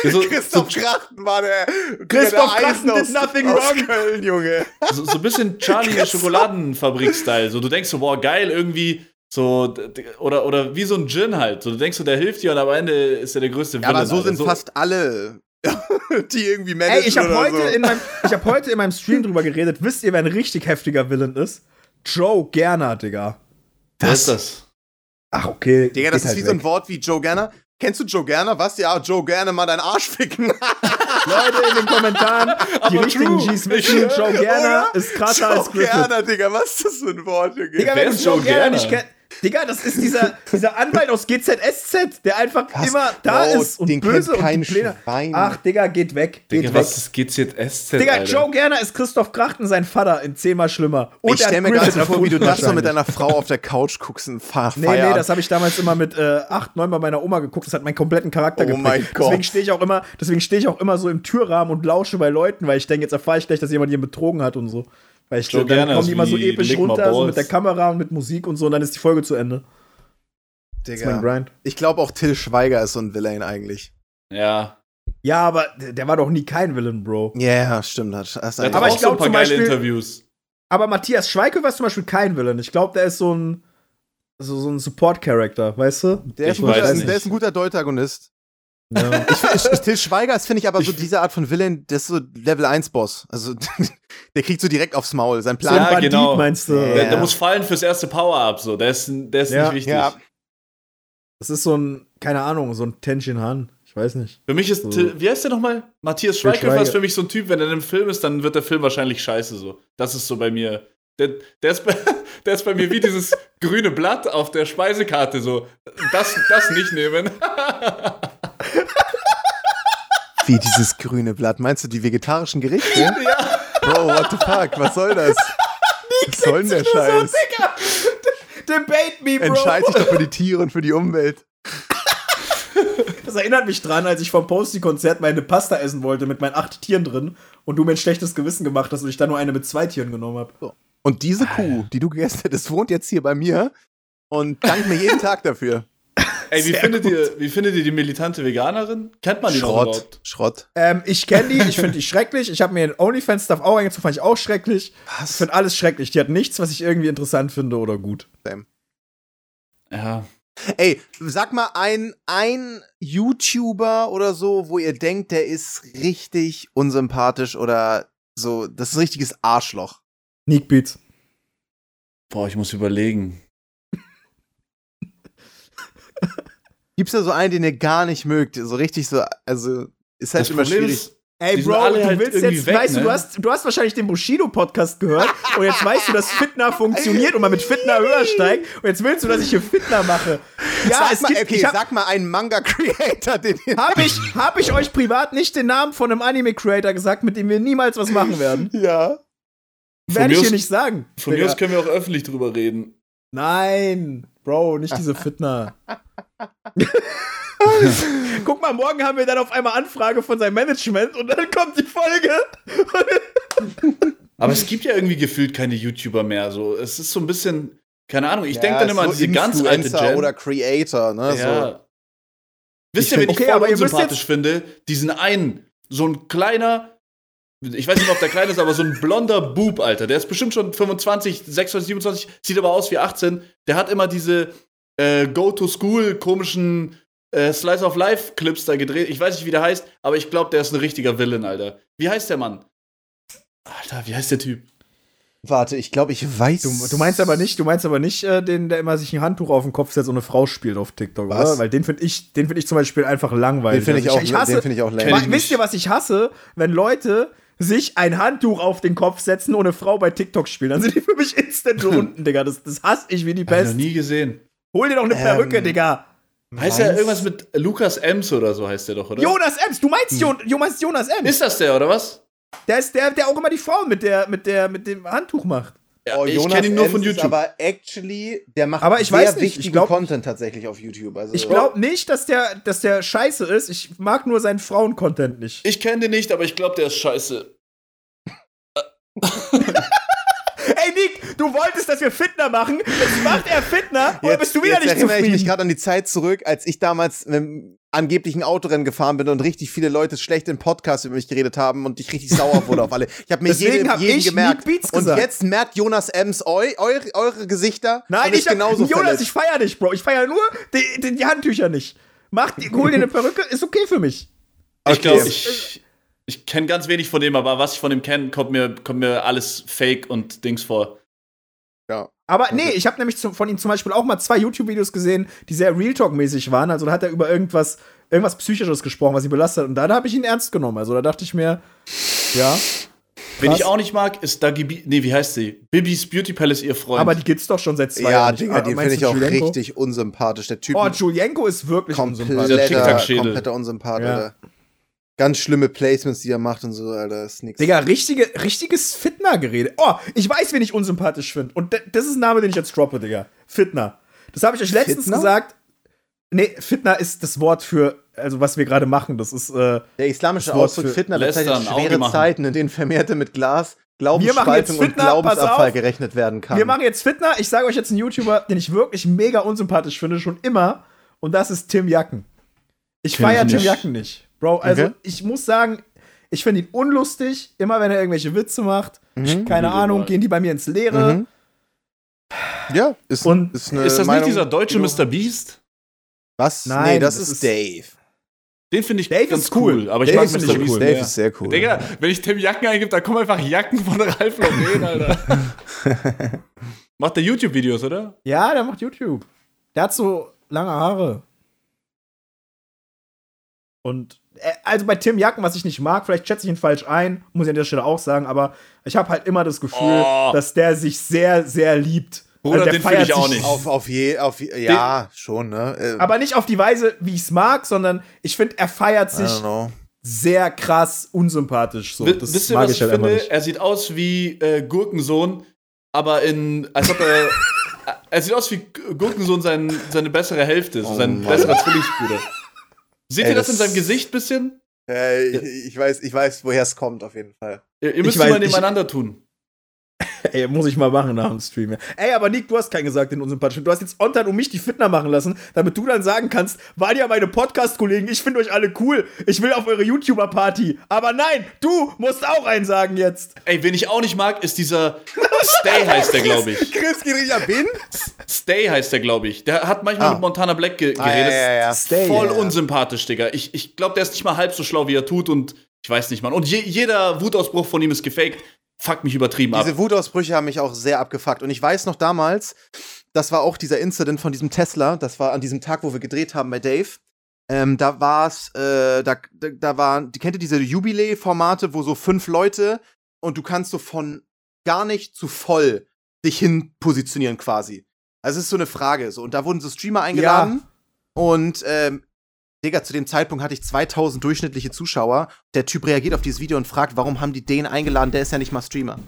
Speaker 1: so, so,
Speaker 3: Christoph Krachten war der
Speaker 2: Christoph
Speaker 3: der
Speaker 2: Krachten
Speaker 3: Eisen
Speaker 2: did
Speaker 3: aus,
Speaker 2: nothing
Speaker 3: aus
Speaker 2: wrong.
Speaker 3: Köln, Junge.
Speaker 1: so, so ein bisschen Charlie in Schokoladenfabrik-Style. So, du denkst so, boah, geil, irgendwie. So, d- d- oder, oder wie so ein Gin halt. So, du denkst so, der hilft dir und am Ende ist er der größte
Speaker 3: Ja,
Speaker 1: Villain.
Speaker 2: Genau,
Speaker 3: aber so
Speaker 1: Alter.
Speaker 3: sind fast alle, die irgendwie managen
Speaker 2: also Ey, ich habe
Speaker 3: oder
Speaker 2: heute,
Speaker 3: so.
Speaker 2: in meinem- ich hab heute in meinem Stream drüber geredet. Wisst ihr, wer ein richtig heftiger Villain ist? Joe Gerner, Digga.
Speaker 1: Wer ist das?
Speaker 2: Ach, okay.
Speaker 3: Digga, das
Speaker 2: geht
Speaker 3: ist wie
Speaker 2: halt
Speaker 3: so ein
Speaker 2: weg.
Speaker 3: Wort wie Joe Gerner. Kennst du Joe Gerner? Was? Ja, Joe Gerner mal deinen Arsch ficken.
Speaker 2: Leute in den Kommentaren, die
Speaker 1: Aber
Speaker 2: richtigen
Speaker 1: true.
Speaker 2: G's wissen, Joe Gerner ist krasser als
Speaker 3: Joe
Speaker 2: Griffin.
Speaker 3: Gerner, Digga, was ist das für ein Wort, Junge?
Speaker 2: Digga,
Speaker 1: Wer
Speaker 2: wenn du
Speaker 1: ist
Speaker 2: Joe
Speaker 1: Joe
Speaker 2: Gerner
Speaker 1: Gerner?
Speaker 2: nicht kennst, Digga, das ist dieser, dieser Anwalt aus GZSZ, der einfach
Speaker 3: Was?
Speaker 2: immer da
Speaker 3: Oh,
Speaker 2: ist und
Speaker 3: den kennt
Speaker 2: böse und
Speaker 3: kein
Speaker 2: die Pläne.
Speaker 3: Schwein.
Speaker 2: Ach, Digga, geht weg, geht
Speaker 1: Digga,
Speaker 2: weg.
Speaker 1: was ist GZSZ?
Speaker 2: Digga,
Speaker 1: Alter?
Speaker 2: Joe Gerner ist Christoph Krachten sein Vater in zehnmal schlimmer. Und
Speaker 3: ich
Speaker 2: er hat
Speaker 3: stell mir
Speaker 2: Griffith
Speaker 3: gerade so vor, wie
Speaker 2: erfunden
Speaker 3: du das noch mit
Speaker 2: wahrscheinlich.
Speaker 3: deiner Frau auf der Couch guckst und fahr
Speaker 2: Nee, nee, das habe ich damals immer mit äh, acht, neun bei meiner Oma geguckt. Das hat meinen kompletten Charakter
Speaker 3: Oh
Speaker 2: geprägt.
Speaker 3: mein Gott.
Speaker 2: Deswegen stehe ich auch immer, deswegen stehe ich auch immer so im Türrahmen und lausche bei Leuten, weil ich denke, jetzt erfahre ich gleich, dass jemand jemanden betrogen hat und so. Weil ich
Speaker 1: Joe
Speaker 2: glaub, dann
Speaker 1: Gerner
Speaker 2: kommen
Speaker 1: ist
Speaker 2: die immer so
Speaker 1: also wie
Speaker 2: episch
Speaker 1: Lick My
Speaker 2: runter, so
Speaker 1: Balls.
Speaker 2: mit der Kamera und mit Musik und so, und dann ist die Folge zu Ende. Das ist mein
Speaker 3: Digga.
Speaker 2: Grind.
Speaker 3: Ich glaube auch Till Schweiger ist so ein Villain eigentlich.
Speaker 1: Ja.
Speaker 2: Ja, aber der der war doch nie kein Villain, Bro.
Speaker 3: Ja, yeah, stimmt. Hat, hast
Speaker 1: Da
Speaker 3: einen-
Speaker 2: Aber
Speaker 1: aber
Speaker 2: ich
Speaker 1: ich so ein
Speaker 2: glaub
Speaker 1: paar
Speaker 2: zum
Speaker 1: geile
Speaker 2: Beispiel-
Speaker 1: Interviews.
Speaker 2: Aber Matthias Schweighöfer ist zum Beispiel kein Villain. Ich glaube, der ist so ein, so, so ein Support-Charakter, weißt du?
Speaker 3: der, ist
Speaker 1: ich
Speaker 3: ein guter,
Speaker 1: weiß
Speaker 3: der ist-
Speaker 1: nicht.
Speaker 3: der ist ein guter Deutagonist.
Speaker 2: Ja.
Speaker 3: Ich, find- ich, Till Schweiger ist, finde ich, aber so diese Art von Villain, das ist so Level 1 Boss. Also, der kriegt so direkt aufs Maul. Sein
Speaker 2: so ein
Speaker 3: Plan.
Speaker 1: Ja,
Speaker 2: Bandit,
Speaker 1: genau.
Speaker 2: meinst du?
Speaker 3: Ja.
Speaker 1: Der, der muss fallen fürs erste Power-Up, so. Der ist, der ist
Speaker 2: Ja,
Speaker 1: nicht wichtig.
Speaker 3: ja.
Speaker 2: Das ist so ein, keine Ahnung, so ein Tenshin Han. Ich weiß nicht.
Speaker 1: Für mich ist,
Speaker 2: So.
Speaker 1: Till- wie heißt der nochmal? Matthias
Speaker 2: Till
Speaker 1: Schweighöfer ist
Speaker 2: Schweiger.
Speaker 1: für mich so ein Typ, wenn er in einem Film ist, dann wird der Film wahrscheinlich scheiße, so. Das ist so bei mir. Der, der, ist, bei, der ist bei mir wie dieses grüne Blatt auf der Speisekarte, so. Das, das nicht nehmen.
Speaker 3: Wie dieses grüne Blatt. Meinst du die vegetarischen Gerichte? Ja. Bro, what the fuck? Was soll das? Was soll denn der Scheiß?
Speaker 2: Debate me,
Speaker 3: Entscheid dich doch für die Tiere und für die Umwelt.
Speaker 2: Das erinnert mich dran, als ich vom Posty-Konzert meine Pasta essen wollte mit meinen acht Tieren drin und du mir ein schlechtes Gewissen gemacht hast und ich dann nur eine mit zwei Tieren genommen habe.
Speaker 3: Und diese Kuh, die du gegessen hättest, wohnt jetzt hier bei mir und dankt mir jeden Tag dafür.
Speaker 1: Ey, wie
Speaker 2: Sehr
Speaker 1: findet,
Speaker 2: gut.
Speaker 1: ihr, wie findet ihr die militante Veganerin? Kennt man die noch überhaupt?
Speaker 3: Schrott. Schrott.
Speaker 2: Ähm, ich kenne die, ich finde die schrecklich. Ich habe mir den OnlyFans-Stuff auch eingezogen, fand ich auch schrecklich. Ich
Speaker 3: Was?
Speaker 2: finde alles schrecklich. Die hat nichts, was ich irgendwie interessant finde oder gut.
Speaker 1: Ja.
Speaker 3: Ey, sag mal ein, ein YouTuber oder so, wo ihr denkt, der ist richtig unsympathisch oder so, das ist ein richtiges Arschloch.
Speaker 2: Neak Beats.
Speaker 1: Boah, ich muss überlegen.
Speaker 3: Gibt's da so einen, den ihr gar nicht mögt? So richtig so, also ist halt
Speaker 1: das
Speaker 3: immer
Speaker 1: Problem
Speaker 3: schwierig.
Speaker 1: ist,
Speaker 2: Ey,
Speaker 1: Die sind
Speaker 2: Bro,
Speaker 1: alle
Speaker 2: du
Speaker 1: halt
Speaker 2: willst
Speaker 1: irgendwie
Speaker 2: jetzt,
Speaker 1: weg,
Speaker 2: weißt du,
Speaker 1: ne?
Speaker 2: du hast, du hast wahrscheinlich den Bushido-Podcast gehört und jetzt weißt du, dass Fitna funktioniert und man mit Fitna höher steigt und jetzt willst du, dass ich hier Fitna mache. Ja,
Speaker 3: sag
Speaker 2: es
Speaker 3: mal,
Speaker 2: gibt,
Speaker 3: okay,
Speaker 2: ich hab,
Speaker 3: sag mal einen Manga-Creator, den ihr.
Speaker 2: hab ich, hab ich euch privat nicht den Namen von einem Anime-Creator gesagt, mit dem wir niemals was machen werden?
Speaker 3: Ja.
Speaker 2: Werde
Speaker 1: mir
Speaker 2: ich hier
Speaker 1: aus-
Speaker 2: nicht sagen.
Speaker 1: von mir
Speaker 2: Digga.
Speaker 1: aus können wir auch öffentlich drüber reden.
Speaker 2: Nein, Bro, nicht diese Fitna. Guck mal, morgen haben wir dann auf einmal Anfrage von seinem Management und dann kommt die Folge.
Speaker 1: Aber es gibt ja irgendwie gefühlt keine YouTuber mehr. So, es ist so ein bisschen, keine Ahnung. Ich
Speaker 3: Ja,
Speaker 1: denke dann immer
Speaker 3: so
Speaker 1: an diese ganz alte
Speaker 3: Influencer
Speaker 1: Gen.
Speaker 3: oder Creator, ne?
Speaker 1: ja.
Speaker 3: So.
Speaker 1: Also, Wisst ihr, wen
Speaker 2: Ich find-
Speaker 1: ich
Speaker 2: okay,
Speaker 1: voll
Speaker 2: aber ihr müsst
Speaker 1: unsympathisch
Speaker 2: jetzt-
Speaker 1: finde? Diesen einen, so ein kleiner, ich weiß nicht, ob der klein ist, aber so ein blonder Bub, Alter. Der ist bestimmt schon 25, 26, 27, sieht aber aus wie 18. Der hat immer diese äh, Go-to-School komischen äh, Slice of Life Clips da gedreht. Ich weiß nicht, wie der heißt, aber ich glaube, der ist ein richtiger Villain, Alter. Wie heißt der Mann? Alter, wie heißt der Typ?
Speaker 3: Warte, ich glaube, ich weiß.
Speaker 2: Du, du meinst aber nicht, du meinst aber nicht äh, den, der immer sich ein Handtuch auf den Kopf setzt und eine Frau spielt auf TikTok,
Speaker 3: Was?
Speaker 2: oder? Weil den finde ich, den finde ich zum Beispiel einfach langweilig.
Speaker 3: Den finde ich,
Speaker 2: Also
Speaker 3: auch-
Speaker 2: ich hasse,
Speaker 3: den find ich auch
Speaker 1: Kenn
Speaker 3: lame.
Speaker 1: ich
Speaker 2: Wa- Wisst
Speaker 1: nicht.
Speaker 2: ihr, was ich hasse? Wenn Leute sich ein Handtuch auf den Kopf setzen und eine Frau bei TikTok spielen, dann sind die für mich instant so unten, Digga. Das, das hasse ich wie die
Speaker 1: Hab ich noch
Speaker 2: Pest.
Speaker 1: nie gesehen.
Speaker 2: Hol dir doch eine
Speaker 3: Ähm,
Speaker 2: Perücke, Digga.
Speaker 1: Heißt er irgendwas mit Lukas Ems oder so heißt der doch, oder?
Speaker 2: Jonas Ems, du
Speaker 3: Hm.
Speaker 2: meinst, jo du meinst Jonas Ems.
Speaker 1: Ist das der, oder was?
Speaker 2: Der ist der, der auch immer die Frau mit der, mit der, mit dem Handtuch macht.
Speaker 1: Ja, ich kenne ihn nur von YouTube.
Speaker 3: aber actually, der macht
Speaker 2: Aber ich sehr weiß nicht, ich wichtigen glaub-
Speaker 3: Content tatsächlich auf YouTube. also
Speaker 2: Ich
Speaker 3: Oh.
Speaker 2: glaube nicht, dass der, dass der scheiße ist. Ich mag nur seinen Frauen-Content nicht.
Speaker 1: Ich kenne den nicht, aber ich glaube, der ist scheiße.
Speaker 2: Ey, Nick, du wolltest, dass wir Fitner machen. Jetzt macht er Fitner und
Speaker 3: Jetzt,
Speaker 2: bist du wieder
Speaker 3: jetzt
Speaker 2: nicht
Speaker 3: erinnere ich mich
Speaker 2: zufrieden.
Speaker 3: gerade an die Zeit zurück, als ich damals mit einem angeblichen Autorennen gefahren bin und richtig viele Leute schlecht im Podcast über mich geredet haben und ich richtig sauer wurde auf alle. Ich habe mir
Speaker 2: Deswegen
Speaker 3: jeden,
Speaker 2: hab
Speaker 3: jeden
Speaker 2: ich
Speaker 3: gemerkt.
Speaker 2: Neat Beats
Speaker 3: und
Speaker 2: gesagt.
Speaker 3: jetzt merkt Jonas Ems eu, eure, eure Gesichter.
Speaker 2: Nein,
Speaker 3: und
Speaker 2: ich
Speaker 3: ist genauso
Speaker 2: Jonas,
Speaker 3: verletzt.
Speaker 2: ich feier dich, Bro. Ich feier nur die, die, die Handtücher nicht. Mach, die- hol dir eine Perücke, ist okay für mich.
Speaker 1: Ich glaube,
Speaker 3: Okay.
Speaker 1: ich, ich kenne ganz wenig von dem, aber was ich von dem kenne, kommt mir, kommt mir alles fake und Dings vor.
Speaker 2: Aber nee, ich habe nämlich zum, von ihm zum Beispiel auch mal zwei YouTube-Videos gesehen, die sehr Real Talk-mäßig waren. Also da hat er über irgendwas, irgendwas Psychisches gesprochen, was ihn belastet hat. Und da, da habe ich ihn ernst genommen. Also da dachte ich mir, ja,
Speaker 1: Wen
Speaker 2: Krass.
Speaker 1: ich auch nicht mag, ist Dagibi. Nee, wie heißt sie? Bibis Beauty Palace, ihr Freund.
Speaker 2: Aber die gibt's doch schon seit zwei
Speaker 3: ja,
Speaker 2: Jahren. Ah,
Speaker 3: Digga, den
Speaker 2: Meinst
Speaker 3: finde ich
Speaker 2: du
Speaker 3: auch
Speaker 2: Julienko?
Speaker 3: richtig unsympathisch. Der Typ
Speaker 2: Oh, Julienko ist wirklich unsympathisch.
Speaker 1: Dieser
Speaker 3: kompletter,
Speaker 1: TikTok-Schädel.
Speaker 3: kompletter Unsympath,
Speaker 2: Ja.
Speaker 3: Alter. Ganz schlimme Placements, die er macht und so, Alter. Ist nix.
Speaker 2: Digga, richtige, richtiges Fitner-Gerede. Oh, ich weiß, wen ich unsympathisch finde. Und d- das ist ein Name, den ich jetzt droppe, Digga. Fitner. Das habe ich euch letztens
Speaker 3: Fitner?
Speaker 2: gesagt. Nee, Fitner ist das Wort für, also was wir gerade machen. Das ist, äh,
Speaker 3: Der islamische
Speaker 2: Das Wort
Speaker 3: Ausdruck
Speaker 2: für
Speaker 3: Fitna bezeichnet
Speaker 1: lästern, Augen
Speaker 3: schwere
Speaker 1: machen.
Speaker 3: Zeiten, in denen Vermehrte mit Glas,
Speaker 2: Wir machen jetzt
Speaker 3: Glaubensspaltung und
Speaker 2: Fitna, pass
Speaker 3: Glaubensabfall
Speaker 2: auf.
Speaker 3: gerechnet werden kann.
Speaker 2: wir machen jetzt Fitner. Ich sage euch jetzt einen YouTuber, den ich wirklich mega unsympathisch finde, schon immer. Und das ist Tim Jacken. Ich
Speaker 1: Kenn ich
Speaker 2: feiere Tim
Speaker 1: nicht.
Speaker 2: Jacken nicht. Bro, also
Speaker 3: Okay.
Speaker 2: ich muss sagen, ich finde ihn unlustig. Immer wenn er irgendwelche Witze macht, keine
Speaker 1: Gute
Speaker 2: Ahnung,
Speaker 1: Wahl.
Speaker 2: gehen die bei mir ins Leere.
Speaker 3: Mhm. ja, ist,
Speaker 2: Und
Speaker 3: ist, eine
Speaker 1: ist das
Speaker 3: Meinung,
Speaker 1: nicht dieser deutsche
Speaker 3: die du-
Speaker 1: Mr. Beast?
Speaker 3: Was?
Speaker 2: Nein,
Speaker 3: nee, das,
Speaker 2: das
Speaker 3: ist,
Speaker 2: ist-
Speaker 3: Dave.
Speaker 1: Den finde ich
Speaker 2: Dave
Speaker 1: ganz
Speaker 2: ist cool.
Speaker 1: aber ich mag
Speaker 2: Dave ist
Speaker 1: Mr.
Speaker 2: nicht
Speaker 1: Beast.
Speaker 2: cool.
Speaker 1: mehr.
Speaker 3: Dave ist sehr cool.
Speaker 1: Digga, wenn ich Tim Jacken eingebe, dann kommen einfach Jacken von Ralf Lauren, Alter. Macht der YouTube-Videos, oder?
Speaker 2: Ja, der macht YouTube. Der hat so lange Haare. Und äh, also bei Tim Jacken, was ich nicht mag, vielleicht schätze ich ihn falsch ein, muss ich an der Stelle auch sagen, aber ich habe halt immer das Gefühl,
Speaker 1: Oh.
Speaker 2: dass der sich sehr, sehr liebt. Also
Speaker 1: Bruder,
Speaker 2: der
Speaker 1: den find ich
Speaker 2: feiert
Speaker 1: auch
Speaker 2: sich-
Speaker 1: nicht.
Speaker 3: Auf, auf je, auf je, ja, schon, ne? Äh,
Speaker 2: Aber nicht auf die Weise, wie ich es mag, sondern ich finde, er feiert
Speaker 3: I
Speaker 2: sich
Speaker 3: don't know.
Speaker 2: sehr krass unsympathisch. So,
Speaker 1: Wi-
Speaker 2: das
Speaker 1: Wisst ihr,
Speaker 2: mag
Speaker 1: was ich
Speaker 2: ich halt einfach
Speaker 1: finde?
Speaker 2: nicht.
Speaker 1: Er sieht aus wie äh, Gurkensohn, aber in. Als ob er. er sieht aus wie Gu- Gurkensohn sein, seine bessere Hälfte, so
Speaker 3: Oh
Speaker 1: sein
Speaker 3: Mann.
Speaker 1: besserer Zwillingsbruder. Seht
Speaker 3: Ey,
Speaker 1: ihr das in
Speaker 3: das-
Speaker 1: seinem Gesicht bisschen?
Speaker 3: Äh, ich, ich weiß, ich weiß, woher es kommt, auf jeden Fall.
Speaker 1: Ihr, ihr müsst
Speaker 2: weiß,
Speaker 1: sie mal
Speaker 2: ich-
Speaker 1: nebeneinander tun.
Speaker 2: Ey, muss ich mal machen nach dem Stream. ja. Ey, aber Nick, du hast keinen gesagt, den unsympathischen. Du hast jetzt Ontan und mich die Fitner machen lassen, damit du dann sagen kannst, waren ja meine Podcast-Kollegen, ich finde euch alle cool. Ich will auf eure YouTuber-Party. Aber nein, du musst auch einen sagen jetzt.
Speaker 1: Ey, wen ich auch nicht mag, ist dieser. Stay heißt der, glaube ich.
Speaker 3: Chris Guerilla bin?
Speaker 1: Stay heißt der, glaube ich. Der hat manchmal
Speaker 3: Ah.
Speaker 1: mit Montana Black ge
Speaker 3: Ah, ja,
Speaker 1: geredet.
Speaker 3: ja, ja.
Speaker 2: Stay.
Speaker 1: Voll
Speaker 3: ja.
Speaker 1: unsympathisch, Digga. Ich, ich glaube, der ist nicht mal halb so schlau, wie er tut und ich weiß nicht, Mann. Und je, jeder Wutausbruch von ihm ist gefaked. Fuck mich übertrieben ab.
Speaker 3: Diese Wutausbrüche haben mich auch sehr abgefuckt. Und ich weiß noch damals, das war auch dieser Incident von diesem Tesla, das war an diesem Tag, wo wir gedreht haben bei Dave. Ähm, da war's, äh, da, da, da war, die- kennt ihr diese Jubiläe-Formate, wo so fünf Leute und du kannst so von gar nicht zu voll dich hin positionieren quasi. Also es ist so eine Frage. So. Und da wurden so Streamer eingeladen und ähm, Digga, zu dem Zeitpunkt hatte ich 2000 durchschnittliche Zuschauer. Der Typ reagiert auf dieses Video und fragt, warum haben die den eingeladen? Der ist ja nicht mal Streamer.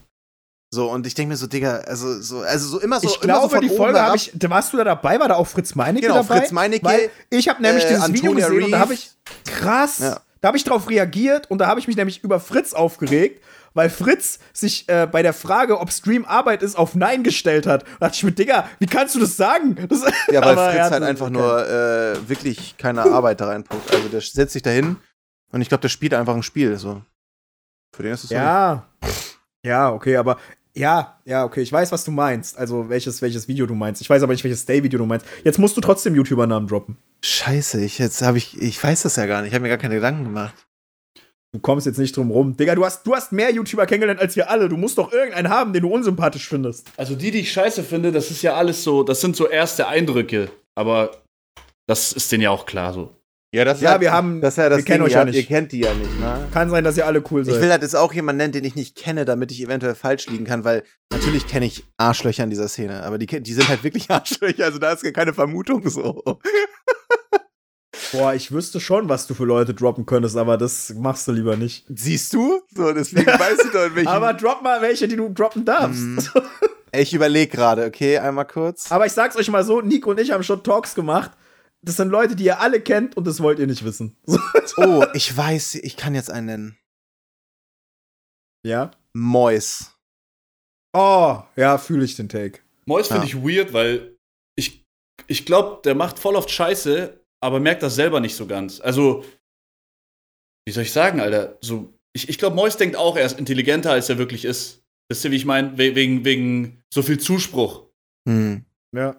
Speaker 3: So, und ich denke mir so, Digga, also so, also so immer so.
Speaker 2: Ich
Speaker 3: immer so
Speaker 2: glaube,
Speaker 3: von
Speaker 2: die
Speaker 3: oben
Speaker 2: Folge
Speaker 3: herab.
Speaker 2: habe ich. da Warst du da dabei? War da auch Fritz Meinecke
Speaker 3: Genau,
Speaker 2: dabei?
Speaker 3: Fritz Meinecke,
Speaker 2: Weil ich habe nämlich
Speaker 3: äh,
Speaker 2: dieses Video
Speaker 3: Antonia
Speaker 2: gesehen und da
Speaker 3: Reeve.
Speaker 2: habe ich. Krass.
Speaker 3: Ja.
Speaker 2: Da habe ich drauf reagiert und da habe ich mich nämlich über Fritz aufgeregt, weil Fritz sich äh, bei der Frage, ob Stream Arbeit ist, auf Nein gestellt hat. Da dachte ich mir, Digga, wie kannst du das sagen? Das,
Speaker 3: Ja, weil
Speaker 2: Aber er
Speaker 3: Fritz
Speaker 2: hat
Speaker 3: halt
Speaker 2: das-
Speaker 3: einfach nur äh, wirklich keine Arbeit da reinpackt. Also der setzt sich da hin und ich glaube, der spielt einfach ein Spiel. So. Für den ist es so nicht-
Speaker 2: Ja. Ja, okay, aber. Ja, ja, okay, ich weiß, was du meinst. Also, welches, welches Video du meinst. Ich weiß aber nicht, welches Day-Video du meinst. Jetzt musst du trotzdem YouTuber-Namen droppen.
Speaker 3: Scheiße, ich jetzt habe ich, ich weiß das ja gar nicht. Ich habe mir gar keine Gedanken gemacht.
Speaker 2: Du kommst jetzt nicht drum rum. Digga, du hast, du hast mehr YouTuber kennengelernt als wir alle. Du musst doch irgendeinen haben, den du unsympathisch findest.
Speaker 1: Also die, die ich scheiße finde, das ist ja alles so, das sind so erste Eindrücke, aber das ist denen ja auch klar so.
Speaker 3: Ja, das
Speaker 2: ist halt- das ist ja das
Speaker 3: wir kennen
Speaker 2: Ding,
Speaker 3: euch
Speaker 2: ihr
Speaker 3: ja
Speaker 2: habt-
Speaker 3: nicht.
Speaker 2: ihr
Speaker 3: kennt die ja nicht, ne?
Speaker 2: Kann sein, dass ihr alle cool
Speaker 3: Ich
Speaker 2: seid.
Speaker 3: will halt jetzt auch jemanden nennen, den ich nicht kenne, damit ich eventuell falsch liegen kann, weil natürlich kenne ich Arschlöcher in dieser Szene, aber die, ken- die sind halt wirklich Arschlöcher, also da ist gar keine Vermutung so.
Speaker 2: Boah, ich wüsste schon, was du für Leute droppen könntest, aber das machst du lieber nicht.
Speaker 3: Siehst du? So, deswegen weißt du doch, in welchen
Speaker 2: Aber drop mal welche, die du droppen darfst.
Speaker 3: Mhm. Ich überlege gerade, okay, einmal kurz.
Speaker 2: aber ich sag's euch mal so: Nico und ich haben schon Talks gemacht. Das sind Leute, die ihr alle kennt und das wollt ihr nicht wissen. So.
Speaker 3: Oh, ich weiß, ich kann jetzt einen nennen.
Speaker 2: Ja?
Speaker 3: Mois.
Speaker 2: Oh, ja, fühle ich den Take.
Speaker 1: Mois
Speaker 3: Ja.
Speaker 1: finde ich weird, weil ich, ich glaube, der macht voll oft Scheiße, aber merkt das selber nicht so ganz. Also, wie soll ich sagen, Alter? So, ich ich glaube, Mois denkt auch, er ist intelligenter, als er wirklich ist. Wisst ihr, wie ich meine? We wegen, wegen so viel Zuspruch.
Speaker 3: Hm.
Speaker 2: Ja.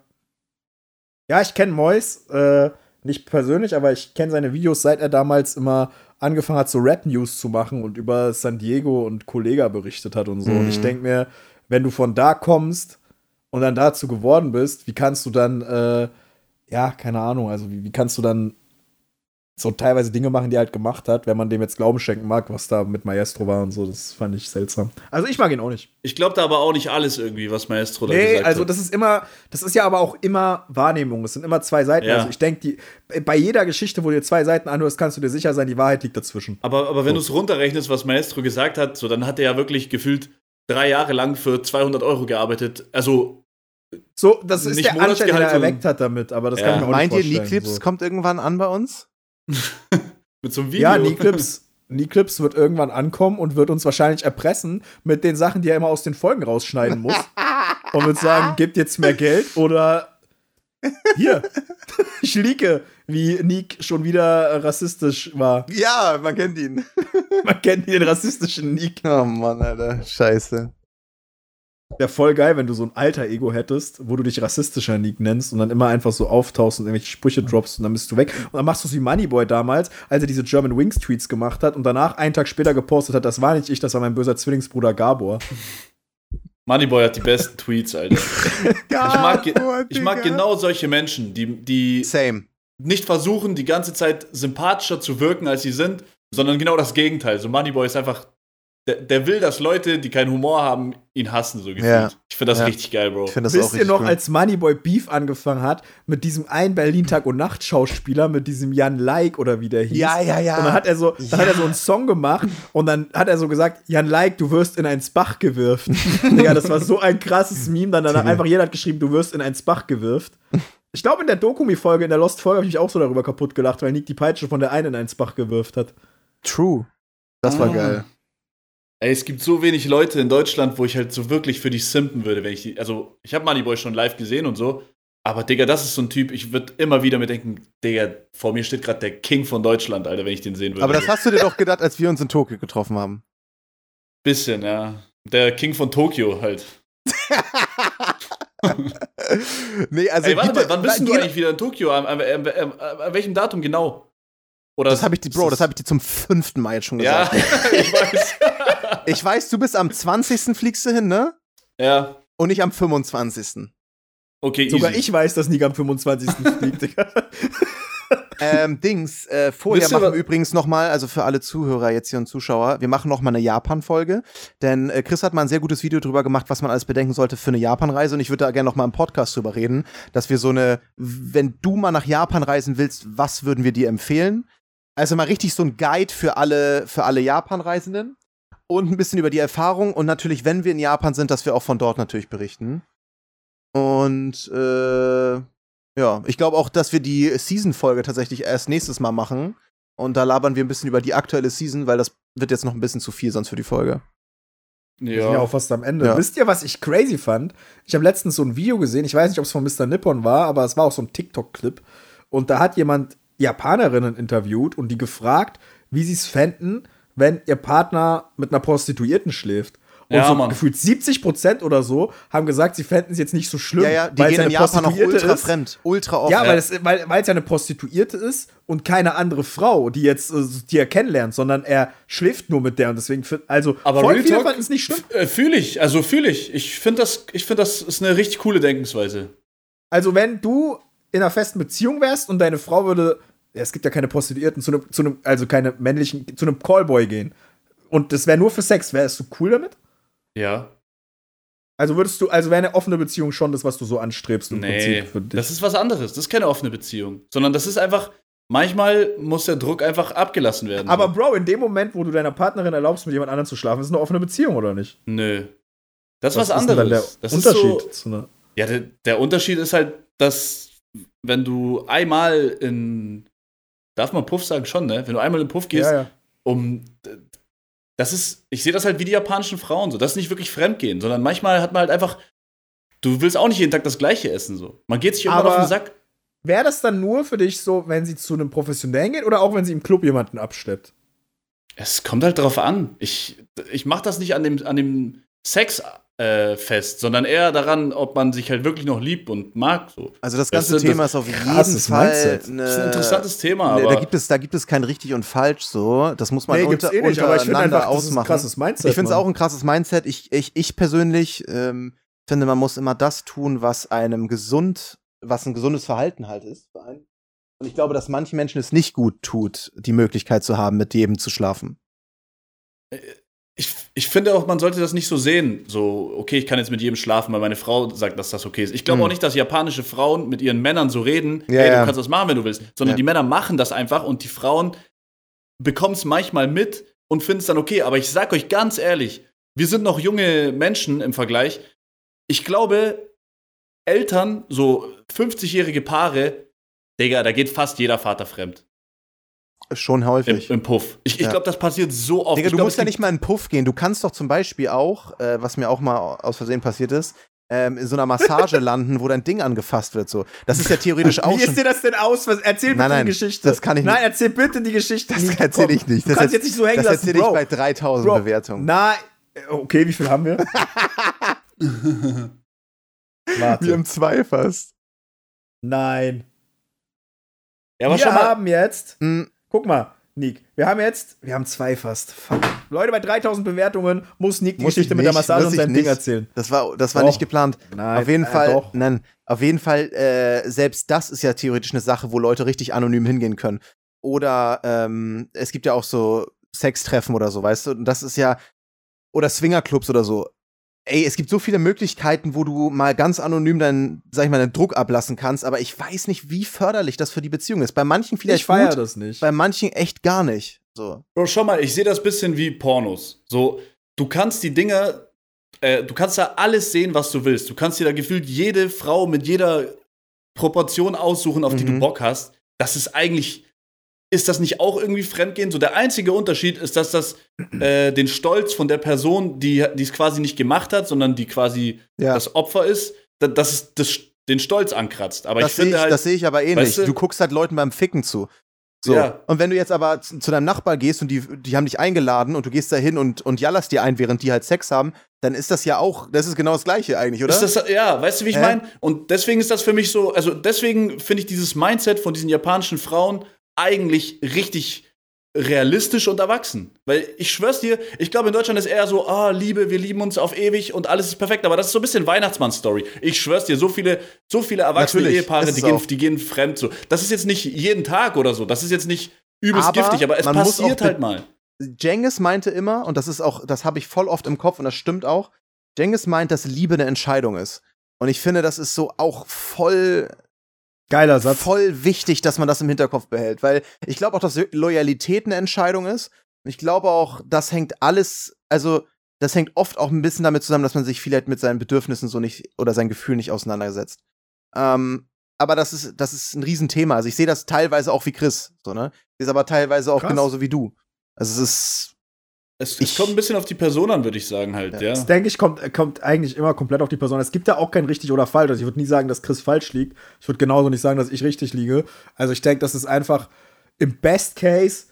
Speaker 2: Ja, ich kenne Mois, äh, nicht persönlich, aber ich kenne seine Videos, seit er damals immer angefangen hat, so Rap-News zu machen und über San Diego und Kollega berichtet hat und so. Und ich
Speaker 3: Mhm.
Speaker 2: denke mir, wenn du von da kommst und dann dazu geworden bist, wie kannst du dann, äh, ja, keine Ahnung, also wie, wie kannst du dann so teilweise Dinge machen, die er halt gemacht hat, wenn man dem jetzt Glauben schenken mag, was da mit Maestro war und so. Das fand ich seltsam. Also ich mag ihn auch nicht.
Speaker 1: Ich glaube da aber auch nicht alles irgendwie, was Maestro da
Speaker 2: Nee,
Speaker 1: gesagt
Speaker 2: also
Speaker 1: hat.
Speaker 2: das ist immer, das ist ja aber auch immer Wahrnehmung. Es sind immer zwei Seiten.
Speaker 1: Ja.
Speaker 2: Also ich denke, bei jeder Geschichte, wo du dir zwei Seiten anhörst, kannst du dir sicher sein, die Wahrheit liegt dazwischen.
Speaker 1: Aber, aber wenn du es runterrechnest, was Maestro gesagt hat, so, dann hat er ja wirklich gefühlt drei Jahre lang für 200 Euro gearbeitet. Also,
Speaker 2: So, das ist
Speaker 1: Nicht
Speaker 2: der Anschein, den er
Speaker 1: Monatsgehalt,
Speaker 2: erweckt hat damit, aber das kann
Speaker 1: Ja.
Speaker 2: ich mir auch
Speaker 3: Meint ihr,
Speaker 2: nicht vorstellen.
Speaker 3: Niklips
Speaker 2: so.
Speaker 3: kommt irgendwann an bei uns?
Speaker 1: mit so einem Video.
Speaker 2: Ja, Niklips, Niklips wird irgendwann ankommen und wird uns wahrscheinlich erpressen mit den Sachen, die er immer aus den Folgen rausschneiden muss. und wird sagen, gebt jetzt mehr Geld oder hier, ich liege, wie Nick schon wieder äh, rassistisch war.
Speaker 3: Ja, man kennt ihn.
Speaker 2: Man kennt den rassistischen Nick.
Speaker 3: Oh Mann, Alter. Scheiße.
Speaker 2: Wäre voll geil, wenn du so ein alter Ego hättest, wo du dich rassistischer Nick nennst und dann immer einfach so auftauchst und irgendwelche Sprüche droppst und dann bist du weg. Und dann machst du es wie Moneyboy damals, als er diese German Wings Tweets gemacht hat und danach einen Tag später gepostet hat, das war nicht ich, das war mein böser Zwillingsbruder Gabor.
Speaker 1: Moneyboy hat die besten Tweets, Alter. Ich mag, ge- ich mag genau solche Menschen, die, die
Speaker 3: Same.
Speaker 1: nicht versuchen, die ganze Zeit sympathischer zu wirken, als sie sind, sondern genau das Gegenteil. So Moneyboy ist einfach, der, der will, dass Leute, die keinen Humor haben, ihn hassen, so gefühlt.
Speaker 3: Ja.
Speaker 1: Ich finde das
Speaker 3: Ja.
Speaker 1: richtig geil, Bro.
Speaker 3: Ich finde das auch
Speaker 2: Wisst ihr
Speaker 3: richtig
Speaker 2: noch,
Speaker 3: cool.
Speaker 2: als Moneyboy Beef angefangen hat, mit diesem einen Berlin-Tag- und Nacht-Schauspieler, mit diesem Jan Like oder wie der hieß?
Speaker 3: Ja, ja, ja.
Speaker 2: Und dann hat er so, dann
Speaker 3: Ja.
Speaker 2: hat er so einen Song gemacht und dann hat er so gesagt, Jan Like, du wirst in ein Bach gewirft. Digga, das war so ein krasses Meme. Dann danach einfach jeder hat geschrieben, du wirst in ein Bach gewirft. Ich glaube, in der Dokumi-Folge, in der Lost-Folge, habe ich mich auch so darüber kaputt gelacht, weil Nick die Peitsche von der einen in ein Bach gewirft hat.
Speaker 3: True. Das war
Speaker 1: Ah.
Speaker 3: geil.
Speaker 1: Ey, es gibt so wenig Leute in Deutschland, wo ich halt so wirklich für die simpen würde, wenn ich die, also ich habe Moneyboy schon live gesehen und so, aber Digga, das ist so ein Typ, ich würde immer wieder mir denken, Digga, vor mir steht gerade der King von Deutschland, Alter, wenn ich den sehen würde.
Speaker 3: Aber das hast du dir doch gedacht, als wir uns in Tokio getroffen haben.
Speaker 1: bisschen, ja. Der King von Tokio halt.
Speaker 3: nee, also.
Speaker 1: Ey, warte
Speaker 3: bitte-
Speaker 1: mal, wann bist denn du
Speaker 3: jeder-
Speaker 1: eigentlich wieder in Tokio? An, an, an, an, an welchem Datum genau? Oder
Speaker 3: Das habe ich, dir- Bro, das habe ich dir zum fünften Mal jetzt schon
Speaker 1: Ja,
Speaker 3: gesagt.
Speaker 1: ich weiß.
Speaker 3: Ich weiß, du bist am 20. fliegst du hin, ne?
Speaker 1: ja,
Speaker 3: Und ich am 25.
Speaker 1: okay,
Speaker 2: Sogar
Speaker 1: easy.
Speaker 2: ich weiß, dass Nick am 25. fliegt, Digga.
Speaker 3: Ähm, Dings, äh, vorher
Speaker 1: Wisst ihr,
Speaker 3: machen
Speaker 1: wa-
Speaker 3: wir übrigens nochmal, also für alle Zuhörer jetzt hier und Zuschauer, wir machen nochmal eine Japan-Folge, denn äh, Chris hat mal ein sehr gutes Video drüber gemacht, was man alles bedenken sollte für eine Japan-Reise und ich würde da gerne nochmal im Podcast drüber reden, dass wir so eine, wenn du mal nach Japan reisen willst, was würden wir dir empfehlen? Also mal richtig so ein Guide für alle, für alle Japan-Reisenden und ein bisschen über die Erfahrung und natürlich, wenn wir in Japan sind, dass wir auch von dort natürlich berichten. Und äh, ja, ich glaube auch, dass wir die Season-Folge tatsächlich erst nächstes Mal machen. Und da labern wir ein bisschen über die aktuelle Season, weil das wird jetzt noch ein bisschen zu viel sonst für die Folge.
Speaker 2: Wir sind ja auch fast am Ende.
Speaker 3: Ja.
Speaker 2: Wisst ihr, was ich crazy fand? Ich habe letztens so ein Video gesehen, ich weiß nicht, ob es von Mr. Nippon war, aber es war auch so ein TikTok-Clip. Und da hat jemand Japanerinnen interviewt und die gefragt, wie sie es fänden, wenn ihr Partner mit einer Prostituierten schläft. Und
Speaker 1: Ja,
Speaker 2: so
Speaker 1: Mann.
Speaker 2: gefühlt 70 Prozent oder so haben gesagt, sie fänden es jetzt nicht so schlimm.
Speaker 3: Ja, ja, die
Speaker 2: weil es
Speaker 3: gehen in
Speaker 2: eine
Speaker 3: Japan auch
Speaker 2: Prostituierte
Speaker 3: ultra
Speaker 2: ist.
Speaker 3: fremd. Ultra oft.
Speaker 2: Ja,
Speaker 1: Ja.
Speaker 2: weil es weil weil es ja eine Prostituierte ist und keine andere Frau, die jetzt äh, die er kennenlernt, sondern er schläft nur mit der und deswegen find- also
Speaker 1: Aber
Speaker 2: voll
Speaker 1: Real
Speaker 2: viele
Speaker 1: Talk-
Speaker 2: fanden es nicht schlimm.
Speaker 1: Fühle ich, also fühle ich. Ich finde das, ich finde das ist eine richtig coole Denkensweise.
Speaker 2: Also, wenn du in einer festen Beziehung wärst und deine Frau würde, ja, es gibt ja keine Prostituierten, zu einem, zu einem, also keine männlichen, zu einem Callboy gehen. Und das wäre nur für Sex, wärst du cool damit?
Speaker 1: Ja.
Speaker 2: Also würdest du, also wäre eine offene Beziehung schon das, was du so anstrebst im
Speaker 1: Nee,
Speaker 2: Prinzip für dich.
Speaker 1: das ist was anderes. Das ist keine offene Beziehung, sondern das ist einfach, manchmal muss der Druck einfach abgelassen werden.
Speaker 2: Aber
Speaker 1: So.
Speaker 2: Bro, in dem Moment, wo du deiner Partnerin erlaubst, mit jemand anderem zu schlafen, ist eine offene Beziehung, oder nicht?
Speaker 1: Nö. Das ist was
Speaker 2: ist denn dann
Speaker 1: anderes.
Speaker 2: der
Speaker 1: das
Speaker 2: Unterschied
Speaker 1: Ist so,
Speaker 2: zu einer.
Speaker 1: ja, der, der Unterschied ist halt, dass, wenn du einmal in. Darf man Puff sagen schon, ne? Wenn du einmal in Puff gehst,
Speaker 2: ja.
Speaker 1: um. Das ist, ich sehe das halt wie die japanischen Frauen so. Das ist nicht wirklich Fremdgehen, sondern manchmal hat man halt einfach, du willst auch nicht jeden Tag das Gleiche essen so. Man geht sich irgendwann
Speaker 2: Aber-
Speaker 1: auf den Sack.
Speaker 2: Wäre das dann nur für dich so, wenn sie zu einem Professionellen geht oder auch wenn sie im Club jemanden abschleppt?
Speaker 1: Es kommt halt drauf an. Ich, ich mache das nicht an dem, an dem Sex äh, fest, sondern eher daran, ob man sich halt wirklich noch liebt und mag so.
Speaker 3: Also
Speaker 1: Das
Speaker 3: das ganze
Speaker 1: ist- das-
Speaker 3: Thema ist auf jeden
Speaker 2: krasses
Speaker 3: Fall
Speaker 2: Mindset.
Speaker 3: eine,
Speaker 1: Das ist ein interessantes Thema,
Speaker 3: ne,
Speaker 1: aber
Speaker 3: Äh, da gibt es da gibt es kein richtig und falsch so. Das muss man unter,
Speaker 2: eh aber ich finde
Speaker 3: untereinander
Speaker 2: einfach, das ist ein
Speaker 3: ausmachen.
Speaker 2: krasses Mindset.
Speaker 3: Ich finde es
Speaker 2: Mann.
Speaker 3: auch ein krasses Mindset. Ich, ich, ich persönlich ähm, finde, man muss immer das tun, was einem gesund, was ein gesundes Verhalten halt ist. für einen. Und ich glaube, dass manchen Menschen es nicht gut tut, die Möglichkeit zu haben, mit jedem zu schlafen.
Speaker 1: Ich, ich finde auch, man sollte das nicht so sehen. So, okay, ich kann jetzt mit jedem schlafen, weil meine Frau sagt, dass das okay ist. Ich glaube
Speaker 3: Hm.
Speaker 1: auch nicht, dass japanische Frauen mit ihren Männern so reden,
Speaker 3: Ja,
Speaker 1: hey, du
Speaker 3: ja.
Speaker 1: kannst das machen, wenn du willst. Sondern
Speaker 3: Ja.
Speaker 1: die Männer machen das einfach und die Frauen bekommen es manchmal mit und finden es dann okay. Aber ich sag euch ganz ehrlich, wir sind noch junge Menschen im Vergleich. Ich glaube, Eltern, so 50-jährige Paare, Digga, da geht fast jeder Vater fremd.
Speaker 3: Schon
Speaker 1: Im,
Speaker 2: Ähm,
Speaker 3: häufig.
Speaker 1: im Puff. Ich, ich
Speaker 3: Ja.
Speaker 1: glaube, das passiert so oft.
Speaker 3: Digga,
Speaker 1: ich
Speaker 3: du
Speaker 1: glaub,
Speaker 3: musst
Speaker 1: es
Speaker 3: ja
Speaker 1: gibt-
Speaker 3: nicht mal in den Puff gehen. Du kannst doch zum Beispiel auch, äh, was mir auch mal aus Versehen passiert ist, ähm, in so einer Massage landen, wo dein Ding angefasst wird. So. Das ist ja theoretisch auch
Speaker 2: Wie ist
Speaker 3: schon.
Speaker 2: dir das denn aus? Was, erzähl bitte
Speaker 3: Nein, nein,
Speaker 2: die Geschichte.
Speaker 3: das kann ich
Speaker 2: Nein,
Speaker 3: nicht.
Speaker 2: erzähl bitte die Geschichte.
Speaker 3: Das erzähle ich nicht.
Speaker 2: Du
Speaker 3: Das
Speaker 2: kannst
Speaker 3: erz-
Speaker 2: jetzt nicht so hängen
Speaker 3: Das
Speaker 2: lassen,
Speaker 3: erzähle ich
Speaker 2: Bro.
Speaker 3: bei 3000
Speaker 2: Bro.
Speaker 3: Bewertungen.
Speaker 2: Na, okay, wie viel haben wir?
Speaker 3: Wir
Speaker 2: Warte.
Speaker 3: haben zwei fast.
Speaker 2: Nein.
Speaker 1: Ja, aber
Speaker 2: wir
Speaker 1: schon mal,
Speaker 2: haben jetzt,
Speaker 3: Hm,
Speaker 2: guck mal, Nick, wir haben jetzt, wir haben zwei fast. Fuck. Leute, bei 3000 Bewertungen muss Nick die
Speaker 3: Muss ich
Speaker 2: Geschichte mit der
Speaker 3: nicht,
Speaker 2: Massage
Speaker 3: muss
Speaker 2: und
Speaker 3: ich
Speaker 2: seinem
Speaker 3: nicht.
Speaker 2: Ding erzählen.
Speaker 3: Das war, das war
Speaker 2: Doch.
Speaker 3: nicht geplant.
Speaker 2: Nein,
Speaker 3: auf jeden
Speaker 2: äh,
Speaker 3: Fall,
Speaker 2: doch.
Speaker 3: nein, auf jeden Fall, äh, selbst das ist ja theoretisch eine Sache, wo Leute richtig anonym hingehen können. Oder ähm, es gibt ja auch so Sextreffen oder so, weißt du? Und das ist ja, oder Swingerclubs oder so. Ey, es gibt so viele Möglichkeiten, wo du mal ganz anonym deinen, sag ich mal, deinen Druck ablassen kannst, aber ich weiß nicht, wie förderlich das für die Beziehung ist. Bei manchen vielleicht
Speaker 2: Ich feiere
Speaker 3: gut,
Speaker 2: das nicht.
Speaker 3: bei manchen echt gar nicht. So.
Speaker 1: Bro, schau mal, ich sehe das bisschen wie Pornos. So, du kannst die Dinger, äh, du kannst da alles sehen, was du willst. Du kannst dir da gefühlt jede Frau mit jeder Proportion aussuchen, auf die
Speaker 3: Mhm.
Speaker 1: du Bock hast. Das ist eigentlich, ist das nicht auch irgendwie Fremdgehen? So, der einzige Unterschied ist, dass das äh, den Stolz von der Person, die die es quasi nicht gemacht hat, sondern die quasi
Speaker 3: Ja.
Speaker 1: das Opfer ist, da, dass es das, den Stolz ankratzt. Aber ich
Speaker 3: das sehe ich,
Speaker 1: finde halt,
Speaker 3: das seh ich aber ähnlich.
Speaker 1: weißt du-
Speaker 3: du, guckst halt Leuten beim Ficken zu. So.
Speaker 1: Ja.
Speaker 3: Und wenn du jetzt aber zu, zu deinem Nachbar gehst und die, die haben dich eingeladen und du gehst da hin und, und jallerst dir ein, während die halt Sex haben, dann ist das ja auch, das ist genau das Gleiche eigentlich, oder?
Speaker 1: Ist das, ja, weißt du, wie ich
Speaker 3: Hä?
Speaker 1: meine? Und deswegen ist das für mich so, also deswegen finde ich dieses Mindset von diesen japanischen Frauen eigentlich richtig realistisch und erwachsen. Weil ich schwör's dir, ich glaube, in Deutschland ist eher so, ah, Liebe, wir lieben uns auf ewig und alles ist perfekt, aber das ist so ein bisschen Weihnachtsmann-Story. Ich schwör's dir, so viele, so viele erwachsene
Speaker 3: Natürlich,
Speaker 1: Ehepaare,
Speaker 3: ist
Speaker 1: die
Speaker 3: es
Speaker 1: gehen,
Speaker 3: auch.
Speaker 1: die gehen fremd so. Das ist jetzt nicht jeden Tag oder so, das ist jetzt nicht übelst
Speaker 3: Aber
Speaker 1: giftig, aber es
Speaker 3: man muss
Speaker 1: passiert
Speaker 3: auch
Speaker 1: halt mal.
Speaker 3: Jengis meinte immer, und das ist auch, das habe ich voll oft im Kopf und das stimmt auch, Jengis meint, dass Liebe eine Entscheidung ist. Und ich finde, das ist so auch voll
Speaker 2: Geiler Satz.
Speaker 3: voll wichtig, dass man das im Hinterkopf behält, weil ich glaube auch, dass Loyalität eine Entscheidung ist. Und ich glaube auch, das hängt alles, also das hängt oft auch ein bisschen damit zusammen, dass man sich vielleicht mit seinen Bedürfnissen so nicht oder seinen Gefühlen nicht auseinandersetzt. Ähm, aber das ist, das ist ein Riesenthema. Also ich sehe das teilweise auch wie Chris, so, ne? Ist aber teilweise auch
Speaker 2: Krass.
Speaker 3: genauso wie du. Also es ist.
Speaker 1: Es, es
Speaker 3: Ich-
Speaker 1: kommt ein bisschen auf die Person an, würde ich sagen halt, ja.
Speaker 2: Das denke ich, kommt, kommt eigentlich immer komplett auf die Person. Es gibt da auch kein richtig oder falsch. Also ich würde nie sagen, dass Chris falsch liegt. Ich würde genauso nicht sagen, dass ich richtig liege. Also ich denke, das ist einfach im Best Case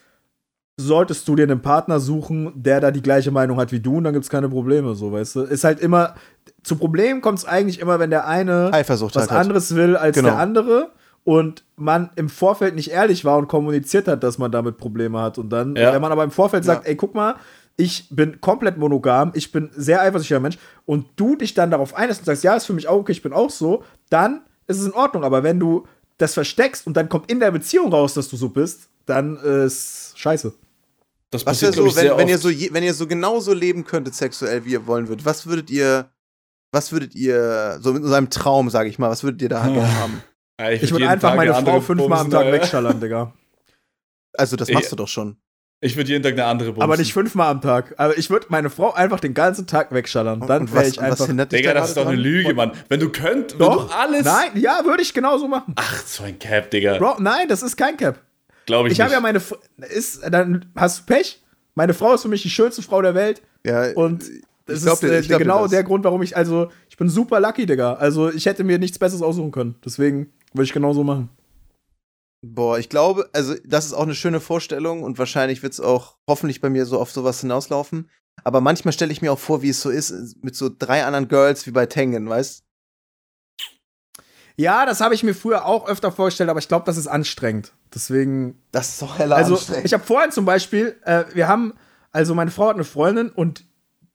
Speaker 2: solltest du dir einen Partner suchen, der da die gleiche Meinung hat wie du und dann gibt es keine Probleme, so weißt du. Ist halt immer, zu Problemen kommt es eigentlich immer, wenn der eine
Speaker 3: Eifersucht
Speaker 2: was
Speaker 3: halt hat.
Speaker 2: anderes will als
Speaker 3: Genau.
Speaker 2: der andere und man im Vorfeld nicht ehrlich war und kommuniziert hat, dass man damit Probleme hat und dann,
Speaker 1: Ja.
Speaker 2: wenn man aber im Vorfeld sagt,
Speaker 3: Ja.
Speaker 2: ey, guck mal, ich bin komplett monogam, ich bin sehr eifersüchtiger Mensch und du dich dann darauf einlässt und sagst, ja, ist für mich auch okay, ich bin auch so, dann ist es in Ordnung, aber wenn du das versteckst und dann kommt in der Beziehung raus, dass du so bist, dann äh, ist scheiße.
Speaker 1: Das
Speaker 3: Was wäre
Speaker 1: glaub
Speaker 3: so,
Speaker 1: ich, sehr
Speaker 3: wenn, wenn ihr
Speaker 1: oft.
Speaker 3: so, je- wenn ihr so genauso leben könntet sexuell, wie ihr wollen würdet, was würdet ihr, was würdet ihr, so mit eurem Traum, sage ich mal, was würdet ihr da
Speaker 1: Hm.
Speaker 3: gerne haben?
Speaker 1: Ja,
Speaker 2: Ich
Speaker 1: würd
Speaker 2: würde
Speaker 1: jeden
Speaker 2: einfach
Speaker 1: Tag
Speaker 2: meine
Speaker 1: eine
Speaker 2: Frau
Speaker 1: andere
Speaker 2: fünfmal am
Speaker 1: bumsen, äh,
Speaker 2: Tag
Speaker 1: Alter.
Speaker 2: wegschallern, Digga.
Speaker 3: Also das machst
Speaker 1: Ja.
Speaker 3: du doch schon.
Speaker 1: Ich würde jeden Tag eine andere bumsen.
Speaker 2: Aber nicht fünfmal am Tag. Aber ich würde meine Frau einfach den ganzen Tag wegschallern. Dann wäre ich einfach.
Speaker 3: hindert
Speaker 1: Digga,
Speaker 3: da
Speaker 1: das ist doch
Speaker 3: gerade
Speaker 1: eine
Speaker 3: dran?
Speaker 1: Lüge, Mann. Wenn du könnt, wenn du alles.
Speaker 2: Nein, ja, würde ich genauso machen.
Speaker 3: Ah.
Speaker 1: Ach, so ein Cap, Digga.
Speaker 2: Bro, nein, das ist kein Cap.
Speaker 1: Glaube ich,
Speaker 2: Ich habe
Speaker 1: nicht.
Speaker 2: ja meine. Fr- Ist, dann hast du Pech. Meine Frau ist für mich die schönste Frau der Welt.
Speaker 3: Ja,
Speaker 2: Und das
Speaker 3: glaub
Speaker 2: ist
Speaker 3: dir-
Speaker 2: äh,
Speaker 3: ich glaub dir
Speaker 2: genau
Speaker 3: das.
Speaker 2: der Grund, warum ich. Also, ich bin super lucky, Digga. Also, ich hätte mir nichts Besseres aussuchen können. Deswegen würde ich genauso machen.
Speaker 3: boah, ich glaube, also das ist auch eine schöne Vorstellung und wahrscheinlich wird es auch hoffentlich bei mir so auf sowas hinauslaufen. Aber manchmal stelle ich mir auch vor, wie es so ist, äh, mit so drei anderen Girls wie bei Tengen, weißt
Speaker 2: Ja, das habe ich mir früher auch öfter vorgestellt, aber ich glaube, das ist anstrengend. Deswegen
Speaker 3: Das ist doch heller
Speaker 2: Also
Speaker 3: anstrengend.
Speaker 2: ich habe vorhin zum Beispiel, äh, wir haben, also meine Frau hat eine Freundin und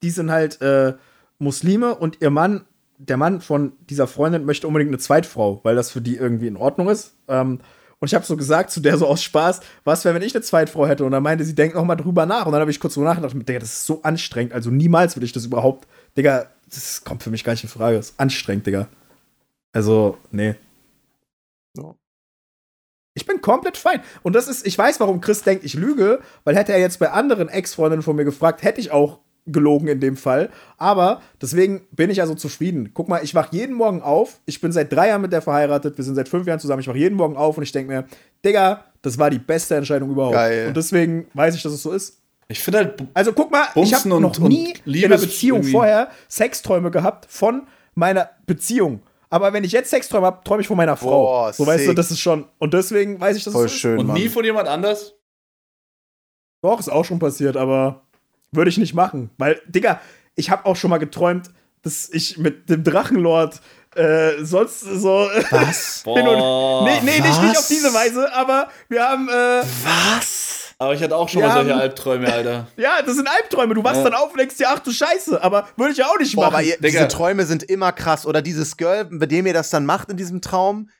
Speaker 2: die sind halt äh, Muslime und ihr Mann, der Mann von dieser Freundin möchte unbedingt eine Zweitfrau, weil das für die irgendwie in Ordnung ist. Ähm, und Und ich habe so gesagt zu der so aus Spaß, was wäre, wenn ich eine Zweitfrau hätte? Und dann meinte sie, denk noch mal drüber nach. Und dann habe ich kurz drüber nachgedacht, und Digga, das ist so anstrengend. Also niemals würde ich das überhaupt, Digga, das kommt für mich gar nicht in Frage. Das ist anstrengend, Digga. Also, nee.
Speaker 3: Ja.
Speaker 2: Ich bin komplett fein. Und das ist, ich weiß, warum Chris denkt, ich lüge, weil hätte er jetzt bei anderen Ex-Freundinnen von mir gefragt, hätte ich auch gelogen in dem Fall. Aber deswegen bin ich also zufrieden. Guck mal, ich wach jeden Morgen auf. Ich bin seit drei Jahren mit der verheiratet. Wir sind seit fünf Jahren zusammen. Ich wach jeden Morgen auf und ich denke mir, Digga, das war die beste Entscheidung überhaupt.
Speaker 3: Geil.
Speaker 2: Und deswegen weiß ich, dass es so ist.
Speaker 1: Ich finde halt, bu-
Speaker 2: Also guck mal, ich
Speaker 1: Bumsen
Speaker 2: habe noch
Speaker 1: und- und
Speaker 2: nie in einer
Speaker 1: Liebes-
Speaker 2: Beziehung
Speaker 1: irgendwie.
Speaker 2: vorher Sexträume gehabt von meiner Beziehung. Aber wenn ich jetzt Sexträume habe, träume ich von meiner Frau.
Speaker 3: Boah,
Speaker 2: so weißt du,
Speaker 3: sick.
Speaker 2: das ist schon. Und deswegen weiß ich, dass
Speaker 3: Voll
Speaker 2: es so
Speaker 3: schön,
Speaker 1: und
Speaker 3: Mann.
Speaker 1: nie von jemand anders?
Speaker 2: ist. Doch, ist auch schon passiert, aber würde ich nicht machen. Weil, Digga, ich habe auch schon mal geträumt, dass ich mit dem Drachenlord äh, sonst so.
Speaker 3: Was?
Speaker 2: Hin
Speaker 1: Boah.
Speaker 2: und, nee, nee, nicht, nicht auf
Speaker 3: Oh, was?
Speaker 2: diese Weise, aber wir haben. Äh,
Speaker 3: Was?
Speaker 1: Aber ich hatte auch schon
Speaker 2: Wir
Speaker 1: mal solche
Speaker 2: haben-
Speaker 1: Albträume, Alter.
Speaker 2: ja, das sind Albträume. Du wachst
Speaker 1: Ja.
Speaker 2: dann auf und denkst dir, ach du Scheiße, aber würde ich ja auch nicht
Speaker 3: Boah,
Speaker 2: machen.
Speaker 3: aber ihr,
Speaker 1: Digga.
Speaker 3: diese Träume sind immer krass. Oder dieses Girl, bei dem ihr das dann macht in diesem Traum.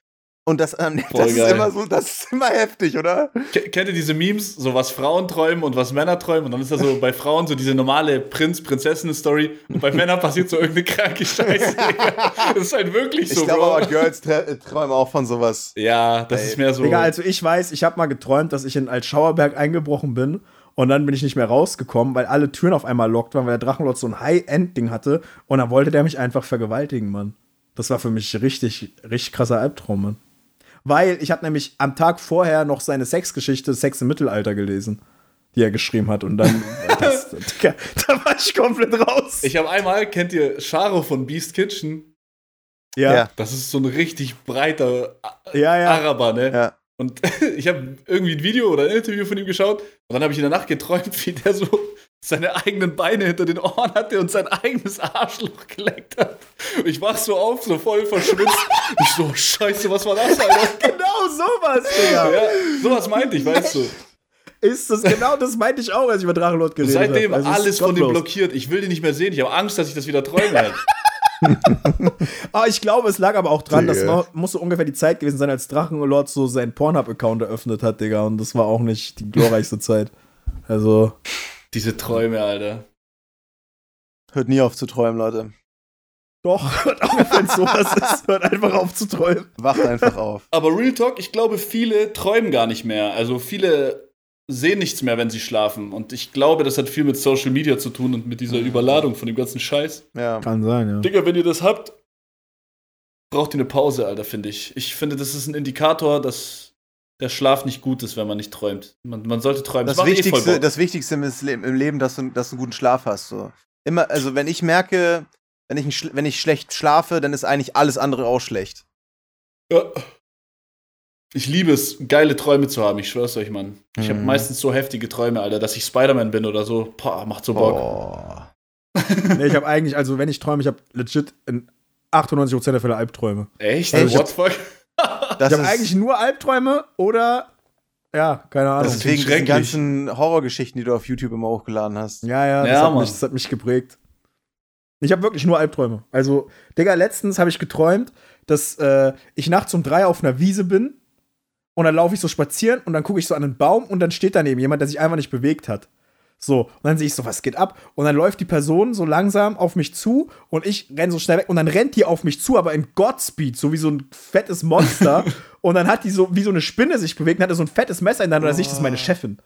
Speaker 3: Und das, ähm,
Speaker 1: Voll
Speaker 3: das ist
Speaker 1: geil.
Speaker 3: immer so, das ist immer heftig, oder?
Speaker 1: Ke- Kennt ihr diese Memes, so was Frauen träumen und was Männer träumen? Und dann ist da so bei Frauen so diese normale Prinz-Prinzessin-Story und bei Männern passiert so irgendeine kranke Scheiße. Digga. Das ist halt wirklich so,
Speaker 3: ich glaube
Speaker 1: Bro.
Speaker 3: aber, Girls trä- äh, träumen auch von sowas.
Speaker 1: ja, das
Speaker 3: Ey.
Speaker 1: ist mehr so.
Speaker 2: Digga, also ich weiß, ich habe mal geträumt, dass ich in Altschauerberg eingebrochen bin und dann bin ich nicht mehr rausgekommen, weil alle Türen auf einmal lockt waren, weil der Drachenlord so ein High-End-Ding hatte und dann wollte der mich einfach vergewaltigen, Mann. Das war für mich richtig, richtig krasser Albtraum, Mann. Weil ich habe nämlich am Tag vorher noch seine Sexgeschichte Sex im Mittelalter gelesen, die er geschrieben hat und dann, das, Digga, da war ich komplett raus.
Speaker 1: ich habe einmal, kennt ihr Charo von Beast Kitchen?
Speaker 3: Ja.
Speaker 1: Das ist so ein richtig breiter A-
Speaker 2: ja, ja.
Speaker 1: Araber, ne?
Speaker 3: Ja.
Speaker 1: Und ich habe irgendwie ein Video oder ein Interview von ihm geschaut und dann habe ich in der Nacht geträumt, wie der so seine eigenen Beine hinter den Ohren hatte und sein eigenes Arschloch geleckt hat. Und ich wach so auf, so voll verschwitzt. ich so, scheiße, was war das, Alter?
Speaker 2: Genau sowas, Digga.
Speaker 1: Ja, sowas meinte ich, weißt du.
Speaker 2: Ist das genau das meinte ich auch, als ich über Drachenlord geredet habe.
Speaker 1: Seitdem
Speaker 2: Also, es ist
Speaker 1: alles von dem
Speaker 2: gottlos.
Speaker 1: blockiert. Ich will den nicht mehr sehen. Ich habe Angst, dass ich das wieder träume. Halt.
Speaker 2: Ah, ich glaube, es lag aber auch dran, das
Speaker 3: Digga.
Speaker 2: war, muss so ungefähr die Zeit gewesen sein, als Drachenlord so seinen Pornhub-Account eröffnet hat, Digga. Und das war auch nicht die glorreichste Zeit. Also,
Speaker 1: Diese Träume, Alter.
Speaker 3: Hört nie auf zu träumen, Leute.
Speaker 2: doch, hört auf, wenn sowas ist, hört einfach auf zu träumen.
Speaker 3: Wacht einfach auf.
Speaker 1: Aber Real Talk, ich glaube, viele träumen gar nicht mehr. Also viele sehen nichts mehr, wenn sie schlafen. Und ich glaube, das hat viel mit Social Media zu tun und mit dieser Überladung von dem ganzen Scheiß.
Speaker 3: Ja.
Speaker 2: Kann sein, ja.
Speaker 1: Digga, wenn ihr das habt, braucht ihr eine Pause, Alter, finde ich. Ich finde, das ist ein Indikator, dass der Schlaf nicht gut ist, wenn man nicht träumt. Man, man sollte träumen.
Speaker 3: Das
Speaker 1: macht eh voll
Speaker 3: Wichtigste,
Speaker 1: Bock.
Speaker 3: das Wichtigste im Leben- im Leben, dass du, dass du einen guten Schlaf hast. So. Immer, also wenn ich merke, wenn ich, einen schl- wenn ich schlecht schlafe, dann ist eigentlich alles andere auch schlecht.
Speaker 1: Ja. Ich liebe es, geile Träume zu haben, ich schwör's euch, Mann. Ich habe
Speaker 3: Mhm.
Speaker 1: meistens so heftige Träume, Alter, dass ich Spider-Man bin oder so. Pah, macht so Bock.
Speaker 3: Boah.
Speaker 2: Nee, ich habe eigentlich, also wenn ich träume, ich habe legit in 98% der Fälle Albträume.
Speaker 1: Echt?
Speaker 3: Ey, ich
Speaker 1: What the fuck?
Speaker 3: Das
Speaker 2: ich habe
Speaker 3: ist-
Speaker 2: eigentlich nur Albträume oder, ja, keine Ahnung.
Speaker 3: das
Speaker 1: ist
Speaker 3: ist wegen diesen
Speaker 1: schrecklich.
Speaker 3: ganzen Horrorgeschichten, die du auf YouTube immer hochgeladen hast.
Speaker 2: Ja, ja, das,
Speaker 1: Ja,
Speaker 2: hat,
Speaker 1: Mann.
Speaker 2: mich, das hat mich geprägt. Ich habe wirklich nur Albträume. Also, Digga, letztens habe ich geträumt, dass äh, ich nachts um drei auf einer Wiese bin und dann laufe ich so spazieren und dann gucke ich so an einen Baum und dann steht daneben jemand, der sich einfach nicht bewegt hat. So, und dann sehe ich so, was geht ab? Und dann läuft die Person so langsam auf mich zu und ich renne so schnell weg und dann rennt die auf mich zu, aber in Godspeed, so wie so ein fettes Monster. und dann hat die so, wie so eine Spinne sich bewegt und hatte so ein fettes Messer in der Hand und dann sehe ich, das ist meine Chefin.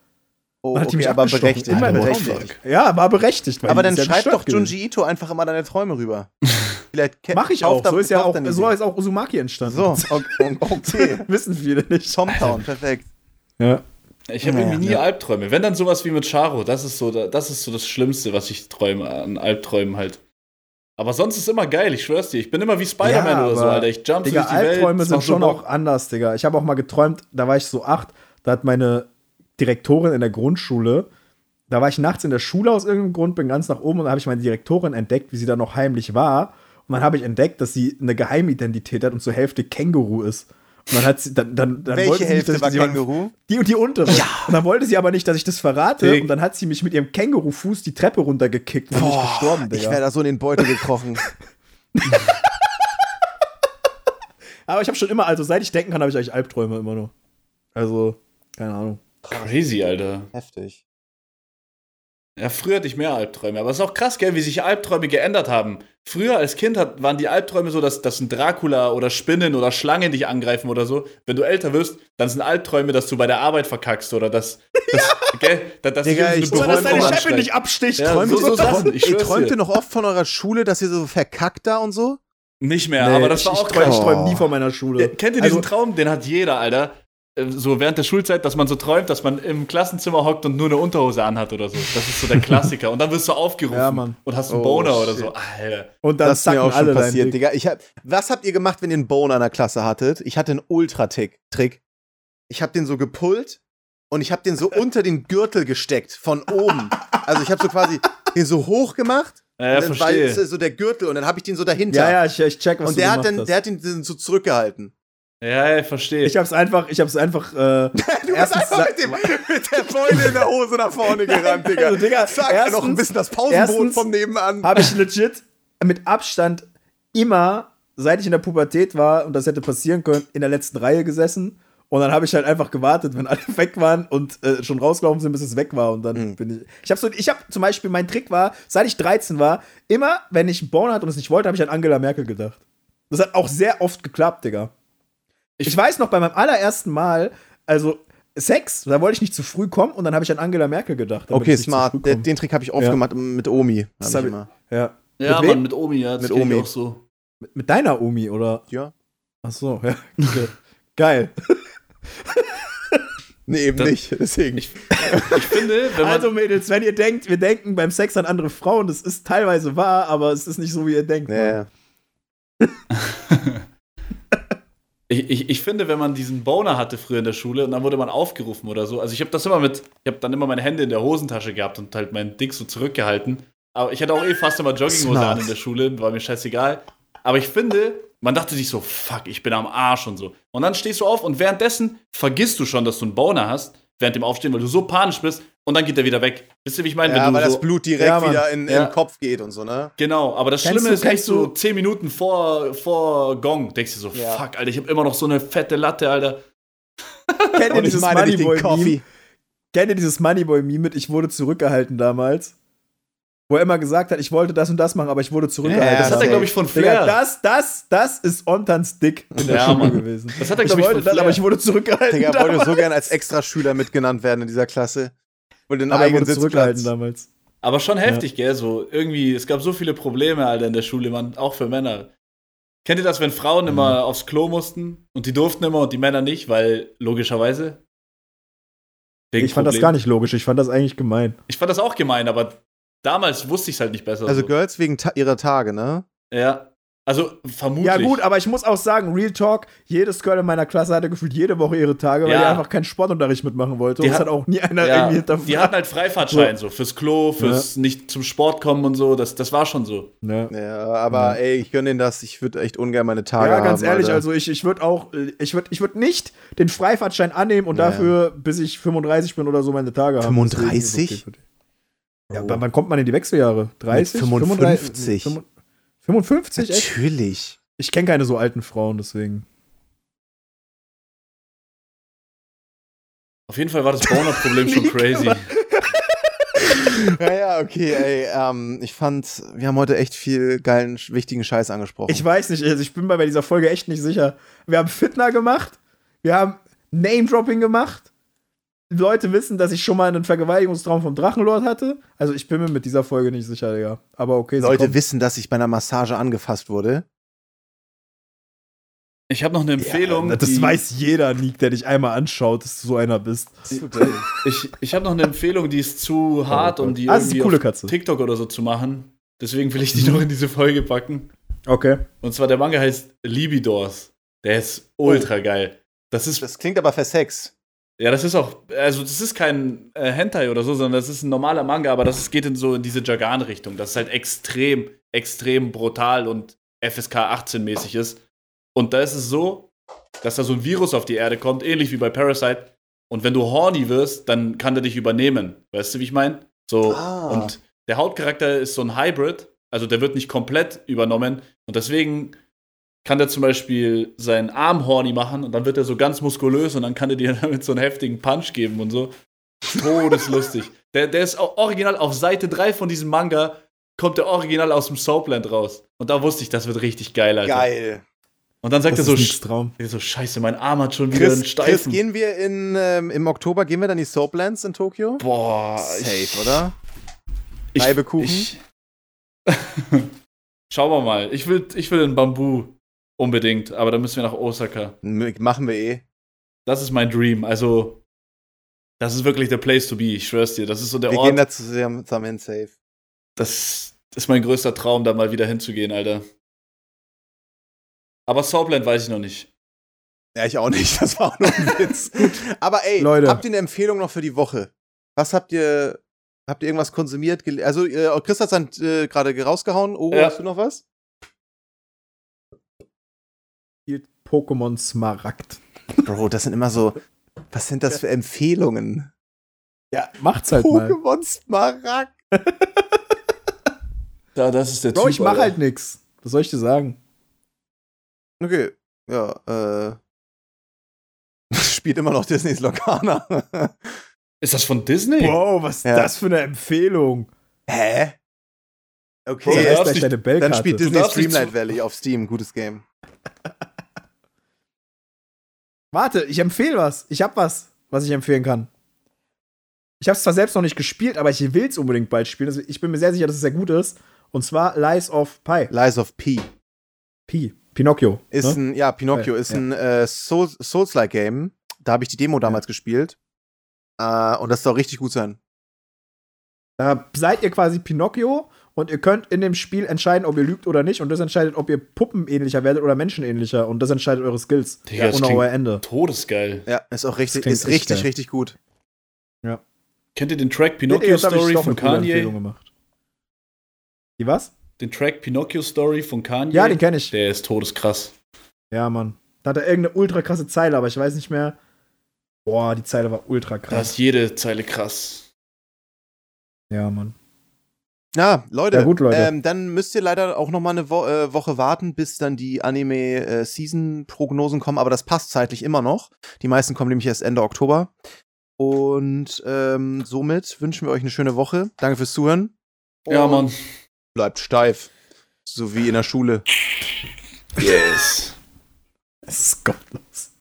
Speaker 3: Oh,
Speaker 2: Dann hat die mich
Speaker 3: aber
Speaker 2: abgestochen.
Speaker 3: berechtigt.
Speaker 2: Immer
Speaker 3: aber
Speaker 2: eine
Speaker 3: berechtigt.
Speaker 2: Ja, war berechtigt. weil
Speaker 3: Aber
Speaker 2: die
Speaker 3: dann
Speaker 2: ist ja
Speaker 3: schreib
Speaker 2: gestört
Speaker 3: doch
Speaker 2: gewesen.
Speaker 3: Junji Ito einfach immer deine Träume rüber. Vielleicht ke-
Speaker 2: Mache ich
Speaker 3: kauft
Speaker 2: auch. So
Speaker 3: er-
Speaker 2: ist ja
Speaker 3: kauft
Speaker 2: auch,
Speaker 3: er nicht
Speaker 2: so
Speaker 3: wieder.
Speaker 2: ist auch Uzumaki entstanden.
Speaker 3: So, okay. okay.
Speaker 2: Wissen viele nicht.
Speaker 3: Tomtown, perfekt.
Speaker 2: Ja.
Speaker 1: Ich habe
Speaker 3: Ja,
Speaker 1: irgendwie nie
Speaker 3: ja.
Speaker 1: Albträume. Wenn dann sowas wie mit Charo, das ist so, das ist so das Schlimmste, was ich träume an Albträumen halt. Aber sonst ist immer geil, ich schwör's dir. Ich bin immer wie Spider-Man
Speaker 2: Ja,
Speaker 1: oder so,
Speaker 2: aber,
Speaker 1: Alter. Ich jump so
Speaker 2: Digga,
Speaker 1: durch die Welt.
Speaker 2: Albträume
Speaker 1: das
Speaker 2: sind
Speaker 1: macht so
Speaker 2: schon
Speaker 1: Bock.
Speaker 2: auch anders, Digga. Ich habe auch mal geträumt, da war ich so acht, da hat meine Direktorin in der Grundschule, da war ich nachts in der Schule aus irgendeinem Grund, bin ganz nach oben und da habe ich meine Direktorin entdeckt, wie sie da noch heimlich war. Und dann habe ich entdeckt, dass sie eine Geheimidentität hat und zur Hälfte Känguru ist. Und dann hat sie, dann, dann, dann wollte
Speaker 3: Welche
Speaker 2: sie nicht, dass
Speaker 3: Hälfte
Speaker 2: ich
Speaker 3: war
Speaker 2: das jemandem-
Speaker 3: Känguru?
Speaker 2: Die und die untere. Und dann wollte sie aber nicht, dass ich das verrate.
Speaker 1: Dick.
Speaker 2: Und dann hat sie mich mit ihrem Kängurufuß die Treppe runtergekickt und dann bin ich gestorben,
Speaker 3: ich
Speaker 2: Digga.
Speaker 3: wäre da so in den Beutel gekrochen.
Speaker 2: aber ich habe schon immer, also seit ich denken kann, habe ich eigentlich Albträume immer nur. Also, keine Ahnung.
Speaker 1: Crazy, Alter.
Speaker 3: Heftig.
Speaker 1: Ja, früher hatte ich mehr Albträume, aber es ist auch krass, gell, wie sich Albträume geändert haben. Früher als Kind hat, waren die Albträume so, dass, dass ein Dracula oder Spinnen oder Schlangen dich angreifen oder so. Wenn du älter wirst, dann sind Albträume, dass du bei der Arbeit verkackst oder dass. dass gell, dass, dass
Speaker 3: Digga,
Speaker 1: dich
Speaker 3: ich-
Speaker 1: irgendeine
Speaker 3: Oder dass deine
Speaker 1: Beräumung
Speaker 4: Chefin
Speaker 1: anschleicht.
Speaker 4: dich absticht.
Speaker 1: Ja,
Speaker 3: Träumt
Speaker 1: so-
Speaker 3: ihr,
Speaker 1: so Sachen,
Speaker 3: träumt,
Speaker 1: ich
Speaker 3: ihr
Speaker 1: schwör's
Speaker 3: träumt
Speaker 1: dir.
Speaker 3: ihr noch oft von eurer Schule, dass ihr so verkackt da und so?
Speaker 1: Nicht mehr,
Speaker 2: Nee,
Speaker 1: aber das
Speaker 2: ich,
Speaker 1: war auch
Speaker 2: ich, träum- ich
Speaker 1: Quatsch.
Speaker 2: träum nie von meiner Schule. Also,
Speaker 1: Ja, Kennt ihr diesen Traum? Den hat jeder, Alter. Äh, So während der Schulzeit, dass man so träumt, dass man im Klassenzimmer hockt und nur eine Unterhose anhat oder so. Das ist so der Klassiker. Und dann wirst du aufgerufen
Speaker 2: Ja, Mann.
Speaker 1: und hast einen
Speaker 3: Oh,
Speaker 1: Boner oder
Speaker 3: shit.
Speaker 1: so. Alter.
Speaker 2: Und dann
Speaker 3: Das ist mir
Speaker 2: sacken alle
Speaker 3: auch schon
Speaker 2: deinen
Speaker 3: passiert,
Speaker 2: Dick.
Speaker 3: Digga. Ich hab, was habt ihr gemacht, wenn ihr einen Bone an der Klasse hattet? Ich hatte einen Ultra-Trick. Trick. Ich hab den so gepullt und ich hab den so unter den Gürtel gesteckt, von oben. Also ich hab so quasi den so hoch gemacht
Speaker 1: Ja,
Speaker 3: und dann war jetzt
Speaker 1: verstehe.
Speaker 3: so der Gürtel und dann hab ich den so dahinter.
Speaker 2: Ja, ja, ich, ich check, was
Speaker 3: und
Speaker 2: du
Speaker 3: der
Speaker 2: gemacht
Speaker 3: hat, dann,
Speaker 2: hast.
Speaker 3: der hat ihn dann so zurückgehalten.
Speaker 1: Ja, ja, verstehe.
Speaker 2: ich hab's einfach, ich hab's einfach, äh,
Speaker 3: Du bist
Speaker 2: Erstens
Speaker 3: einfach
Speaker 2: sa-
Speaker 3: mit, dem, mit der Beule in der Hose nach vorne gerannt, Digga.
Speaker 2: Also, Digga,
Speaker 3: Zack,
Speaker 2: erstens-
Speaker 3: noch ein bisschen das Pausenbrot
Speaker 2: erstens-
Speaker 3: vom Nebenan.
Speaker 2: habe ich legit mit Abstand immer, seit ich in der Pubertät war und das hätte passieren können, in der letzten Reihe gesessen. Und dann habe ich halt einfach gewartet, wenn alle weg waren und äh, schon rausgelaufen sind, bis es weg war. Und
Speaker 3: Mhm.
Speaker 2: dann bin ich. Ich habe so, ich habe zum Beispiel, mein Trick war, seit ich 13 war, immer, wenn ich einen Born hatte und es nicht wollte, habe ich an Angela Merkel gedacht. Das hat auch sehr oft geklappt, Digga. Ich, weiß noch, bei meinem allerersten Mal, also Sex, da wollte ich nicht zu früh kommen und dann habe ich an Angela Merkel gedacht. damit
Speaker 3: Okay,
Speaker 2: ich nicht zu früh
Speaker 3: smart. Den,
Speaker 2: komme.
Speaker 3: den Trick habe ich oft
Speaker 2: Ja.
Speaker 3: gemacht mit Omi. Hab
Speaker 2: Das
Speaker 3: ich
Speaker 2: hab ich-
Speaker 3: immer.
Speaker 2: Ja.
Speaker 1: Ja,
Speaker 2: Mit wem?
Speaker 1: Mann, mit Omi, ja. Das
Speaker 3: Mit
Speaker 1: mit Omi.
Speaker 3: Omi.
Speaker 1: auch so.
Speaker 2: Mit deiner Omi oder
Speaker 3: Ja.
Speaker 2: Ach so, ja. Okay. Geil.
Speaker 3: Nee, eben
Speaker 1: Das-
Speaker 3: nicht. Deswegen.
Speaker 1: Ich finde, wenn man.
Speaker 2: Also Mädels, wenn ihr denkt, wir denken beim Sex an andere Frauen, das ist teilweise wahr, aber es ist nicht so, wie ihr denkt. ne?
Speaker 3: Ja,
Speaker 1: ich, ich, ich finde, wenn man diesen Boner hatte früher in der Schule und dann wurde man aufgerufen oder so. Also ich habe das immer mit, ich habe dann immer meine Hände in der Hosentasche gehabt und halt meinen Dick so zurückgehalten. Aber ich hatte auch eh fast immer Jogginghose
Speaker 3: Smart.
Speaker 1: an in der Schule, war mir scheißegal. Aber ich finde, man dachte sich so, fuck, ich bin am Arsch und so. Und dann stehst du auf und währenddessen vergisst du schon, dass du einen Boner hast, während dem Aufstehen, weil du so panisch bist und dann geht er wieder weg. Wisst ihr, wie ich meine?
Speaker 3: ja
Speaker 1: Wenn du
Speaker 3: weil
Speaker 1: so,
Speaker 3: das Blut direkt
Speaker 2: Ja, Mann.
Speaker 3: wieder in, in
Speaker 1: Ja.
Speaker 3: den Kopf geht und so, ne?
Speaker 1: Genau, aber das
Speaker 2: Kennst
Speaker 1: Schlimme
Speaker 2: du-
Speaker 1: ist echt
Speaker 2: kennst
Speaker 1: so
Speaker 2: du-
Speaker 1: 10 Minuten vor, vor Gong, denkst du so,
Speaker 3: Ja.
Speaker 1: fuck, Alter, ich habe immer noch so eine fette Latte, Alter.
Speaker 2: Kennt ihr dieses Moneyboy-Meme?
Speaker 3: Coffee.
Speaker 2: Kennt ihr dieses Moneyboy-Meme mit Ich wurde zurückgehalten damals? Wo er immer gesagt hat, ich wollte das und das machen, aber ich wurde zurückgehalten.
Speaker 3: Ja,
Speaker 1: äh, Das hat er,
Speaker 3: safe.
Speaker 1: glaube ich, von
Speaker 2: Digga,
Speaker 1: Flair.
Speaker 2: das, das, das ist Ontans Dick in der
Speaker 1: Ja,
Speaker 2: Schule
Speaker 1: Mann.
Speaker 2: gewesen.
Speaker 1: Das hat er,
Speaker 2: ich
Speaker 1: glaub ich,
Speaker 2: wollte
Speaker 1: von
Speaker 2: das,
Speaker 1: Flair.
Speaker 2: aber ich wurde zurückgehalten.
Speaker 3: Digga,
Speaker 2: damals.
Speaker 3: wollte so gern als Extraschüler mitgenannt werden in dieser Klasse. Und den
Speaker 2: aber ich
Speaker 3: eigenen
Speaker 2: wurde zurückgehalten
Speaker 3: Sitzplatz.
Speaker 2: damals.
Speaker 1: aber schon heftig, gell, so irgendwie, es gab so viele Probleme, Alter, in der Schule, Mann, auch für Männer. Kennt ihr das, wenn Frauen immer aufs Klo mussten und die durften immer und die Männer nicht, weil logischerweise? Wegen
Speaker 2: Ich fand das
Speaker 1: Problem.
Speaker 2: gar nicht logisch, ich fand das eigentlich gemein.
Speaker 1: Ich fand das auch gemein, aber damals wusste ich es halt nicht besser.
Speaker 3: Also
Speaker 1: so.
Speaker 3: Girls wegen ta ihrer Tage, ne?
Speaker 1: ja. Also vermutlich.
Speaker 2: Ja, gut, aber ich muss auch sagen, Real Talk, jedes Girl in meiner Klasse hatte gefühlt jede Woche ihre Tage, weil
Speaker 1: Ja.
Speaker 2: die einfach keinen Sportunterricht mitmachen wollte.
Speaker 1: Die
Speaker 2: und es
Speaker 1: hat-
Speaker 2: hat auch nie einer
Speaker 1: Ja,
Speaker 2: irgendwie hinterfragt.
Speaker 1: die hatten halt Freifahrtschein, so fürs Klo, fürs nicht zum Sport kommen und so. Das, das war schon so.
Speaker 2: ja.
Speaker 3: Ja, aber ey, ich gönn denen das. Ich würde echt ungern meine Tage
Speaker 2: ja, ganz
Speaker 3: haben,
Speaker 2: ehrlich,
Speaker 3: Alter.
Speaker 2: also ich, ich würde auch, äh, ich würde ich würd nicht den Freifahrtschein annehmen und
Speaker 3: Ja.
Speaker 2: dafür, bis ich 35 bin oder so, meine Tage haben.
Speaker 3: 35?
Speaker 2: Deswegen ist eh okay für die.
Speaker 3: Oh.
Speaker 2: Ja, wann- wann kommt man in die Wechseljahre? 30?
Speaker 3: 55.
Speaker 2: 35? 55? Echt?
Speaker 3: Natürlich.
Speaker 2: Ich kenne keine so alten Frauen, deswegen.
Speaker 1: Auf jeden Fall war das Boner-Problem schon crazy.
Speaker 3: Ja, ja, okay, ey. Ähm, ich fand, wir haben heute echt viel geilen, sch- wichtigen Scheiß angesprochen.
Speaker 2: Ich weiß nicht, also ich bin mir bei dieser Folge echt nicht sicher. Wir haben Fitner gemacht, wir haben Name-Dropping gemacht. Leute wissen, dass ich schon mal einen Vergewaltigungstraum vom Drachenlord hatte. Also ich bin mir mit dieser Folge nicht sicher, Digga. Aber okay, sie
Speaker 3: Leute
Speaker 2: kommt.
Speaker 3: wissen, dass ich bei einer Massage angefasst wurde.
Speaker 1: Ich habe noch eine Empfehlung.
Speaker 2: Das
Speaker 1: die-
Speaker 2: weiß jeder, Nick, der dich einmal anschaut, dass du so einer bist.
Speaker 1: Ich, ich habe noch eine Empfehlung, die ist zu hart, um die
Speaker 2: Ah, das ist eine
Speaker 1: irgendwie
Speaker 2: coole
Speaker 1: auf
Speaker 2: Katze.
Speaker 1: TikTok oder so zu machen. Deswegen will ich die noch in diese Folge packen.
Speaker 2: Okay.
Speaker 1: Und zwar der Manga heißt Libidors. Der ist ultra geil. Das ist
Speaker 3: Das klingt aber für Sex.
Speaker 1: Ja, das ist auch, also das ist kein äh, Hentai oder so, sondern das ist ein normaler Manga, aber das ist, geht in so in diese Jagan-Richtung, dass es halt extrem, extrem brutal und FSK 18-mäßig ist. Und da ist es so, dass da so ein Virus auf die Erde kommt, ähnlich wie bei Parasite. Und wenn du horny wirst, dann kann der dich übernehmen. Weißt du, wie ich meine? So,
Speaker 3: Ah.
Speaker 1: und der Hauptcharakter ist so ein Hybrid, also der wird nicht komplett übernommen. Und deswegen kann der zum Beispiel seinen Arm horny machen und dann wird er so ganz muskulös und dann kann er dir damit so einen heftigen Punch geben und so. Todeslustig. der, der ist auch original auf Seite 3 von diesem Manga, kommt der original aus dem Soapland raus. Und da wusste ich, das wird richtig geil, Alter.
Speaker 3: Geil.
Speaker 1: Und dann sagt
Speaker 2: Das
Speaker 1: er so,
Speaker 2: ist
Speaker 1: sch
Speaker 2: ein Traum.
Speaker 1: so, scheiße, mein Arm hat schon wieder einen
Speaker 3: Chris, Chris,
Speaker 1: Steifen.
Speaker 3: gehen wir in, ähm, im Oktober, gehen wir dann die Soaplands in Tokio?
Speaker 1: Boah, ich,
Speaker 3: Safe, oder? Reibekuchen?
Speaker 1: Ich, schauen wir mal. Ich will, ich will in Bambu unbedingt, aber da müssen wir nach Osaka.
Speaker 3: M- Machen wir eh.
Speaker 1: Das ist mein Dream. Also, das ist wirklich der Place to be, ich schwör's dir. Das ist so der
Speaker 3: wir gehen
Speaker 1: Ort.
Speaker 3: da zusammen, zusammen hin, safe.
Speaker 1: Das ist mein größter Traum, da mal wieder hinzugehen, Alter. Aber Southland weiß ich noch nicht.
Speaker 3: Ja, ich auch nicht. Das war auch nur ein Witz. Aber ey,
Speaker 2: Leute.
Speaker 3: habt ihr eine Empfehlung noch für die Woche? Was habt ihr, habt ihr irgendwas konsumiert? gel- Also, äh, Chris hat dann äh, gerade rausgehauen. Oro,
Speaker 1: Ja.
Speaker 3: hast du noch was?
Speaker 2: Spielt Pokémon Smaragd.
Speaker 3: Bro, das sind immer so, was sind das für Empfehlungen?
Speaker 2: Ja, macht's halt mal.
Speaker 3: Pokémon Smaragd.
Speaker 1: Da, das ist der
Speaker 2: Bro, ich mach halt nix. Was soll ich dir sagen?
Speaker 3: Okay, ja, äh. Spielt immer noch Disneys Locana.
Speaker 1: Ist das von Disney?
Speaker 2: Bro, was ist
Speaker 3: Ja.
Speaker 2: das für eine Empfehlung?
Speaker 3: Hä?
Speaker 1: Ja,
Speaker 2: Bro, da
Speaker 3: Okay,
Speaker 1: das
Speaker 2: ist
Speaker 1: darfst
Speaker 2: gleich
Speaker 1: dich-
Speaker 2: deine Bellkarte.
Speaker 3: dann spielt
Speaker 1: Du
Speaker 3: Disney
Speaker 1: darfst nicht
Speaker 3: Streamlight
Speaker 1: zu-
Speaker 3: Valley auf Steam. Gutes Game.
Speaker 2: Warte, ich empfehle was. Ich hab was, was ich empfehlen kann. Ich hab's zwar selbst noch nicht gespielt, aber ich will's unbedingt bald spielen. Also ich bin mir sehr sicher, dass es sehr gut ist. Und zwar Lies of Pi.
Speaker 3: Lies of P.
Speaker 2: Pi. Pinocchio.
Speaker 3: Ist
Speaker 2: ne?
Speaker 3: ein, ja, Pinocchio
Speaker 2: Ja,
Speaker 3: ist
Speaker 2: ja.
Speaker 3: ein äh, Soul- Souls-like-Game. Da habe ich die Demo damals gespielt. Äh, und das soll richtig gut sein.
Speaker 2: Da seid ihr quasi Pinocchio und ihr könnt in dem Spiel entscheiden, ob ihr lügt oder nicht. Und das entscheidet, ob ihr puppenähnlicher werdet oder menschenähnlicher. Und das entscheidet eure Skills.
Speaker 1: Digga, das
Speaker 2: und auch
Speaker 1: klingt-
Speaker 2: euer Ende.
Speaker 1: Todesgeil.
Speaker 3: Ja, ist auch richtig,
Speaker 2: klingt
Speaker 3: ist
Speaker 2: echt
Speaker 3: richtig,
Speaker 2: geil.
Speaker 3: richtig gut.
Speaker 1: Kennt ihr den Track
Speaker 2: Nee,
Speaker 1: Pinocchio
Speaker 2: jetzt hab ich
Speaker 1: Story
Speaker 2: doch
Speaker 1: von
Speaker 2: eine coole
Speaker 1: Kanye?
Speaker 2: Empfehlung gemacht. Die was?
Speaker 1: Den Track Pinocchio Story von Kanye?
Speaker 2: Ja, den kenne ich.
Speaker 1: Der ist todeskrass.
Speaker 2: Ja, Mann. Da hat er irgendeine ultra krasse Zeile, aber ich weiß nicht mehr. Boah, die Zeile war ultra
Speaker 1: Da
Speaker 2: krass.
Speaker 1: ist jede Zeile krass.
Speaker 2: Ja, Mann.
Speaker 3: Ja, Leute,
Speaker 2: Ja, gut, Leute.
Speaker 3: Ähm, dann müsst ihr leider auch noch mal eine Wo äh, Woche warten, bis dann die Anime-Season-Prognosen kommen, aber das passt zeitlich immer noch. Die meisten kommen nämlich erst Ende Oktober. Und ähm, somit wünschen wir euch eine schöne Woche. Danke fürs Zuhören.
Speaker 1: Ja,
Speaker 3: Und
Speaker 1: Mann.
Speaker 3: Bleibt steif. So wie in der Schule.
Speaker 1: Yes.
Speaker 2: Scott.